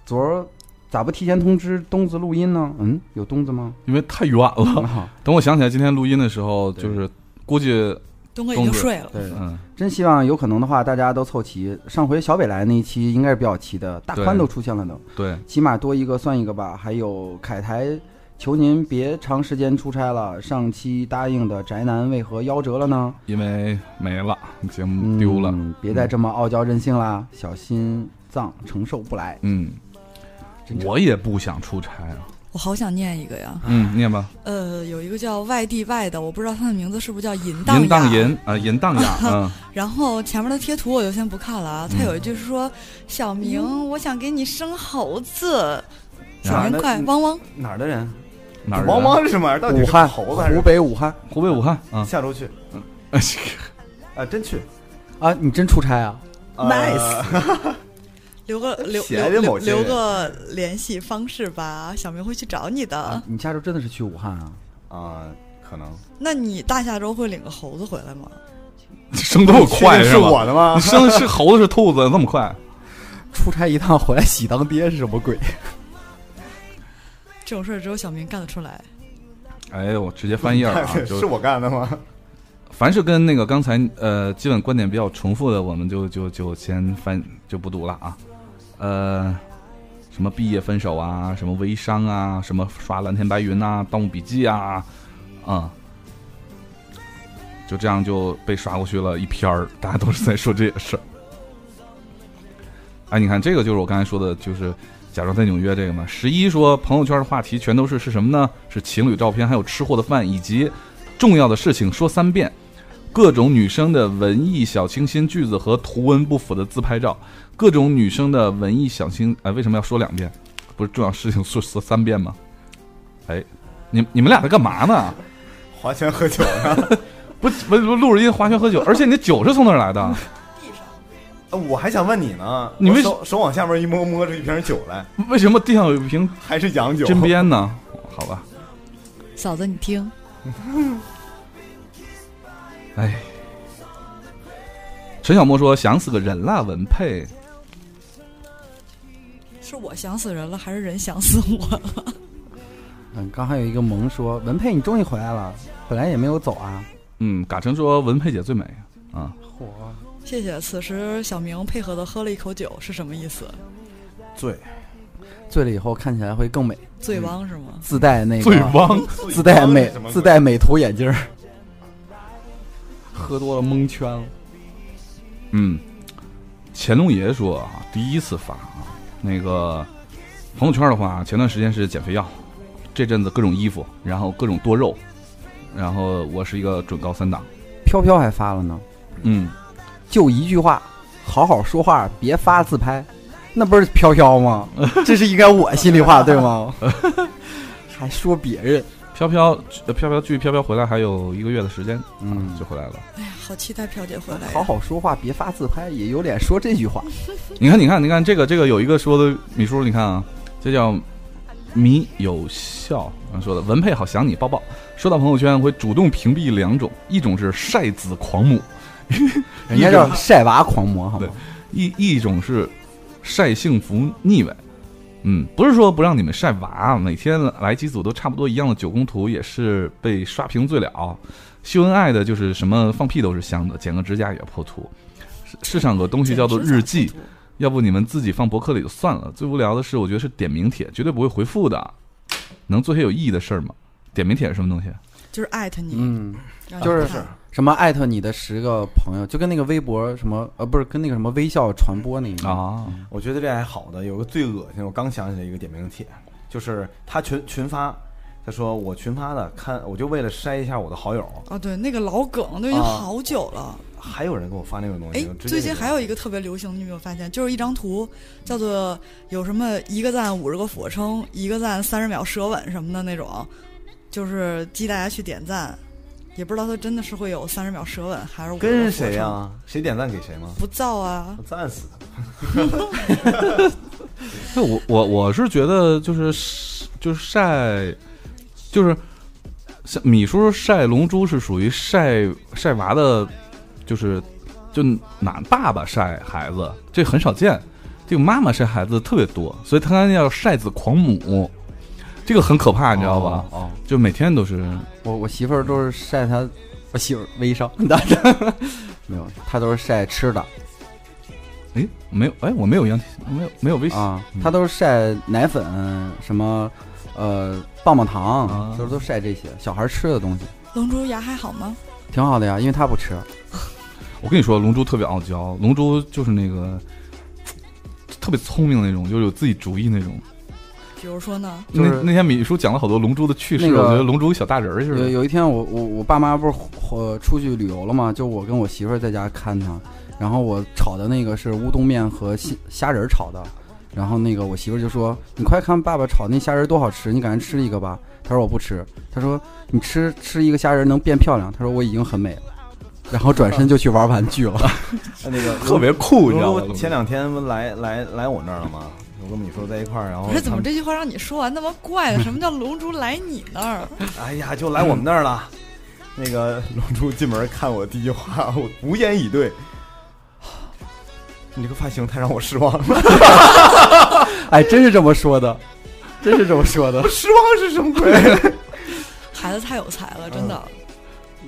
C: 昨儿咋不提前通知东子录音呢？嗯，有东
A: *laughs*
C: 子吗？
A: 因为太远了。
C: 很好，
A: 等我想起来今天录音的时候，就是估计，
B: 东哥已经睡了。
C: 对，
A: 嗯，
C: 真希望有可能的话，大家都凑齐。上回小北来那一期应该是比较齐的，大宽
A: 对
C: 都出现了呢，
A: 对，
C: 起码多一个算一个吧。还有凯台，求您别长时间出差了。上期答应的宅男为何夭折了呢？
A: 因为没了，节
C: 嗯
A: 目丢了。
C: 别再这么傲娇任性啦，小心脏承受不来。
A: 嗯，
C: 真
A: 我也不想出差啊。
B: 我好想念一个呀，
A: 嗯，念吧，
B: 呃，有一个叫外地外的，我不知道他的名字是不是叫淫荡
A: 淫荡
B: 雅
A: 银啊，淫荡 *laughs* 雅，嗯，
B: 然后前面的贴图我就先不看了啊，他有一句是说：“小明，我想给你生猴子。”
D: 哪
B: 小
D: 儿
B: 明
D: 的
B: 快汪汪！
D: 哪儿的人？
A: 哪儿？啊
D: 汪，汪是什么玩意儿？到底
C: 武
D: 是
C: 汉，
D: 猴子还是
C: 湖？北武汉
A: 湖北武汉啊。
D: 下周去
A: *laughs*
D: 啊，真去
C: 啊，你真出差啊？
D: 呃
B: Nice 留个留
D: 写的
B: 留留
D: 某些人
B: 留个联系方式吧，小明会去找你的。
C: 啊你下周真的是去武汉啊？
D: 啊，可能
B: 那你大下周会领个猴子回来吗？
A: 生这么快
D: 确定
A: 是
D: 是
A: 吧？
D: 我的啊吗
A: 你？
D: *laughs*
A: 生是猴子是兔子，那么快？
C: 出差一趟回来喜当爹是什么鬼？
B: 这种事儿只有小明干得出来。
A: 哎呦，我直接翻页
D: *laughs*
A: 了啊！就是
D: 我干的吗？
A: 凡是跟那个刚才呃基本观点比较重复的，我们就就就先翻就不读了啊。呃，什么毕业分手啊，什么微商啊，什么刷蓝天白云呐、盗墓笔记啊，啊、就这样就被刷过去了一篇儿，大家都是在说这些事儿。哎，你看这个就是我刚才说的，就是假装在纽约这个嘛。十一说朋友圈的话题全都是是什么呢？是情侣照片，还有吃货的饭，以及重要的事情说三遍，各种女生的文艺小清新句子和图文不符的自拍照，各种女生的文艺小清……哎，为什么要说两遍？不是重要事情说说三遍吗？哎，你你们俩在干嘛呢？
D: 划拳喝酒呢？
A: 不不不录着音划拳喝酒，而且你的酒是从哪儿来的？
D: 啊我还想问你呢，
A: 你
D: 我
A: 为
D: 手手往下面一摸，摸出一瓶酒来，
A: 为什么地上有一瓶
D: 还是洋酒？
A: 针砭呢？好吧，
B: 嫂子，你听，
A: 哎，陈小莫说想死个人啦，文佩。
B: 是我想死人了，还是人想死我？
C: 嗯，刚还有一个萌说，文佩你终于回来了，本来也没有走啊。
A: 嗯，嘎成说文佩姐最美啊。
C: 嚯，
B: 谢谢。此时小明配合的喝了一口酒，是什么意思？
D: 醉，
C: 醉了以后看起来会更美，
B: 醉汪是吗？
C: 自带那个
A: 醉汪，
C: 自带美
D: 什么鬼
C: 自带美图眼镜儿，喝多了蒙圈了。
A: 嗯，乾隆爷说啊，第一次发啊，那个朋友圈的话，前段时间是减肥药，这阵子各种衣服，然后各种多肉，然后我是一个准高三党，
C: 飘飘还发了呢，
A: 嗯，
C: 就一句话，好好说话，别发自拍，那不是飘飘 *laughs* 吗？这是应该我心里话对 *laughs* 吗？还说别人，
A: 飘飘呃飘飘距飘飘回来还有一个月的时间，啊
C: 嗯
A: 就回来了。
B: 哎呀，好期待飘姐回来呀。
C: 好好说话，别发自拍，也有脸说这句话。
A: 你看，你看，你看，这个这个有一个说的米叔，你看啊，这叫米有效啊说的文佩好想你抱抱。说到朋友圈，会主动屏蔽两种，一种是晒子狂魔，
C: 人家叫晒娃狂魔，好吗？
A: 一一种是晒幸福腻歪。嗯，不是说不让你们晒娃啊，每天来几组都差不多一样的九宫图也是被刷屏最了。秀恩爱的就是什么放屁都是香的，剪个指甲也破图。世世上有个东西叫做日记，要不你们自己放博客里就算了。最无聊的是，我觉得是点名帖，绝对不会回复的。能做些有意义的事儿吗？点名帖是什么东西？啊
B: 就是艾特你，
C: 嗯，
B: 让
C: 就
B: 你
C: 是
B: 看
C: 什么艾特你的十个朋友，就跟那个微博什么呃，不是跟那个什么微笑传播那个，
A: 啊，
D: 我觉得这还好的，有个最恶心，我刚想起来一个点名帖，就是他群群发，他说我群发的，看我就为了筛一下我的好友，
B: 啊，对，那个老梗都已经
D: 啊
B: 好久了。
D: 还有人给我发那种东
B: 哎
D: 西，我，直接
B: 最近
D: 就
B: 还有一个特别流行，你有没有发现？就是一张图，叫做有什么一个赞五十个俯卧撑，一个赞三十秒舌吻什么的那种，就是激大家去点赞。也不知道它真的是会有三十秒舌吻，还是50个俯
D: 跟
B: 卧
D: 谁呀、
B: 撑？
D: 谁点赞给谁吗？
B: 不造啊
D: 我！赞死他！
A: 对我我我是觉得就是就是晒，就是像米叔晒龙珠是属于晒晒娃的，就是就拿爸爸晒孩子，这很少见。这个妈妈晒孩子特别多，所以他刚才叫晒子狂母，这个很可怕，你知道吧？
C: 哦，哦
A: 就每天都是
C: 我我媳妇儿都是晒她，我媳妇儿微商， *laughs* 没有，她都是晒吃的
A: 哎没有哎我没有羊没有没有微信
C: 啊，她都是晒奶粉什么，呃，棒棒
A: 啊
C: 糖，都都晒这些小孩吃的东西，
B: 龙珠牙还好吗？
C: 挺好的呀，因为她不吃，
A: 我跟你说，龙珠特别傲娇，龙珠就是那个特别聪明那种，就是有自己主意那种。
B: 比如说呢？
C: 就是
A: 那那天米叔讲了好多龙珠的趣事，
C: 那个
A: 我觉得龙珠跟小大人儿似
C: 有
A: 的。
C: 有一天我，我我爸妈不是呃出去旅游了嘛，就我跟我媳妇儿在家看她，然后我炒的那个是乌冬面和虾虾仁儿炒的，然后那个我媳妇儿就说：“你快看爸爸炒那虾仁儿多好吃，你赶紧吃一个吧。”她说：“我不吃。”她说：“你吃吃一个虾仁儿能变漂亮。”她说：“我已经很美了。”然后转身就去玩玩具了。
D: 哎那个
A: *laughs* 特别酷，你知道
D: 我
A: 吗？
D: 前两天不来来来我那儿了吗？我跟你说在一块儿，然后
B: 不哎是，怎么
D: 哦他们
B: 这句话让你说完那么怪呢？什么叫龙珠来你那儿？
D: 哎呀，就来我们那儿了。那个龙珠进门看我第一句话，我无言以对。你这个发型太让我失望了，
C: *laughs* 哎，真是这么说的，真是这么说的。
D: 失望是什么鬼？
B: 孩子太有才了，真的。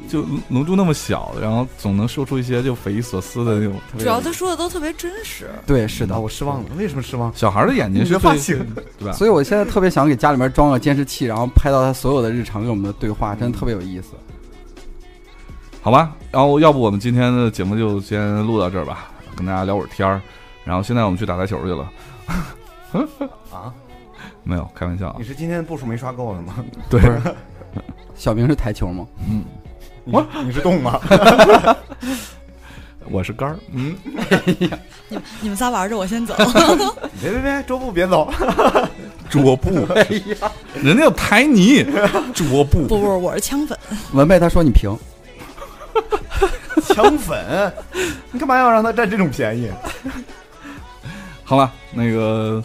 A: 就龙珠那么小，然后总能说出一些就匪夷所思的那种。特别
B: 主要他说的都特别真实。
C: 对，是的
D: 啊，。我失望了，为什么失望？
A: 小孩儿的眼睛
D: 你
A: 是
D: 的发
A: 最
D: 型，
A: 对吧？
C: 啊所以我现在特别想给家里面装个监视器，然后拍到他所有的日常跟我们的对话，真的特别有意思。
A: *laughs* 好吧，然后要不我们今天的节目就先录到这儿吧，跟大家聊会儿天儿。然后现在我们去打台球去了，
D: 啊，
A: 没有开玩笑啊
D: *laughs* 你。是今天步数没刷够是吗？
A: 对，
C: 小明是台球吗？
D: 我你是动吗？
A: 我是杆儿，嗯，
B: 你们你们仨玩着，我先走。
D: *laughs* 别别别，桌布别走，
A: *laughs* 桌
D: *laughs*
A: 布，哎呀，人家有台泥，桌布
B: 不，不，我是枪粉。
C: 文贝他说你平，
D: 抢粉，你干嘛要让他占这种便宜？
A: 好了，那个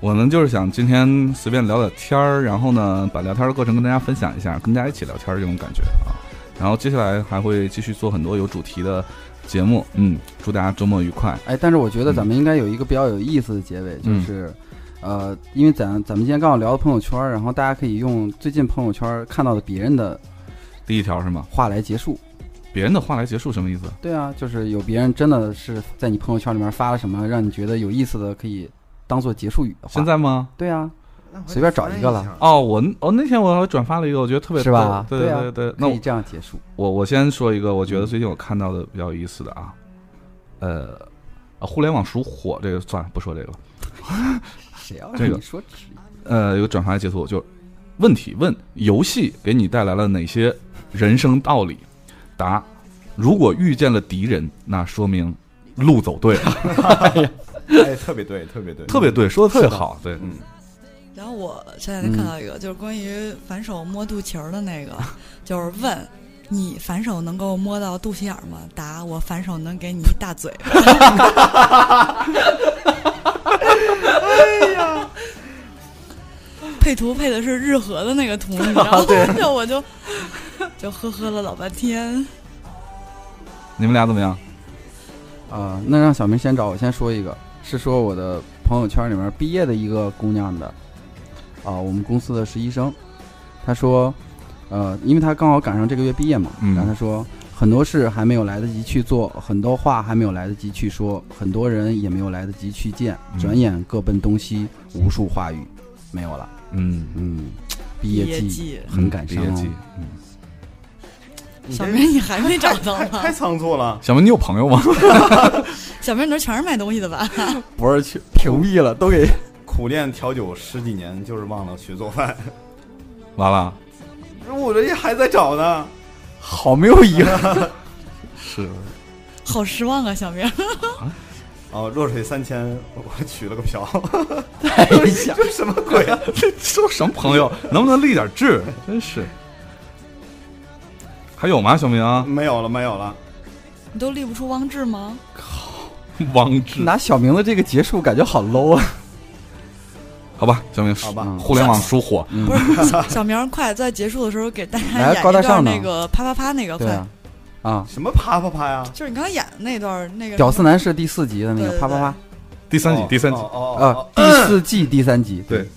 A: 我们就是想今天随便聊聊天儿，然后呢，把聊天儿的过程跟大家分享一下，跟大家一起聊天儿这种感觉啊。然后接下来还会继续做很多有主题的节目，嗯，祝大家周末愉快。
C: 哎，但是我觉得咱们应该有一个比较有意思的结尾，就
A: 嗯
C: 是，呃，因为咱咱们今天刚好聊到朋友圈儿，然后大家可以用最近朋友圈儿看到的别人的
A: 第一条是吗？
C: 话来结束。
A: 别人的话来结束什么意思？
C: 对啊，就是有别人真的是在你朋友圈里面发了什么让你觉得有意思的，可以当做结束语的话。
A: 现在吗？
C: 对啊，随便找一个了
A: 哦，我哦那天我还转发了一个，我觉得特别
C: 是吧
A: 逗对
C: 对
A: 对
C: 啊
A: 对对，那
C: 可
A: 我嗯
C: 以这样结束。
A: 我我先说一个，我觉得最近我看到的比较有意思的啊，呃，啊互联网属火这个算了，不说这个了。
C: *laughs* 谁要
A: 这
C: 让
A: 个
C: 你说吃一
A: 呃，有个转发截图，就问题问游戏给你带来了哪些人生道理？答：如果遇见了敌人，那说明路走对了，
D: 哎，特别对，特别对，
A: *laughs* 特别对，说的特别好，对，
D: 嗯，
B: 然后我前两天
C: 嗯
B: 看到一个，就是关于反手摸肚脐儿的那个，就是问你反手能够摸到肚脐眼儿吗？答我反手能给你一大嘴巴。哎呀， *laughs* 配图配的是日和的那个图，你知
C: *laughs*
B: 道吗？ *laughs* 就我就就呵呵了老半天。
A: 你们俩怎么样？
C: 啊、那让小明先找，我先说一个，是说我的朋友圈里面毕业的一个姑娘的，啊、我们公司的实习生，她说，呃，因为她刚好赶上这个月毕业嘛，
A: 嗯
C: 然后她说很多事还没有来得及去做，很多话还没有来得及去说，很多人也没有来得及去见，
A: 嗯
C: 转眼各奔东西，无数话语没有了，
A: 嗯，
C: 嗯，毕
B: 毕
C: 业
B: 业
C: 季
B: 季，
C: 很感
A: 毕
C: 伤、
A: 业
C: 哦
A: 季，嗯，
D: 你
B: 小
D: 这
B: 明你还没找到吗 *laughs*
D: 太？仓促了，
A: 小明，你有朋 *laughs* 友吗？
B: 小明你那全是卖东西的吧？ *laughs*
C: 不是去屏蔽了，都给
D: 苦练调酒十几年，就是忘了学做饭。
A: 完了，
D: 我这还在找呢，
C: 好没有意义。
A: *laughs* 是
B: 好失望啊，小明。
D: 哦，弱水三千，我取了个瓢，
C: 太
A: 哎
C: 像
D: *laughs* 这什么鬼啊？
A: 这都什么朋友？能不能立点志？真是。还有吗，小明？啊
D: 没有了，没有了，
B: *laughs* 你都立不出汪志吗？
A: 王
B: 嗯
A: 志，
C: 拿小明的这个结束，感觉好 low 啊。
A: 好吧，小明，
D: 好吧
A: 嗯互联网疏火，
C: 嗯
B: 不是小小明儿，快在结束的时候给大家
C: 来
B: 演
C: 高大
B: 一段
C: 上呢
B: 那个啪啪啪那个，
C: 对
B: 快，
C: 啊，啊，
D: 什么啪啪啪呀？
B: 就是你刚才演的那段儿那个
C: 《屌丝男士》第四集的那个
B: 对
C: 啪啪啪，
A: 第三集，
D: 哦
A: 第三集，
D: 哦哦哦
C: 啊
D: 哦，，
C: 第四季第三集，
A: 对，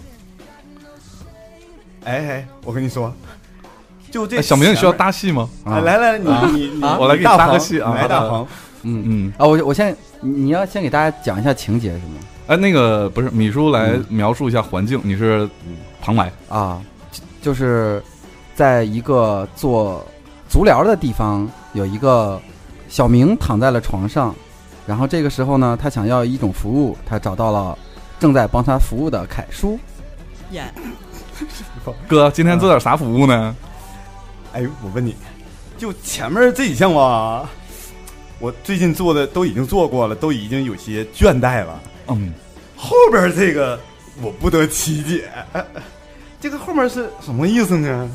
D: 哎哎，我跟你说，就这
A: 哎小明，你需要
D: 前面
A: 搭戏吗？
D: 哎
C: 啊，
D: 来来，来你你你，
A: 我来给你
D: 大
A: 搭个
D: 黄
A: 戏啊
D: 你来大
A: 好的
D: 黄，
C: 嗯
A: 嗯，
C: 啊，我我先，你你要先给大家讲一下情节是吗？
A: 哎，那个不是米叔来
B: 嗯
A: 描述一下环境，你是旁白，
C: 啊，就就是在一个做足疗的地方，有一个小明躺在了床上，然后这个时候呢，他想要一种服务，他找到了正在帮他服务的凯叔，
B: 演，
A: 哥，今天做点啥服务呢？
D: 哎，我问你，就前面这几项吧，我最近做的都已经做过了，都已经有些倦怠了。
A: 嗯，
D: 后边这个我不得其解， *laughs* 这个后面是什么意思呢？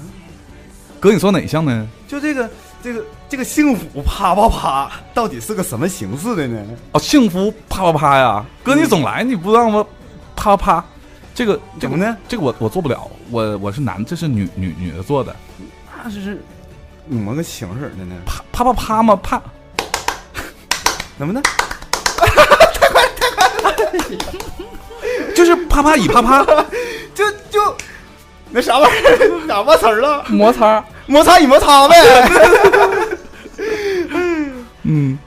A: 哥，你做哪项呢？
D: 就这个这个这个幸福啪啪啪，到底是个什么形式的呢？
A: 哦，幸福啪啪啪呀！哥，你总来，你不让我啪啪啪，这个这
D: 怎
A: 个
D: 么呢？
A: 这个我我做不了，我我是男，这是女女女的做的，
D: 那是怎么个形式的呢？
A: 啪啪啪啪嘛啪，
D: 怎么呢？
A: 就是啪啪以啪啪，
B: *laughs*
D: 就就那啥玩意儿， *laughs* 哪忘词儿了？
C: 摩擦，
D: 摩擦与摩擦呗。
A: 嗯，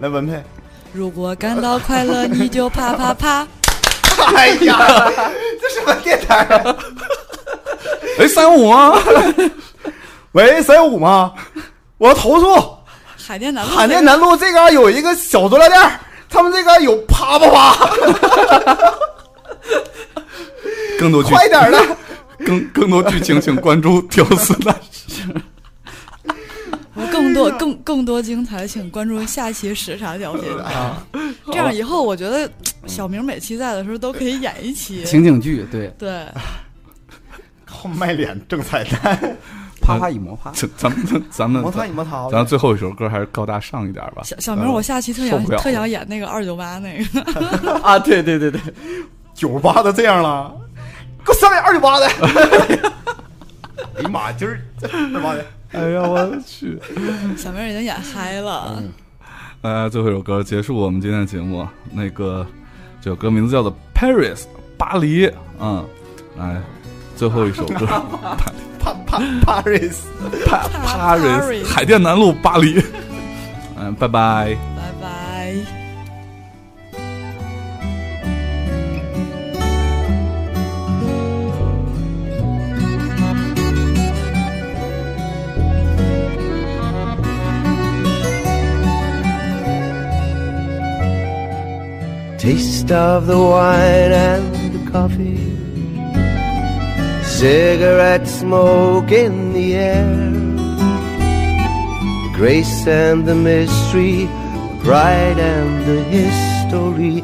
D: 来，文佩，
B: 如果感到快乐，你就啪啪啪。
D: *laughs* 哎呀，这什么电台啊？
A: 哎，三五
D: *laughs*
A: 啊，
D: 喂，三幺五吗？我要投诉
B: 海淀南路
D: 海淀南路这嘎、有一个小足疗店儿，他们这嘎、有啪啪啪，
A: 更多剧
D: 快点儿的。
A: 更更多剧情，请关注屌丝
B: *laughs*
A: 男士。
B: 我更
D: 哎
B: 多更更多精彩，请关注下期时差调频。这样以后我觉得小明每期在的时候都可以演一期。
C: 情景剧，对，
B: 对，
D: 靠卖脸挣彩蛋，
C: 啪啪以摩擦，
A: 咱咱们咱们
D: 摩擦与摩擦
A: 咱们最后一首歌还是高大上一点吧。
B: 小小明，我下期特
A: 啊受
B: 想
A: 不了
B: 特想演那个二九八那个，
C: 啊，对对对对，
D: 九八的这样了，给我上点二九八的。哎呀妈，今儿二九八的，
A: 哎呀，我去！嗯
B: *laughs* 小明已经演嗨了。
A: 呃，最后一首歌结束我们今天的节目。那个这首歌名字叫做《Paris》，巴黎。嗯，哎，最后一首歌，
D: 啪啪 Paris。
A: 帕 Paris，
B: Paris
A: 海淀南路巴黎。嗯，拜拜。
B: 拜拜。
H: Taste of the wine and the coffee. Cigarette smoke in the air. The grace and the mystery of
I: pride and the history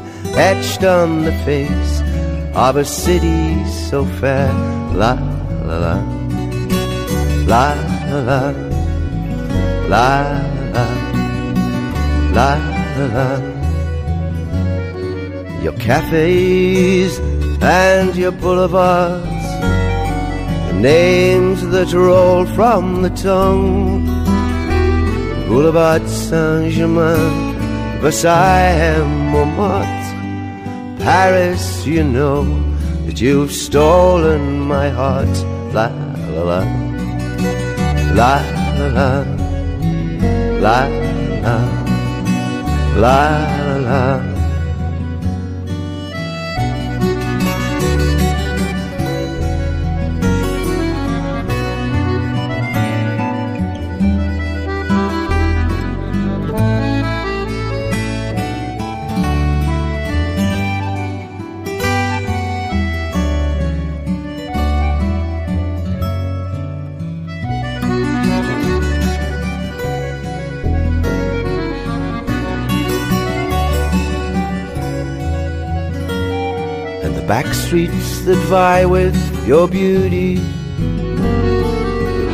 I: etched on the face of a city so fair. La la la, la la la, la la la la. la. Your cafes and your boulevards the names that roll from the tongue. Boulevard Saint-Germain, Versailles and Montmartre, Paris, you know that you've stolen my heart. La la la, la la la, la la, la la. la. and the back streets that vie with your beauty.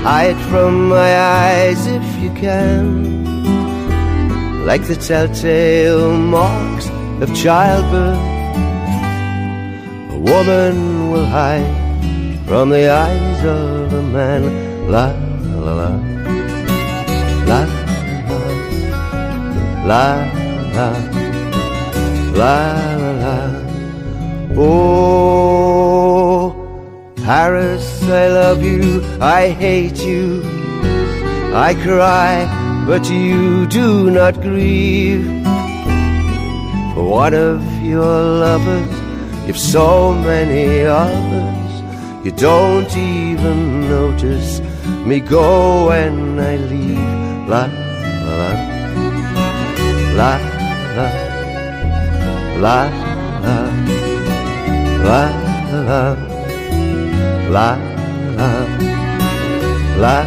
I: Hide from my eyes if you can, like the telltale marks of childbirth. A woman will hide from the eyes of a man. La la la, la la, la la, la la. la. Oh, Paris, I love you, I hate you. I cry, but you do not grieve. For one of your lovers, you've so many others, you don't even notice me go when I leave. La la la, la la, la la. La la la la la la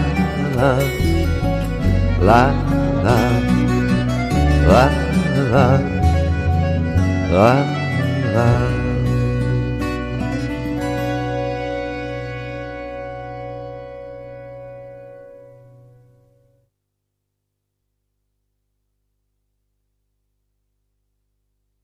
I: la la la la la la